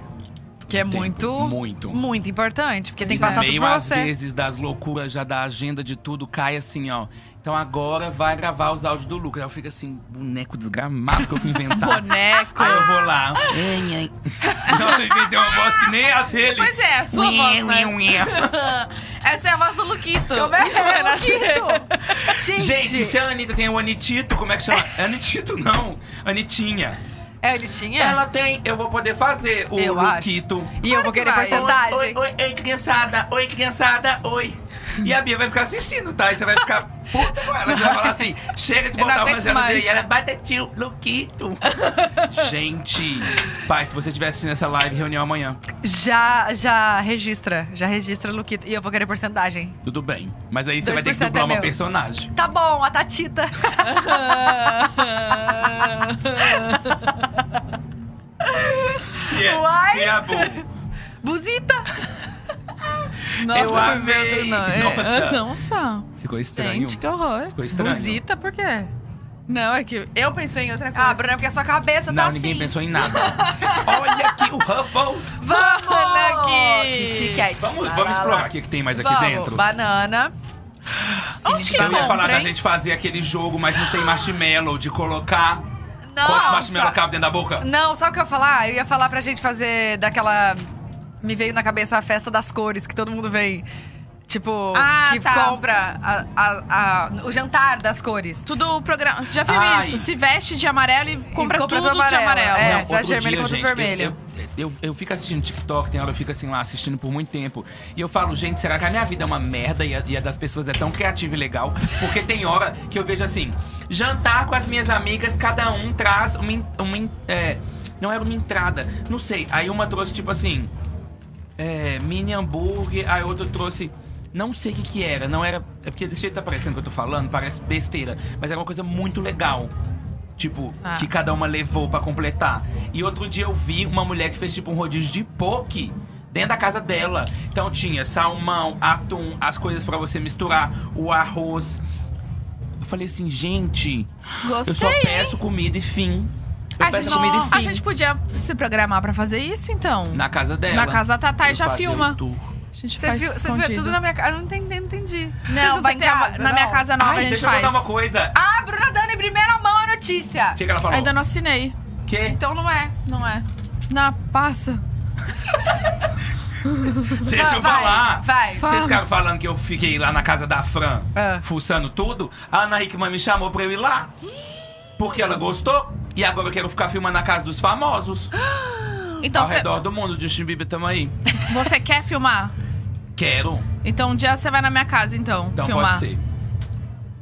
Speaker 1: Que é
Speaker 3: Tempo,
Speaker 1: muito,
Speaker 3: muito.
Speaker 1: muito importante, porque tem que
Speaker 3: No
Speaker 1: passar tudo
Speaker 3: Né? meio,
Speaker 1: pra
Speaker 3: às
Speaker 1: você.
Speaker 3: vezes, das loucuras já da agenda de tudo, cai assim, ó. Então agora vai gravar os áudios do Lucas. Aí eu fico assim, boneco desgramado que eu fui inventar.
Speaker 1: Né?
Speaker 2: Boneco.
Speaker 3: Aí eu vou lá. Hein, hein. Não, eu inventei uma voz que nem a dele.
Speaker 2: Pois é, a sua voz, né?
Speaker 3: né?
Speaker 2: Essa é a voz do Luquito. assim.
Speaker 1: Como é que é, Luquito? assim.
Speaker 3: Gente, é se a Anitta tem o Anitito, como é que chama? Anitito não, Anitinha.
Speaker 2: É, ele tinha?
Speaker 3: Ela tem, eu vou poder fazer o
Speaker 1: Eu acho.
Speaker 3: Luquito.
Speaker 1: E
Speaker 2: Claro
Speaker 1: eu vou
Speaker 2: que
Speaker 1: querer
Speaker 2: vai.
Speaker 1: porcentagem.
Speaker 3: Oi, oi, oi, criançada, oi, criançada, oi. E a Bia vai ficar assistindo, tá? E você vai ficar puta com ela. Você vai falar assim: chega de
Speaker 1: Eu não
Speaker 3: botar o
Speaker 1: aguento
Speaker 3: Rangelo
Speaker 1: mais.
Speaker 3: dele. E ela bate tio, Luquito. Gente, pai, se você estiver assistindo essa live, reunião amanhã.
Speaker 1: Já, já registra, já registra, Luquito. E eu vou querer porcentagem.
Speaker 3: Tudo bem. Mas aí você vai ter que
Speaker 1: 2%
Speaker 3: dublar
Speaker 1: é
Speaker 3: uma
Speaker 1: meu.
Speaker 3: personagem.
Speaker 1: Tá bom, a Tatita.
Speaker 3: E é,
Speaker 1: Uai.
Speaker 3: E é a Bu.
Speaker 1: Buzita.
Speaker 2: Nossa,
Speaker 3: Eu
Speaker 2: por
Speaker 3: amei.
Speaker 2: medo, não. É,
Speaker 3: Nossa.
Speaker 1: então.
Speaker 2: nossa.
Speaker 3: Ficou estranho.
Speaker 2: Gente, que horror.
Speaker 3: Ficou estranho.
Speaker 2: Musita, por quê? Não, é que eu pensei em outra coisa.
Speaker 1: Ah, Bruna, porque a sua cabeça
Speaker 3: Não,
Speaker 1: tá
Speaker 3: ninguém
Speaker 1: assim.
Speaker 3: pensou em nada. Olha aqui o Ruffles.
Speaker 1: Vamos,
Speaker 2: Olha aqui.
Speaker 1: Kit Kat.
Speaker 3: Vamos,
Speaker 1: Lá,
Speaker 3: vamos
Speaker 1: é. lá,
Speaker 3: explorar
Speaker 1: lá.
Speaker 3: o que, que tem mais aqui
Speaker 1: Vamos,
Speaker 3: dentro.
Speaker 1: Banana.
Speaker 2: Onde que
Speaker 3: Eu ia falar
Speaker 2: compra,
Speaker 3: da
Speaker 2: hein?
Speaker 3: gente fazer aquele jogo, mas não tem marshmallow de colocar. Quantos marshmallow
Speaker 1: Nossa.
Speaker 3: cabe dentro da boca?
Speaker 1: Não, sabe o que eu ia falar? Eu ia falar pra gente fazer daquela. Me veio na cabeça a festa das cores, que todo mundo vem. Tipo,
Speaker 2: Ah,
Speaker 1: que
Speaker 2: tá.
Speaker 1: compra a- a- a- o jantar das cores.
Speaker 2: Tudo o programa. Você já viu
Speaker 3: Ai.
Speaker 2: isso? Se veste de amarelo e compra,
Speaker 1: compra
Speaker 2: tudo
Speaker 1: tudo amarelo,
Speaker 2: de amarelo.
Speaker 1: é.
Speaker 3: Não,
Speaker 1: você
Speaker 3: outro
Speaker 1: acha vermelho
Speaker 3: dia,
Speaker 1: contra
Speaker 3: gente, eu-
Speaker 1: vermelho.
Speaker 3: Eu, eu, eu fico assistindo TikTok, tem hora eu fico assim lá, assistindo por muito tempo. E eu falo, gente, será que a minha vida é uma merda e a, e a das pessoas é tão criativa e legal? Porque tem hora que eu vejo assim, jantar com as minhas amigas, cada um traz uma... en- uma en- é, não era uma entrada, não sei. Aí uma trouxe, tipo assim, é, mini hambúrguer, aí outro trouxe... Não sei o que que era, não era... É porque desse jeito tá parecendo que eu tô falando, parece besteira. Mas era uma coisa muito legal. Tipo,
Speaker 2: Ah.
Speaker 3: que cada uma levou pra completar. E outro dia eu vi uma mulher que fez tipo um rodízio de poke dentro da casa dela. Então tinha salmão, atum, as coisas pra você misturar, o arroz. Eu falei assim, gente,
Speaker 2: Gostei.
Speaker 3: eu só peço comida e fim. Eu
Speaker 2: a,
Speaker 3: peço
Speaker 2: gente,
Speaker 3: comida e fim.
Speaker 2: a gente podia se programar pra fazer isso, então.
Speaker 3: Na casa dela.
Speaker 2: Na casa da Tatá e
Speaker 3: Eu
Speaker 2: já
Speaker 3: fazia
Speaker 2: filma.
Speaker 3: um tour.
Speaker 2: A gente
Speaker 1: Você
Speaker 2: faz
Speaker 1: viu, você
Speaker 2: escondido.
Speaker 1: viu tudo na minha casa? Eu não entendi. Não, entendi.
Speaker 2: Não,
Speaker 1: Vocês
Speaker 2: vai
Speaker 1: têm
Speaker 2: ter a-
Speaker 1: casa,
Speaker 2: na minha
Speaker 1: não?
Speaker 2: casa nova
Speaker 3: Ai,
Speaker 2: a gente
Speaker 3: deixa eu
Speaker 2: faz.
Speaker 3: contar uma coisa.
Speaker 1: Ah, Bruna dando em primeira mão a notícia.
Speaker 3: O que que ela falou?
Speaker 2: Ainda não assinei.
Speaker 3: Que?
Speaker 1: Então não é.
Speaker 2: Não é. Na passa.
Speaker 3: Deixa eu
Speaker 1: Vai,
Speaker 3: falar.
Speaker 1: vai.
Speaker 3: Vocês ficaram falando que eu fiquei lá na casa da Fran,
Speaker 1: Ah.
Speaker 3: fuçando tudo. A Ana Hickman me chamou pra eu ir lá. Porque ela gostou. E agora eu quero ficar filmando na casa dos famosos.
Speaker 2: Então
Speaker 3: ao
Speaker 2: cê-
Speaker 3: redor do mundo, Justin Bieber tamo aí.
Speaker 2: você quer filmar?
Speaker 3: Quero.
Speaker 2: Então um dia você vai na minha casa, então,
Speaker 3: Então
Speaker 2: filmar.
Speaker 3: pode ser.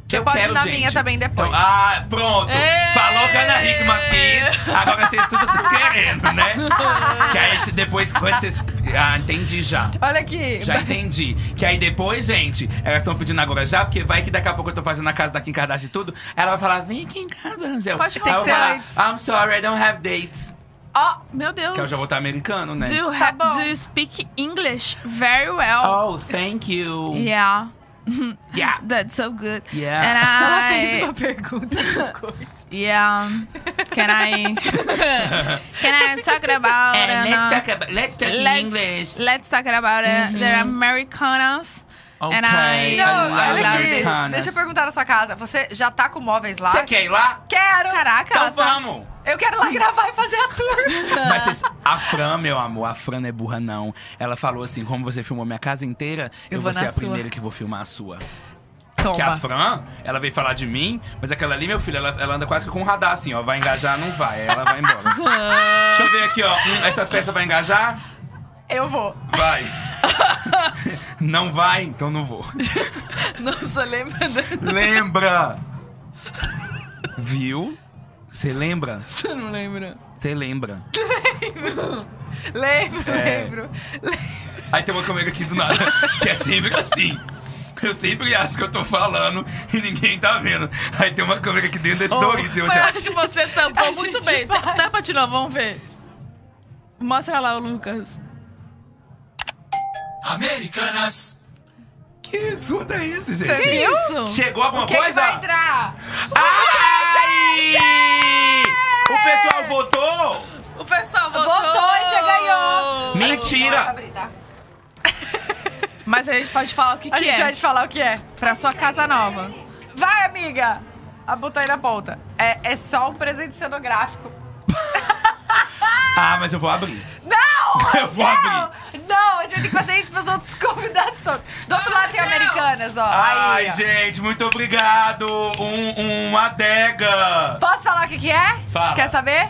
Speaker 1: Você
Speaker 3: Eu
Speaker 1: pode
Speaker 3: quero,
Speaker 1: ir na
Speaker 3: gente.
Speaker 1: minha também depois.
Speaker 3: Então, ah, pronto.
Speaker 2: Ê!
Speaker 3: Falou que a Ana Hickman quis. Agora vocês tudo estão querendo, né? que aí se- depois, quando vocês. Ah, entendi já.
Speaker 1: Olha aqui.
Speaker 3: Já entendi. Que aí depois, gente, elas estão pedindo agora já, porque vai que daqui a pouco eu tô fazendo a casa da Kim Kardashian e tudo. Ela vai falar: vem aqui em casa, Angel.
Speaker 2: Pode
Speaker 3: Aí eu vou
Speaker 1: ser
Speaker 3: falar,
Speaker 1: antes.
Speaker 3: I'm sorry, I don't have dates.
Speaker 2: Ó, meu Deus.
Speaker 3: Que eu já vou estar americano, né?
Speaker 2: Do you,
Speaker 1: Tá
Speaker 2: ha-
Speaker 1: bom.
Speaker 2: do you speak English very well?
Speaker 3: Oh, thank you.
Speaker 2: Yeah.
Speaker 3: Yeah.
Speaker 2: That's so good.
Speaker 3: Yeah.
Speaker 2: And
Speaker 1: Ela fez
Speaker 2: I,
Speaker 1: uma pergunta. depois.
Speaker 2: yeah. Can I Can I talk about
Speaker 3: And
Speaker 2: uh,
Speaker 3: let's talk about, let's talk in
Speaker 2: let's-
Speaker 3: English.
Speaker 2: Let's talk about uh,
Speaker 3: Uhum.
Speaker 2: the Americanas.
Speaker 3: Okay.
Speaker 2: and I-
Speaker 1: Não,
Speaker 2: I
Speaker 1: olha
Speaker 2: love
Speaker 1: aqui.
Speaker 3: Americanas.
Speaker 1: Deixa eu perguntar na sua casa. Você já tá com móveis lá?
Speaker 3: Você quer ir lá?
Speaker 1: Quero!
Speaker 2: Caraca,
Speaker 3: Então
Speaker 2: ela tá-
Speaker 3: vamos!
Speaker 1: Eu quero lá gravar e fazer a tour.
Speaker 3: Mas vocês- a Fran, meu amor, a Fran não é burra, não. Ela falou assim: como você filmou minha casa inteira, eu,
Speaker 1: Eu
Speaker 3: vou
Speaker 1: vou
Speaker 3: ser
Speaker 1: na
Speaker 3: a
Speaker 1: sua.
Speaker 3: primeira que vou filmar a sua. Que a
Speaker 1: Toma.
Speaker 3: Fran, ela veio falar de mim, mas aquela ali, meu filho, ela, ela anda quase que com um radar assim, ó. Vai engajar, não vai. Aí Ela vai embora. Deixa eu ver aqui, ó. Hum, Essa festa vai engajar?
Speaker 1: Eu vou.
Speaker 3: Vai. não vai, então não vou.
Speaker 1: Nossa, lembra?
Speaker 3: Lembra! Viu? Você lembra?
Speaker 1: Você não lembra?
Speaker 3: Você lembra.
Speaker 1: Lembro,
Speaker 3: É.
Speaker 1: lembro.
Speaker 3: Aí tem uma comigo aqui do nada, que é sempre assim. Eu sempre acho que eu tô falando e ninguém tá vendo. Aí tem uma câmera aqui dentro desse Doritos. um Eu
Speaker 2: Mas eu
Speaker 3: já...
Speaker 2: acho que você tampou muito bem. Tampa de novo, vamos ver. Mostra lá o Lucas.
Speaker 5: Americanas.
Speaker 3: Que surdo é esse, gente?
Speaker 1: Você viu?
Speaker 2: Isso!
Speaker 3: Chegou alguma
Speaker 1: Quem que
Speaker 3: coisa? Ah,
Speaker 1: vai entrar?
Speaker 3: Ai! O pessoal votou?
Speaker 2: O pessoal votou.
Speaker 1: Votou e você ganhou.
Speaker 3: Mentira!
Speaker 2: Mas a gente pode falar o que,
Speaker 1: A
Speaker 2: que
Speaker 1: gente
Speaker 2: é.
Speaker 1: vai te falar o que é. Pra sua casa nova. Vai, amiga! A botar aí na ponta. É, é só um presente cenográfico.
Speaker 3: Ah, mas eu vou abrir.
Speaker 1: Não!
Speaker 3: Eu vou
Speaker 1: não!
Speaker 3: abrir.
Speaker 1: Não, a gente vai ter que fazer isso pros outros convidados todos. Do outro lado tem
Speaker 2: Não.
Speaker 1: americanas, ó.
Speaker 3: Ai,
Speaker 1: Aí, ó.
Speaker 3: gente, muito obrigado! Um, uma adega!
Speaker 1: Posso falar o que, que é?
Speaker 3: Fala.
Speaker 1: Quer saber?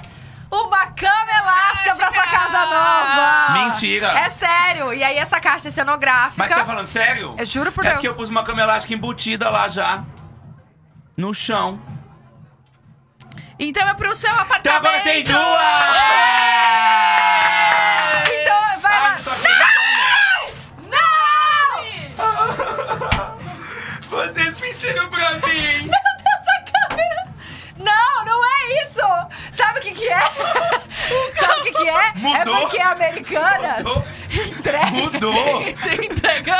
Speaker 1: Uma cama elástica pra sua casa nova!
Speaker 3: Mentira!
Speaker 1: É sério! E aí essa caixa é cenográfica.
Speaker 3: Mas você tá falando sério?
Speaker 1: Eu juro por
Speaker 3: É
Speaker 1: Deus.
Speaker 3: porque eu pus uma cama elástica embutida lá já. No chão.
Speaker 2: Então é pro seu apartamento.
Speaker 1: Tá
Speaker 3: Então agora tem duas! Ai,
Speaker 1: Então É! vai lá.
Speaker 3: não tô acreditando.
Speaker 1: Não!
Speaker 3: Vocês mentiram pra mim!
Speaker 1: Meu Deus, a câmera! Não, não é isso! Sabe o que que é? Sabe o que que é? É
Speaker 3: Mudou.
Speaker 1: porque americanas
Speaker 3: Mudou.
Speaker 1: entrega...
Speaker 3: Mudou.
Speaker 1: Tem- entrega...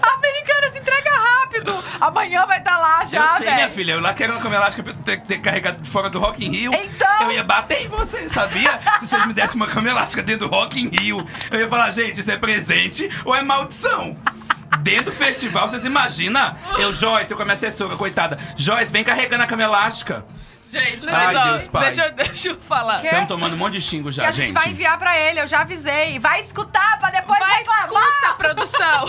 Speaker 1: Americanas entrega rápido! Amanhã vai estar lá já,
Speaker 3: eu sei,
Speaker 1: velho.
Speaker 3: minha filha. Eu lá querendo uma cama elástica pra eu ter, ter carregado fora do Rock in Rio.
Speaker 1: Então.
Speaker 3: Eu ia bater em vocês, sabia? Se vocês me dessem uma cama elástica dentro do Rock in Rio. Eu ia falar, gente, isso é presente ou é maldição? Dentro do festival, vocês imaginam? Eu, Joyce, eu com a minha assessora, coitada. Joyce, vem carregando a cama elástica.
Speaker 2: Gente,
Speaker 3: Ai,
Speaker 2: mas ó,
Speaker 3: Deus, pai.
Speaker 2: deixa, eu- deixa eu falar.
Speaker 1: Que- É.
Speaker 3: Estamos tomando um monte de xingo já,
Speaker 1: que a gente, vai enviar pra ele, eu já avisei. Vai escutar pra depois
Speaker 2: Vai,
Speaker 1: reclamar.
Speaker 2: escuta, produção.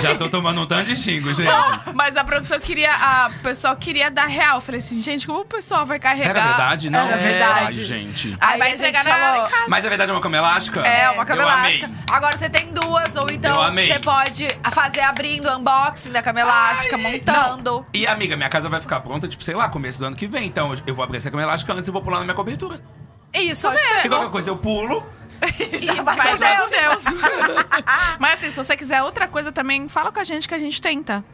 Speaker 3: Já tô tomando um tanto de xingo, gente.
Speaker 2: mas a produção queria, a o pessoal queria dar real. Eu falei assim, gente, como o pessoal vai carregar? É.
Speaker 3: Era verdade, não? é?
Speaker 1: Era verdade.
Speaker 3: Ai, gente.
Speaker 1: Aí,
Speaker 2: vai
Speaker 1: a gente
Speaker 2: entregar na-
Speaker 1: falou...
Speaker 2: em casa.
Speaker 3: Mas é verdade uma cama elástica?
Speaker 1: É, uma cama
Speaker 3: Eu amei.
Speaker 1: elástica. Agora você tem duas, ou então
Speaker 3: Eu amei.
Speaker 1: você pode fazer abrindo unboxing da cama elástica, montando.
Speaker 3: E, amiga, minha casa vai ficar pronta, tipo, sei lá, começo do ano que vem. Então, eu- eu vou abrir essa cama elástica antes e vou pular na minha cobertura.
Speaker 1: Isso
Speaker 3: Se qualquer
Speaker 1: mesmo.
Speaker 3: coisa eu pulo,
Speaker 2: E
Speaker 1: vai com
Speaker 2: vai
Speaker 1: Deus.
Speaker 2: com Deus. mas assim, se você quiser outra coisa também, fala com a gente que a gente tenta.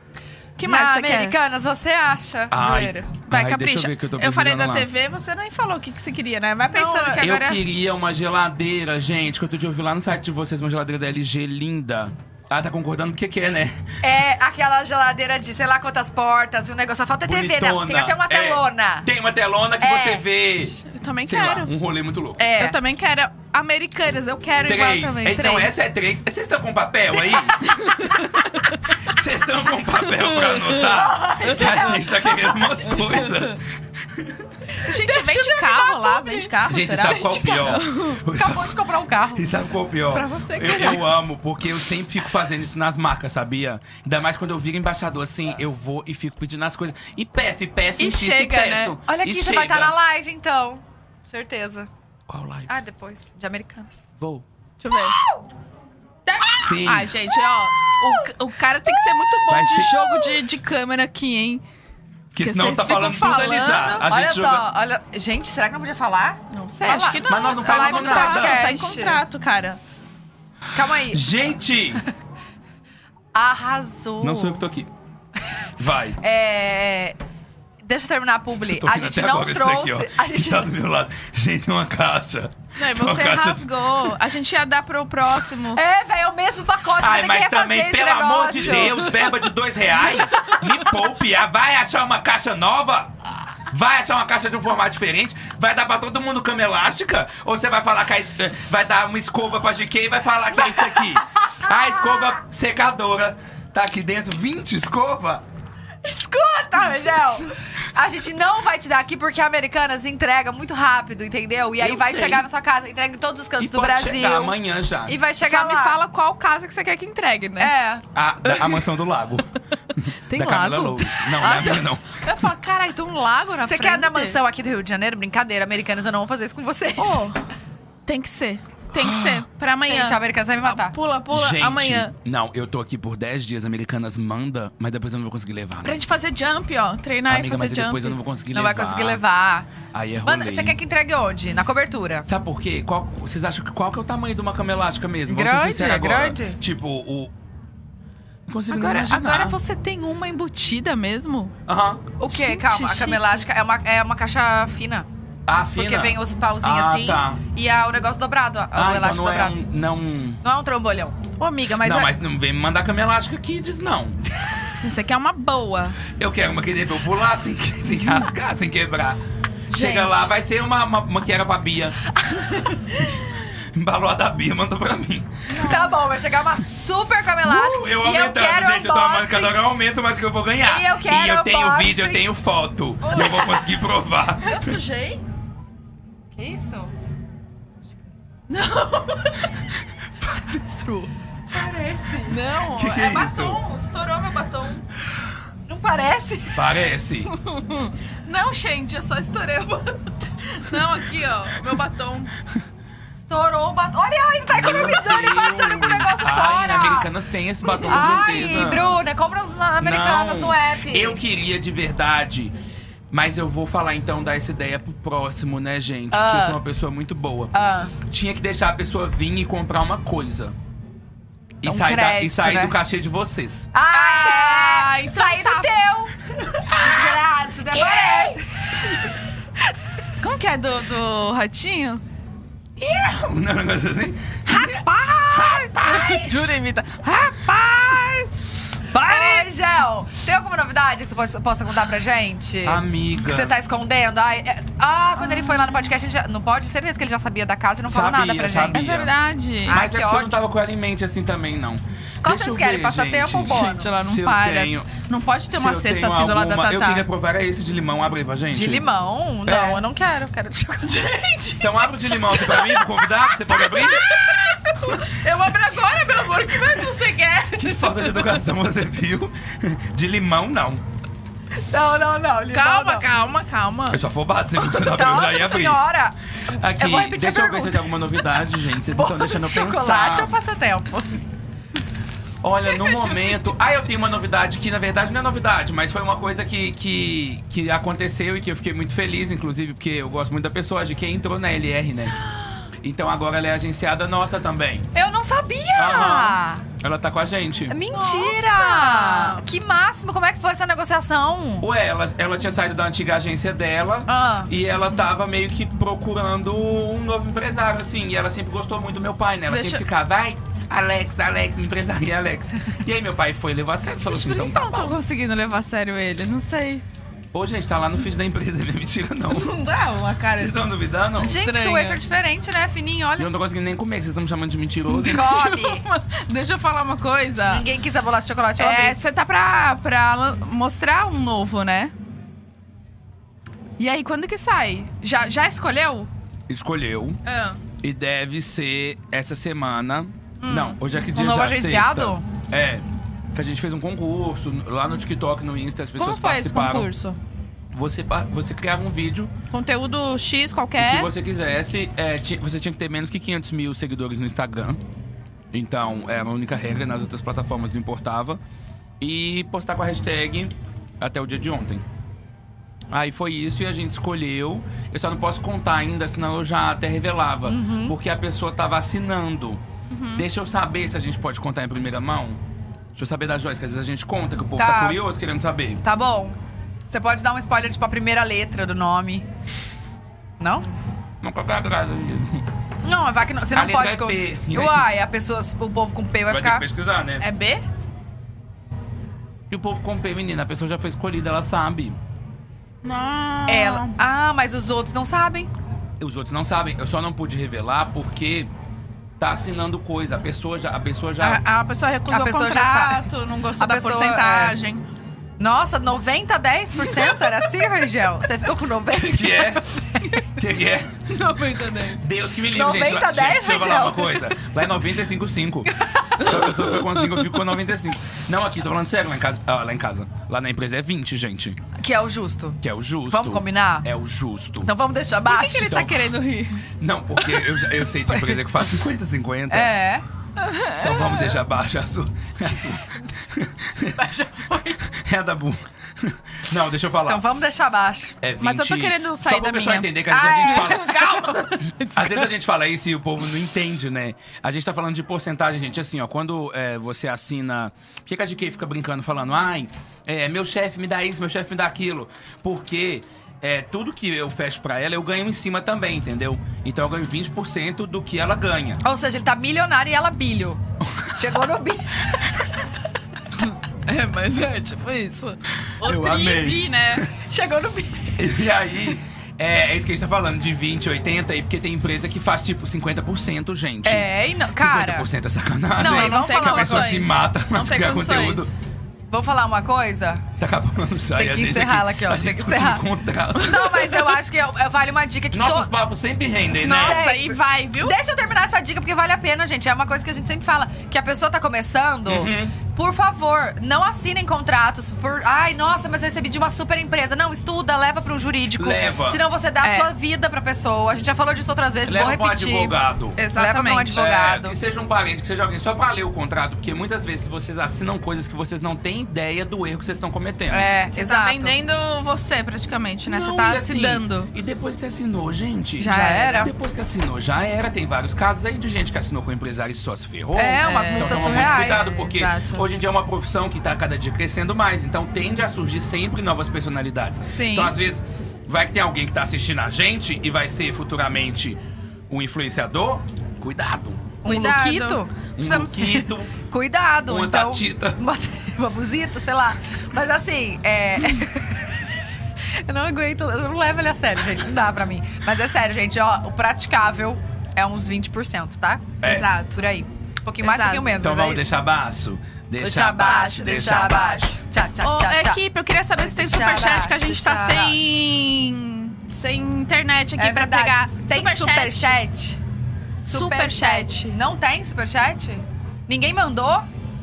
Speaker 2: que mais
Speaker 1: Na
Speaker 2: você quer?
Speaker 1: Americanas, você acha?
Speaker 3: Ai,
Speaker 1: zoeira?
Speaker 2: Vai,
Speaker 3: ai,
Speaker 2: capricha.
Speaker 3: deixa eu ver o que eu tô
Speaker 2: falei da
Speaker 3: precisando lá.
Speaker 2: TV, você nem falou o que, que você queria, né? Vai pensando
Speaker 1: Não,
Speaker 2: que
Speaker 3: eu
Speaker 2: agora...
Speaker 3: queria uma geladeira, gente. Que outro dia eu vi lá no site de vocês uma geladeira da LG linda. Ah, tá concordando porque quer, né?
Speaker 1: É aquela geladeira de sei lá quantas portas e o negócio. Só falta TV, não.
Speaker 3: Bonitona.
Speaker 1: né? Tem até uma
Speaker 3: É,
Speaker 1: telona.
Speaker 3: tem uma telona que
Speaker 1: É.
Speaker 3: você vê.
Speaker 2: Eu também
Speaker 3: sei
Speaker 2: quero.
Speaker 3: lá, um rolê muito louco.
Speaker 1: É.
Speaker 2: Eu também quero americanas, eu quero
Speaker 3: Três.
Speaker 2: igual também.
Speaker 3: Então
Speaker 2: três.
Speaker 3: essa é três. Vocês estão com papel aí? Vocês estão com papel pra anotar? Que a gente tá querendo umas coisas.
Speaker 2: Gente, vem de carro lá, vem de carro,
Speaker 3: Gente,
Speaker 2: será?
Speaker 3: sabe qual é o pior?
Speaker 1: Acabou de comprar um carro.
Speaker 3: E sabe qual é o pior?
Speaker 2: Pra você,
Speaker 3: eu, eu amo, porque eu sempre fico fazendo isso nas marcas, sabia? Ainda mais quando eu viro embaixador, assim, eu vou e fico pedindo as coisas. E peço, e peço,
Speaker 2: E
Speaker 3: insisto,
Speaker 2: chega,
Speaker 3: e peço.
Speaker 2: né?
Speaker 1: Olha aqui,
Speaker 3: E
Speaker 1: você vai
Speaker 3: chega.
Speaker 1: estar na Ah. live então. Certeza.
Speaker 3: Qual live?
Speaker 1: Ah, depois. De Americanas.
Speaker 3: Vou.
Speaker 2: Deixa eu ver.
Speaker 3: assim.
Speaker 2: Ai, gente, ó. O, o cara tem que ser muito bom
Speaker 3: Vai
Speaker 2: de
Speaker 3: ser-
Speaker 2: jogo de, de câmera aqui, hein?
Speaker 3: que
Speaker 2: que
Speaker 3: senão
Speaker 2: vocês
Speaker 3: tá falando
Speaker 2: ficam
Speaker 3: tudo ali já.
Speaker 2: falando.
Speaker 3: A
Speaker 1: olha só,
Speaker 3: gente joga.
Speaker 1: olha. Gente, será que não podia falar?
Speaker 2: Não sei,
Speaker 1: Vai lá.
Speaker 2: acho que não.
Speaker 3: Mas nós não
Speaker 2: Tá lá
Speaker 3: falamos
Speaker 2: no
Speaker 3: nada.
Speaker 2: contrato, Tá em
Speaker 1: Podcast.
Speaker 2: contrato, cara.
Speaker 1: Calma aí.
Speaker 3: Gente!
Speaker 1: Arrasou.
Speaker 3: Não sou eu que tô aqui. Vai.
Speaker 1: É. Deixa eu terminar a publi.
Speaker 3: Tô
Speaker 1: A
Speaker 3: rindo
Speaker 1: gente
Speaker 3: até
Speaker 1: não
Speaker 3: agora disso
Speaker 1: trouxe.
Speaker 3: Aqui, ó,
Speaker 1: a
Speaker 3: que
Speaker 1: gente
Speaker 3: Tá do meu lado. Gente, tem uma caixa.
Speaker 2: Não, e
Speaker 3: Tem uma
Speaker 2: você
Speaker 3: caixa-
Speaker 2: rasgou. A gente ia dar pro próximo.
Speaker 1: É, velho, é o mesmo pacote,
Speaker 3: Ai,
Speaker 1: vai ter
Speaker 3: mas
Speaker 1: que refazer
Speaker 3: também,
Speaker 1: esse
Speaker 3: pelo
Speaker 1: negócio.
Speaker 3: amor de Deus, verba de dois reais, me poupe. Ah, Vai achar uma caixa nova? Vai achar uma caixa de um formato diferente? Vai dar pra todo mundo cama elástica? Ou você vai falar que a es- eh, vai dar uma escova pra GK e vai falar que é isso aqui? A escova secadora. Tá aqui dentro 20 escova?
Speaker 1: Escuta, Miguel! A gente não vai te dar aqui porque a Americanas entrega muito rápido, entendeu? E aí
Speaker 3: Eu
Speaker 1: vai
Speaker 3: sei.
Speaker 1: chegar na sua casa, entrega em todos os cantos
Speaker 3: E
Speaker 1: do
Speaker 3: pode
Speaker 1: Brasil.
Speaker 3: chegar amanhã já.
Speaker 1: E vai chegar
Speaker 2: Só me
Speaker 1: lá.
Speaker 2: fala qual casa que você quer que entregue, né?
Speaker 1: É.
Speaker 3: A, da- a mansão do lago.
Speaker 2: Tem
Speaker 3: da Camila
Speaker 2: lago?
Speaker 3: Loures. Não,
Speaker 1: Ah,
Speaker 3: não é a minha não.
Speaker 2: Eu falo, caralho, tem um lago na
Speaker 1: Você
Speaker 2: frente.
Speaker 1: quer na mansão aqui do Rio de Janeiro? Brincadeira, Americanas, eu não vou fazer isso com vocês.
Speaker 2: Ô, tem que ser. Tem que ser. Pra amanhã.
Speaker 1: Gente, a Americanas vai me matar.
Speaker 2: Pula, pula,
Speaker 3: gente,
Speaker 2: amanhã.
Speaker 3: Não, eu tô aqui por 10 dias, Americanas manda, mas depois eu não vou conseguir levar.
Speaker 2: Pra
Speaker 3: Né?
Speaker 2: gente fazer jump, ó. Treinar
Speaker 3: Amiga,
Speaker 2: e
Speaker 3: mas
Speaker 2: fazer jump.
Speaker 3: depois eu não vou conseguir
Speaker 1: Não
Speaker 3: levar.
Speaker 1: vai conseguir levar.
Speaker 3: Aí é rolê.
Speaker 1: Manda, você quer que entregue onde? Na cobertura.
Speaker 3: Sabe por quê? Qual- vocês acham que qual que é o tamanho de uma cama elástica mesmo? Vamos
Speaker 1: Grande,
Speaker 3: ser sinceros agora.
Speaker 1: grande.
Speaker 3: Tipo, o... Não consigo nem
Speaker 2: Agora,
Speaker 3: imaginar.
Speaker 2: agora você tem uma embutida mesmo?
Speaker 3: Aham.
Speaker 1: O quê?
Speaker 2: Gente,
Speaker 1: Calma, a
Speaker 2: chique.
Speaker 1: cama elástica é uma, é uma caixa fina.
Speaker 3: Ah, fina.
Speaker 1: Porque vem os pauzinhos
Speaker 3: Ah,
Speaker 1: assim
Speaker 3: tá.
Speaker 1: e a- o negócio dobrado, a-
Speaker 3: ah,
Speaker 1: o
Speaker 3: então
Speaker 1: elástico
Speaker 3: não é
Speaker 1: dobrado.
Speaker 3: um, não...
Speaker 1: Não é um trombolhão.
Speaker 2: Ô, amiga, mas,
Speaker 3: não,
Speaker 2: a-
Speaker 3: mas não vem me mandar cama elástica Kids, não.
Speaker 2: você quer uma boa.
Speaker 3: Eu quero uma que dê pra eu pular sem, que- sem rasgar, sem quebrar. Chega lá, vai ser uma, uma, uma que era pra Bia. Embalou a da Bia, mandou pra mim.
Speaker 1: Tá bom, vai chegar uma super cama elástica.
Speaker 3: Uh, eu
Speaker 1: e eu
Speaker 3: aumentando,
Speaker 1: quero
Speaker 3: gente. Eu tô amando
Speaker 1: unboxing.
Speaker 3: cada hora eu aumento mais que eu vou ganhar.
Speaker 1: E eu quero
Speaker 3: eu tenho
Speaker 1: unboxing. Uh.
Speaker 3: vídeo, eu tenho foto. E eu vou conseguir provar.
Speaker 2: Eu sujei?
Speaker 1: que isso?
Speaker 2: Menstruou. Parece. Não,
Speaker 3: Que que
Speaker 2: é
Speaker 3: é
Speaker 2: batom. Estourou meu batom.
Speaker 1: Não parece?
Speaker 3: Parece.
Speaker 2: Não, gente, eu só estourei o batom. Não, aqui, ó, meu batom.
Speaker 1: Estourou o batom. Olha, ele tá economizando e passando com o negócio
Speaker 3: Ai,
Speaker 1: fora.
Speaker 3: Americanas tem esse batom, com certeza.
Speaker 1: Ai, Bruna, compra os na- Americanas
Speaker 3: Não.
Speaker 1: no app.
Speaker 3: Eu queria de verdade. Mas eu vou falar então dar essa ideia pro próximo, né, gente? Porque eu
Speaker 1: Ah.
Speaker 3: sou uma pessoa muito boa.
Speaker 1: Ah,
Speaker 3: Tinha que deixar a pessoa vir e comprar uma coisa. E
Speaker 1: Um
Speaker 3: sair, da- e
Speaker 1: crédito,
Speaker 3: sair
Speaker 1: né?
Speaker 3: do cachê de vocês.
Speaker 1: ah,
Speaker 2: Ah, então
Speaker 1: saí
Speaker 2: tá.
Speaker 1: do teu. Desgraça, né? não parece.
Speaker 2: Como que é do, do ratinho?
Speaker 3: Um negócio assim.
Speaker 2: Rapaz! Juro, imita. Rapaz! Vai!
Speaker 1: Ai, Gel, tem alguma novidade que você possa, possa contar pra gente?
Speaker 3: Amiga.
Speaker 1: Que você tá escondendo? Ai, é- ah, quando ele foi lá no podcast, a gente já, não pode? Certeza que ele já sabia da casa e não falou
Speaker 3: Sabia,
Speaker 1: nada pra
Speaker 3: sabia.
Speaker 2: É
Speaker 1: gente.
Speaker 2: verdade.
Speaker 1: Ai,
Speaker 3: Mas
Speaker 1: que
Speaker 3: é porque eu
Speaker 1: ódio.
Speaker 3: não tava com ela em mente assim também, não.
Speaker 1: Qual
Speaker 3: Deixa
Speaker 1: vocês
Speaker 3: eu
Speaker 1: querem?
Speaker 3: ver,
Speaker 1: Passatempo
Speaker 3: gente.
Speaker 1: ou bônus?
Speaker 2: Gente, ela não
Speaker 3: Se eu
Speaker 2: para.
Speaker 3: tenho-
Speaker 2: Não pode ter
Speaker 3: Se
Speaker 2: uma
Speaker 3: eu
Speaker 2: cesta
Speaker 3: tenho
Speaker 2: assim do lado da
Speaker 3: alguma-
Speaker 2: Tatá.
Speaker 3: Eu queria provar esse de limão. Abre aí pra gente.
Speaker 1: De limão? Não,
Speaker 3: É.
Speaker 1: eu não quero. Eu quero de chocolate.
Speaker 3: Então abre o de limão aqui pra mim, pro convidado. Você pode abrir?
Speaker 1: Eu abro agora, é meu amor. O que mais você quer?
Speaker 3: Que falta de educação você viu? De limão, não.
Speaker 1: Não, não, não. limão
Speaker 2: Calma,
Speaker 1: não.
Speaker 2: calma, calma.
Speaker 3: Eu sou afobado. Você viu que você não abriu, eu já ia
Speaker 1: Nossa
Speaker 3: abrir.
Speaker 1: senhora!
Speaker 3: Aqui,
Speaker 1: eu vou repetir
Speaker 3: deixa
Speaker 1: a
Speaker 3: eu ver
Speaker 1: pergunta.
Speaker 3: se tem alguma novidade, gente. Vocês não estão
Speaker 1: Bolo
Speaker 3: deixando
Speaker 1: de
Speaker 3: eu
Speaker 1: chocolate
Speaker 3: pensar.
Speaker 1: ou passatempo?
Speaker 3: Olha, no momento. Ah, eu tenho uma novidade que, na verdade, não é novidade, mas foi uma coisa que, que, que aconteceu e que eu fiquei muito feliz, inclusive, porque eu gosto muito da pessoa de quem entrou na LR, né? Então agora ela é agenciada nossa também.
Speaker 1: Eu não sabia!
Speaker 3: Aham. Ela tá com a gente.
Speaker 1: Mentira!
Speaker 2: Nossa!
Speaker 1: Que máximo! Como é que foi essa negociação?
Speaker 3: Ué, ela, ela tinha saído da antiga agência dela.
Speaker 1: Ah.
Speaker 3: E ela tava meio que procurando um novo empresário, assim. E ela sempre gostou muito do meu pai, né? Ela
Speaker 2: Deixa-
Speaker 3: sempre ficava, vai, Alex, Alex, me empresaria, Alex. E aí meu pai foi levar a sério e falou assim,
Speaker 2: Por que
Speaker 3: então
Speaker 2: eu
Speaker 3: tá
Speaker 2: não tô
Speaker 3: bom.
Speaker 2: conseguindo levar a sério ele? Não sei.
Speaker 3: Ô, gente, tá lá no feed da empresa, não é mentira, não.
Speaker 2: Não dá uma cara.
Speaker 3: Vocês estão duvidando?
Speaker 1: Gente,
Speaker 2: Estranha.
Speaker 1: que wafer diferente, né? Fininho,
Speaker 3: Eu
Speaker 1: olha.
Speaker 3: não tô conseguindo nem comer, que vocês estão me chamando de mentiroso.
Speaker 1: Come!
Speaker 2: Deixa eu falar uma coisa.
Speaker 1: Ninguém quis a bolacha de chocolate
Speaker 2: É,
Speaker 1: ontem.
Speaker 2: você tá pra, pra lan- mostrar um novo, né? E aí, quando que sai? Já, já escolheu?
Speaker 3: Escolheu e deve ser essa semana.
Speaker 2: Hum.
Speaker 3: Não, hoje
Speaker 2: Um
Speaker 3: é que dia
Speaker 1: novo
Speaker 3: já
Speaker 1: agenciado?
Speaker 3: Sexta. É. Que a gente fez um concurso lá no TikTok, no Insta, as
Speaker 2: Como
Speaker 3: pessoas
Speaker 2: foi esse
Speaker 3: participaram.
Speaker 2: concurso?
Speaker 3: Você, pa- você criava um vídeo
Speaker 2: Conteúdo X
Speaker 3: o que é,
Speaker 2: qualquer?
Speaker 3: você quisesse. é, ti- você tinha que ter menos que 500 mil seguidores no Instagram. Então, era a única regra, nas outras plataformas não importava. E postar com a hashtag até o dia de ontem. Aí foi isso e a gente escolheu. Eu só não posso contar ainda, senão eu já até revelava. Porque a pessoa tava assinando. Deixa eu saber se a gente pode contar em primeira mão. Deixa eu saber da Joyce, que às vezes a gente conta, que o povo tá,
Speaker 1: Tá.
Speaker 3: curioso querendo saber.
Speaker 1: Tá bom. Você pode dar um spoiler, tipo, a primeira letra do nome. Não?
Speaker 3: Não qualquer agrado. Vai
Speaker 1: Não, vai que não, você
Speaker 3: A
Speaker 1: não
Speaker 3: letra
Speaker 1: pode.
Speaker 3: é P.
Speaker 1: con- Uai, a pessoa, o povo com P vai,
Speaker 3: ter que
Speaker 1: ficar.
Speaker 3: pesquisar, né?
Speaker 1: É B?
Speaker 3: E o povo compra, menina, a pessoa já foi escolhida, ela sabe.
Speaker 2: Não.
Speaker 1: Ela. Ah, mas os outros não sabem.
Speaker 3: Os outros não sabem. Eu só não pude revelar porque tá assinando coisa. A pessoa já. A pessoa
Speaker 1: Ah.
Speaker 3: já.
Speaker 2: A, a pessoa recusou
Speaker 1: A pessoa
Speaker 2: o
Speaker 1: já
Speaker 2: contrato, não gostou
Speaker 1: A
Speaker 2: da
Speaker 1: pessoa,
Speaker 2: porcentagem.
Speaker 1: Nossa, 90, 10%? Era assim, Rangel? Você ficou com 90?
Speaker 3: Que é? Que que é?
Speaker 2: Não vou entender.
Speaker 3: Deus que me livre, gente.
Speaker 1: 90,
Speaker 3: Gente, Deixa eu falar
Speaker 1: Rangel.
Speaker 3: uma coisa. Lá é 95,5. Se a pessoa foi com 5, eu fico com 95. Não, aqui, tô falando sério. Lá em casa. ah, lá em casa. Lá na empresa é 20, gente.
Speaker 1: Que é o justo.
Speaker 3: Que é o justo.
Speaker 1: Vamos combinar?
Speaker 3: É o justo.
Speaker 1: Então vamos deixar
Speaker 2: Por que,
Speaker 1: baixo.
Speaker 2: que ele
Speaker 3: Então-
Speaker 2: tá querendo rir?
Speaker 3: Não, porque eu, já- eu sei de empresa que faz 50, 50.
Speaker 1: É.
Speaker 3: Então vamos deixar baixo a sua. A sua.
Speaker 1: Mas já foi.
Speaker 3: É a da Bu. Não, deixa eu falar.
Speaker 1: Então vamos deixar baixo.
Speaker 3: É
Speaker 2: Mas eu tô
Speaker 3: 20.
Speaker 2: querendo
Speaker 3: Só
Speaker 2: sair
Speaker 3: pra
Speaker 2: da
Speaker 3: pessoal
Speaker 2: minha.
Speaker 3: entender que às vezes a gente fala.
Speaker 2: Calma!
Speaker 3: Às vezes a gente fala isso e o povo não entende, né? A gente tá falando de porcentagem, gente. Assim, ó, quando é, você assina. Por que, que a GK fica brincando, falando, ai, é, meu chefe me dá isso, meu chefe me dá aquilo? Porque. É, tudo que eu fecho pra ela, eu ganho em cima também, entendeu? Então eu ganho 20% do que ela ganha.
Speaker 1: Ou seja, ele tá milionário e ela bilho. Chegou no bilho.
Speaker 2: É, mas é tipo isso. O
Speaker 3: Eu amei.
Speaker 2: tribi, né?
Speaker 1: Chegou no bilho.
Speaker 3: E aí, é, é isso que a gente tá falando, de 20, 80, e porque tem empresa que faz tipo 50%, gente.
Speaker 1: É, e não. Cara,
Speaker 3: 50% é
Speaker 1: Não,
Speaker 3: sacanagem.
Speaker 2: Não,
Speaker 1: mas
Speaker 2: não
Speaker 1: vamos
Speaker 2: tem
Speaker 1: falar
Speaker 3: a
Speaker 1: uma
Speaker 3: pessoa
Speaker 2: condições.
Speaker 1: coisa.
Speaker 3: se mata pra
Speaker 2: Não tem
Speaker 3: criar
Speaker 2: condições.
Speaker 3: conteúdo.
Speaker 1: Vamos falar uma coisa?
Speaker 3: Tá acabando já.
Speaker 1: Tem
Speaker 3: e a
Speaker 1: que
Speaker 3: gente
Speaker 1: encerrar ela aqui, ó.
Speaker 3: a
Speaker 1: Tem
Speaker 3: gente
Speaker 1: que
Speaker 3: discutindo
Speaker 1: encerrar.
Speaker 3: contrato.
Speaker 1: Não, mas eu acho que eu- eu- vale uma dica que
Speaker 3: Nossos
Speaker 1: to-
Speaker 3: papos sempre rendem, né?
Speaker 2: Nossa,
Speaker 1: Sempre.
Speaker 2: e vai, viu?
Speaker 1: Deixa eu terminar essa dica, porque vale a pena, gente. É uma coisa que a gente sempre fala. Que a pessoa tá começando,
Speaker 3: Uhum.
Speaker 1: por favor, não assinem contratos por. Ai, nossa, mas eu recebi de uma super empresa. Não, estuda, leva pro jurídico.
Speaker 3: Leva.
Speaker 1: Senão você dá a
Speaker 2: É.
Speaker 1: sua vida pra pessoa. A gente já falou disso outras vezes,
Speaker 3: Leva
Speaker 1: vou
Speaker 3: pra um
Speaker 1: repetir.
Speaker 3: advogado.
Speaker 1: Leva pra um
Speaker 2: Exatamente.
Speaker 1: advogado.
Speaker 3: É, que seja um parente, que seja alguém, só pra ler o contrato, porque muitas vezes vocês assinam coisas que vocês não têm ideia do erro que vocês estão cometendo.
Speaker 1: É,
Speaker 2: Você
Speaker 1: exato.
Speaker 2: tá vendendo você praticamente, né?
Speaker 3: Não,
Speaker 2: você tá
Speaker 3: e
Speaker 2: se
Speaker 3: assim,
Speaker 2: dando.
Speaker 3: E depois que assinou, gente.
Speaker 1: Já era.
Speaker 3: Depois que assinou, já era. Tem vários casos aí de gente que assinou com empresário e só se ferrou.
Speaker 1: É, umas
Speaker 2: É.
Speaker 3: Então
Speaker 1: multas
Speaker 3: toma muito
Speaker 1: surreais.
Speaker 3: cuidado, porque
Speaker 2: Exato.
Speaker 3: hoje em dia é uma profissão que tá cada dia crescendo mais. Então tende a surgir sempre novas personalidades.
Speaker 1: Sim.
Speaker 3: Então, às vezes, vai que tem alguém que tá assistindo a gente e vai ser futuramente um influenciador. Cuidado.
Speaker 1: Um
Speaker 2: Cuidado.
Speaker 1: luquito?
Speaker 3: Um
Speaker 2: Precisamos-
Speaker 3: Luquito, Um
Speaker 1: Cuidado,
Speaker 3: uma
Speaker 1: então.
Speaker 3: Tatita.
Speaker 1: Uma, uma buzita, sei lá. Mas assim, é. eu não aguento, eu não levo ele a sério, gente. Não dá pra mim. Mas é sério, gente, ó, o praticável é uns 20%, tá?
Speaker 3: É.
Speaker 1: Exato. Por aí. Um pouquinho mais, um
Speaker 2: Exato.
Speaker 1: pouquinho menos.
Speaker 3: Então
Speaker 1: mas é
Speaker 3: vamos
Speaker 1: isso.
Speaker 3: deixar abaixo?
Speaker 1: Deixa abaixo, deixa abaixo. é Tchau, tchau,
Speaker 2: Ô,
Speaker 1: tchau. tchau.
Speaker 2: equipe, eu queria saber se tem
Speaker 1: Deixa
Speaker 2: superchat, que a gente
Speaker 1: abaixo,
Speaker 2: tá
Speaker 1: deixa
Speaker 2: sem. sem internet aqui
Speaker 1: é
Speaker 2: pra pegar.
Speaker 1: verdade. Tem superchat?
Speaker 2: Superchat.
Speaker 1: Não tem superchat? Ninguém mandou?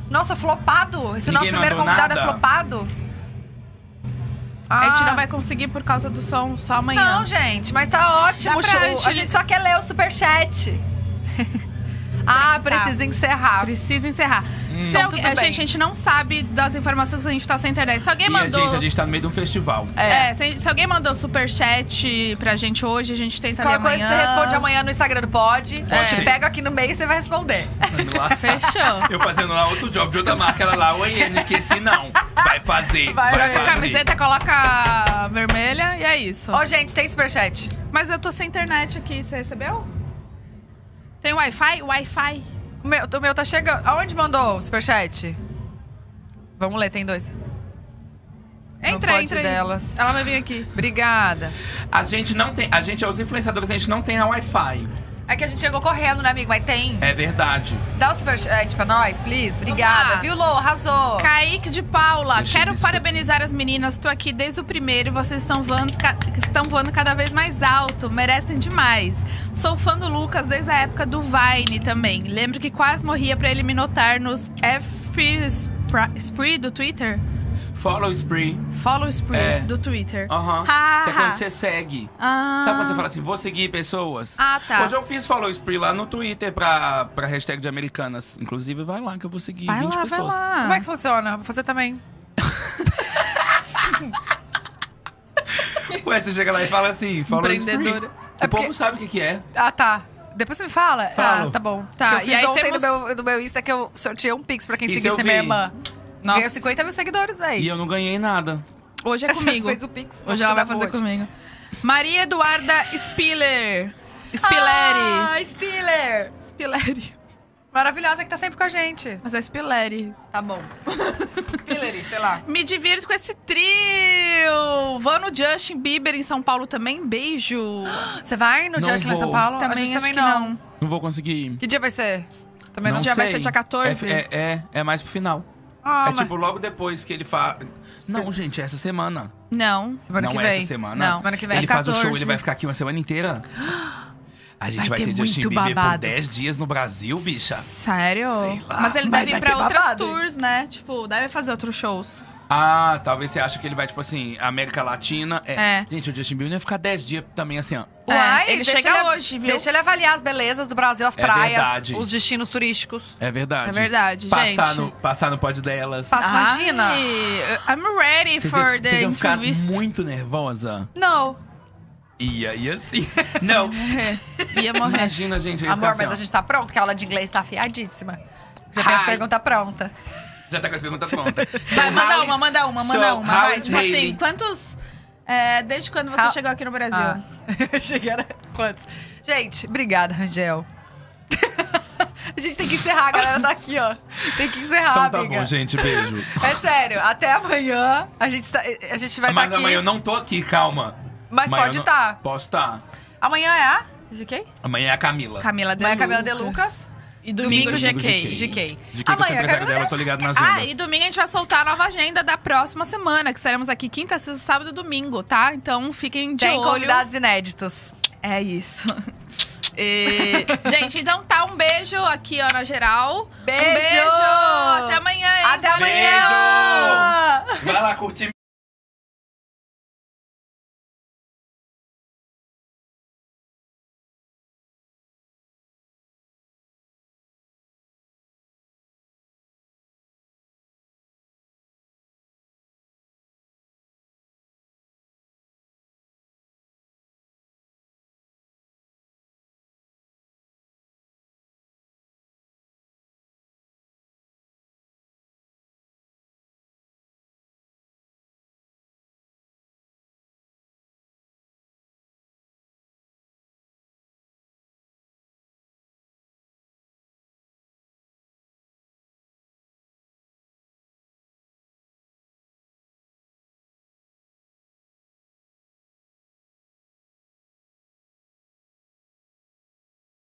Speaker 1: Nossa, flopado. Esse
Speaker 3: Ninguém
Speaker 1: nosso primeiro
Speaker 3: mandou
Speaker 1: convidado é
Speaker 3: nada?
Speaker 1: flopado.
Speaker 2: A gente
Speaker 1: Ah.
Speaker 2: não vai conseguir por causa do som só amanhã.
Speaker 1: Não, gente, mas tá ótimo. o
Speaker 2: Dá pra
Speaker 1: show.
Speaker 2: gente-
Speaker 1: A gente só quer ler o superchat.
Speaker 2: Tá.
Speaker 1: ah, precisa encerrar.
Speaker 2: Precisa encerrar.
Speaker 3: Hum.
Speaker 2: Se
Speaker 1: Então,
Speaker 2: alguém-
Speaker 1: tudo
Speaker 2: a,
Speaker 1: bem.
Speaker 2: gente, a gente não sabe das informações que a gente tá sem internet. Se alguém
Speaker 3: E,
Speaker 2: mandou.
Speaker 3: gente, a gente tá no meio de um festival.
Speaker 1: É.
Speaker 2: É, se, se alguém mandou superchat pra gente hoje, a gente tenta ler
Speaker 1: Qualquer coisa
Speaker 2: amanhã.
Speaker 1: você responde amanhã no Instagram do Pod.
Speaker 3: Pode
Speaker 1: Eu te
Speaker 3: ser.
Speaker 1: pego aqui no meio e você vai responder.
Speaker 3: Engraçado.
Speaker 2: Fechou.
Speaker 3: Eu fazendo lá outro job de outra marca, ela lá, oi, não esqueci não. Vai fazer, vai,
Speaker 1: Vai, vai.
Speaker 3: fazer.
Speaker 2: Camiseta coloca vermelha e é isso.
Speaker 1: Ô, gente, tem superchat.
Speaker 2: Mas eu tô sem internet aqui, você recebeu? Tem Wi-Fi? Wi-Fi.
Speaker 1: O meu, o meu tá chegando. Aonde mandou o superchat? Vamos ler, tem dois.
Speaker 2: Entra,
Speaker 1: pod
Speaker 2: entra. aí.
Speaker 1: delas.
Speaker 2: Ela vai vir aqui.
Speaker 1: Obrigada.
Speaker 3: A gente não tem, a gente, é os influenciadores, a gente não tem a Wi-Fi.
Speaker 1: É que a gente chegou correndo, né, amigo? Mas tem.
Speaker 3: É verdade.
Speaker 1: Dá o superchat pra nós, please. Obrigada.
Speaker 2: lá.
Speaker 1: Viu, Lô? Arrasou.
Speaker 2: Kaique de Paula,
Speaker 3: Deixa eu
Speaker 2: quero
Speaker 3: ver se-
Speaker 2: parabenizar as meninas. Tô aqui desde o primeiro e vocês estão voando, ca- estão voando cada vez mais alto. Merecem demais. Sou fã do Lucas desde a época do Vine também. Lembro que quase morria pra ele me notar nos F Spree do Twitter.
Speaker 3: Follow Spree.
Speaker 2: Follow Spree
Speaker 3: É.
Speaker 2: do Twitter.
Speaker 3: Aham.
Speaker 2: Ah.
Speaker 3: Que é quando você segue.
Speaker 2: Ah.
Speaker 3: Sabe quando você fala assim, vou seguir pessoas?
Speaker 2: Ah, tá.
Speaker 3: Hoje eu fiz Follow Spree lá no Twitter pra, pra hashtag de Americanas. Inclusive, vai lá que eu vou seguir
Speaker 2: Vai
Speaker 3: 20
Speaker 2: lá,
Speaker 3: pessoas.
Speaker 2: vai lá.
Speaker 1: Como é que funciona? Vou fazer também.
Speaker 3: Ué, você chega lá e fala assim, Follow
Speaker 1: Empreendedora.
Speaker 3: Spree.
Speaker 1: É
Speaker 3: o povo
Speaker 1: porque-
Speaker 3: sabe o que, que é.
Speaker 1: Ah, tá. Depois você me fala?
Speaker 3: Falo.
Speaker 1: Ah, tá bom.
Speaker 2: Tá,
Speaker 1: Que Eu fiz
Speaker 2: e aí
Speaker 1: ontem
Speaker 2: temos-
Speaker 1: do, meu, do meu Insta que eu sorteei um Pix pra quem
Speaker 3: Isso
Speaker 1: seguisse
Speaker 3: eu
Speaker 1: minha
Speaker 3: vi.
Speaker 1: irmã.
Speaker 2: Nossa.
Speaker 1: Ganhou 50 mil seguidores,
Speaker 3: E
Speaker 1: velho.
Speaker 3: eu não ganhei nada.
Speaker 2: Hoje é comigo.
Speaker 1: fez o Pix.
Speaker 2: Hoje ela vai fazer comigo. Maria Eduarda Spiller. Spilleri.
Speaker 1: Ah, Spiller.
Speaker 2: Spilleri.
Speaker 1: Maravilhosa que tá sempre com a gente.
Speaker 2: Mas é Spilleri.
Speaker 1: Tá bom. Spillery, sei lá.
Speaker 2: Me divirto com esse trio. Vou no Justin Bieber em São Paulo também. Beijo.
Speaker 1: Você vai no
Speaker 3: Não
Speaker 1: Justin em São
Speaker 3: vou.
Speaker 1: Paulo? a
Speaker 2: Também
Speaker 1: gente também
Speaker 2: acho que
Speaker 1: não.
Speaker 3: Não vou conseguir.
Speaker 1: Que dia vai ser? Também não,
Speaker 3: não
Speaker 2: dia vai
Speaker 3: sei.
Speaker 2: ser dia 14?
Speaker 3: É, é, é, é mais pro final.
Speaker 1: Ah,
Speaker 3: é
Speaker 1: mas-
Speaker 3: tipo logo depois que ele fala. Não, gente, é essa semana.
Speaker 2: Não.
Speaker 1: Semana
Speaker 3: não
Speaker 1: que
Speaker 3: é
Speaker 1: vem.
Speaker 3: essa semana.
Speaker 1: Não, semana que vem.
Speaker 3: Ele
Speaker 1: É
Speaker 3: faz o show,
Speaker 1: 14.
Speaker 3: ele vai ficar aqui uma semana inteira. A gente
Speaker 1: Vai
Speaker 3: vai,
Speaker 1: ter
Speaker 3: ter, Justin
Speaker 1: muito
Speaker 3: Bieber por
Speaker 1: babado.
Speaker 3: 10 dias no Brasil, bicha.
Speaker 2: Sério?
Speaker 3: Sei lá. é
Speaker 2: Mas ele
Speaker 1: Mas
Speaker 2: deve
Speaker 1: vai
Speaker 2: ir pra
Speaker 1: ter
Speaker 2: outras
Speaker 1: babado, hein?
Speaker 2: tours, né? Tipo, deve fazer outros shows.
Speaker 3: Ah, talvez você acha que ele vai, tipo assim, América Latina. É.
Speaker 2: É.
Speaker 3: Gente, o Justin Bieber não ia ficar 10 dias também assim, ó.
Speaker 1: Uai,
Speaker 2: É, ele
Speaker 1: deixa
Speaker 2: chega hoje, viu?
Speaker 1: Deixa ele avaliar as belezas do Brasil, as
Speaker 3: É
Speaker 1: praias,
Speaker 3: verdade.
Speaker 1: os destinos turísticos.
Speaker 3: É verdade.
Speaker 2: É verdade,
Speaker 3: Passar
Speaker 2: gente.
Speaker 3: No, passar no pod delas.
Speaker 1: Passa-
Speaker 2: Ai,
Speaker 1: Imagina.
Speaker 2: I'm ready
Speaker 3: Vocês
Speaker 2: for
Speaker 3: iam-
Speaker 2: the
Speaker 3: vocês iam ficar
Speaker 2: interview.
Speaker 3: muito nervosa.
Speaker 1: Não.
Speaker 3: Ia, ia assim. Não.
Speaker 2: É, Ia morrer.
Speaker 3: Imagina, gente. eu ia ficar
Speaker 1: Amor,
Speaker 3: assim,
Speaker 1: mas
Speaker 3: ó.
Speaker 1: a gente tá pronto, que a aula de inglês tá afiadíssima. Já tem as
Speaker 3: Hi.
Speaker 1: perguntas prontas.
Speaker 3: Já tá com as perguntas prontas.
Speaker 2: Vai,
Speaker 3: So,
Speaker 2: manda
Speaker 3: how-
Speaker 2: uma, manda uma,
Speaker 3: so,
Speaker 2: manda uma.
Speaker 3: how
Speaker 2: Vai,
Speaker 3: is
Speaker 2: tipo
Speaker 3: Hailey?
Speaker 2: assim, quantos... é, desde quando você
Speaker 1: How-
Speaker 2: chegou aqui no Brasil?
Speaker 1: Ah. Cheguei a... né? Quantos? Gente, obrigada, Rangel. a gente tem que encerrar, a galera tá aqui, ó. Tem que encerrar,
Speaker 3: Então tá
Speaker 1: amiga.
Speaker 3: bom, gente. Beijo.
Speaker 1: É sério, até amanhã a gente, tá- a gente vai estar
Speaker 3: mas
Speaker 1: aqui.
Speaker 3: amanhã eu não tô aqui, calma.
Speaker 1: Mas
Speaker 3: Amanhã
Speaker 1: pode
Speaker 3: eu não-
Speaker 1: tá.
Speaker 3: Posso estar. Tá.
Speaker 1: Amanhã é a de quem?
Speaker 3: Amanhã é a Camila.
Speaker 2: Camila de
Speaker 1: Amanhã é a
Speaker 2: Lucas.
Speaker 1: Camila de Lucas.
Speaker 2: E domingo,
Speaker 1: Domingo,
Speaker 2: GK.
Speaker 1: GK.
Speaker 3: De quem que é o
Speaker 1: Amanhã,
Speaker 3: empresário
Speaker 1: Camila
Speaker 3: dela, eu tô ligado na agenda.
Speaker 2: Ah, e domingo a gente vai soltar a nova agenda da próxima semana, que estaremos aqui quinta, sexta, sábado e domingo, tá? Então fiquem de
Speaker 1: Tem
Speaker 2: olho.
Speaker 1: convidados inéditos.
Speaker 2: É isso. E, gente, então tá, um beijo aqui, ó, na geral.
Speaker 1: Beijo!
Speaker 2: Um beijo! Até amanhã, hein?
Speaker 1: Até amanhã!
Speaker 3: Vai lá curtir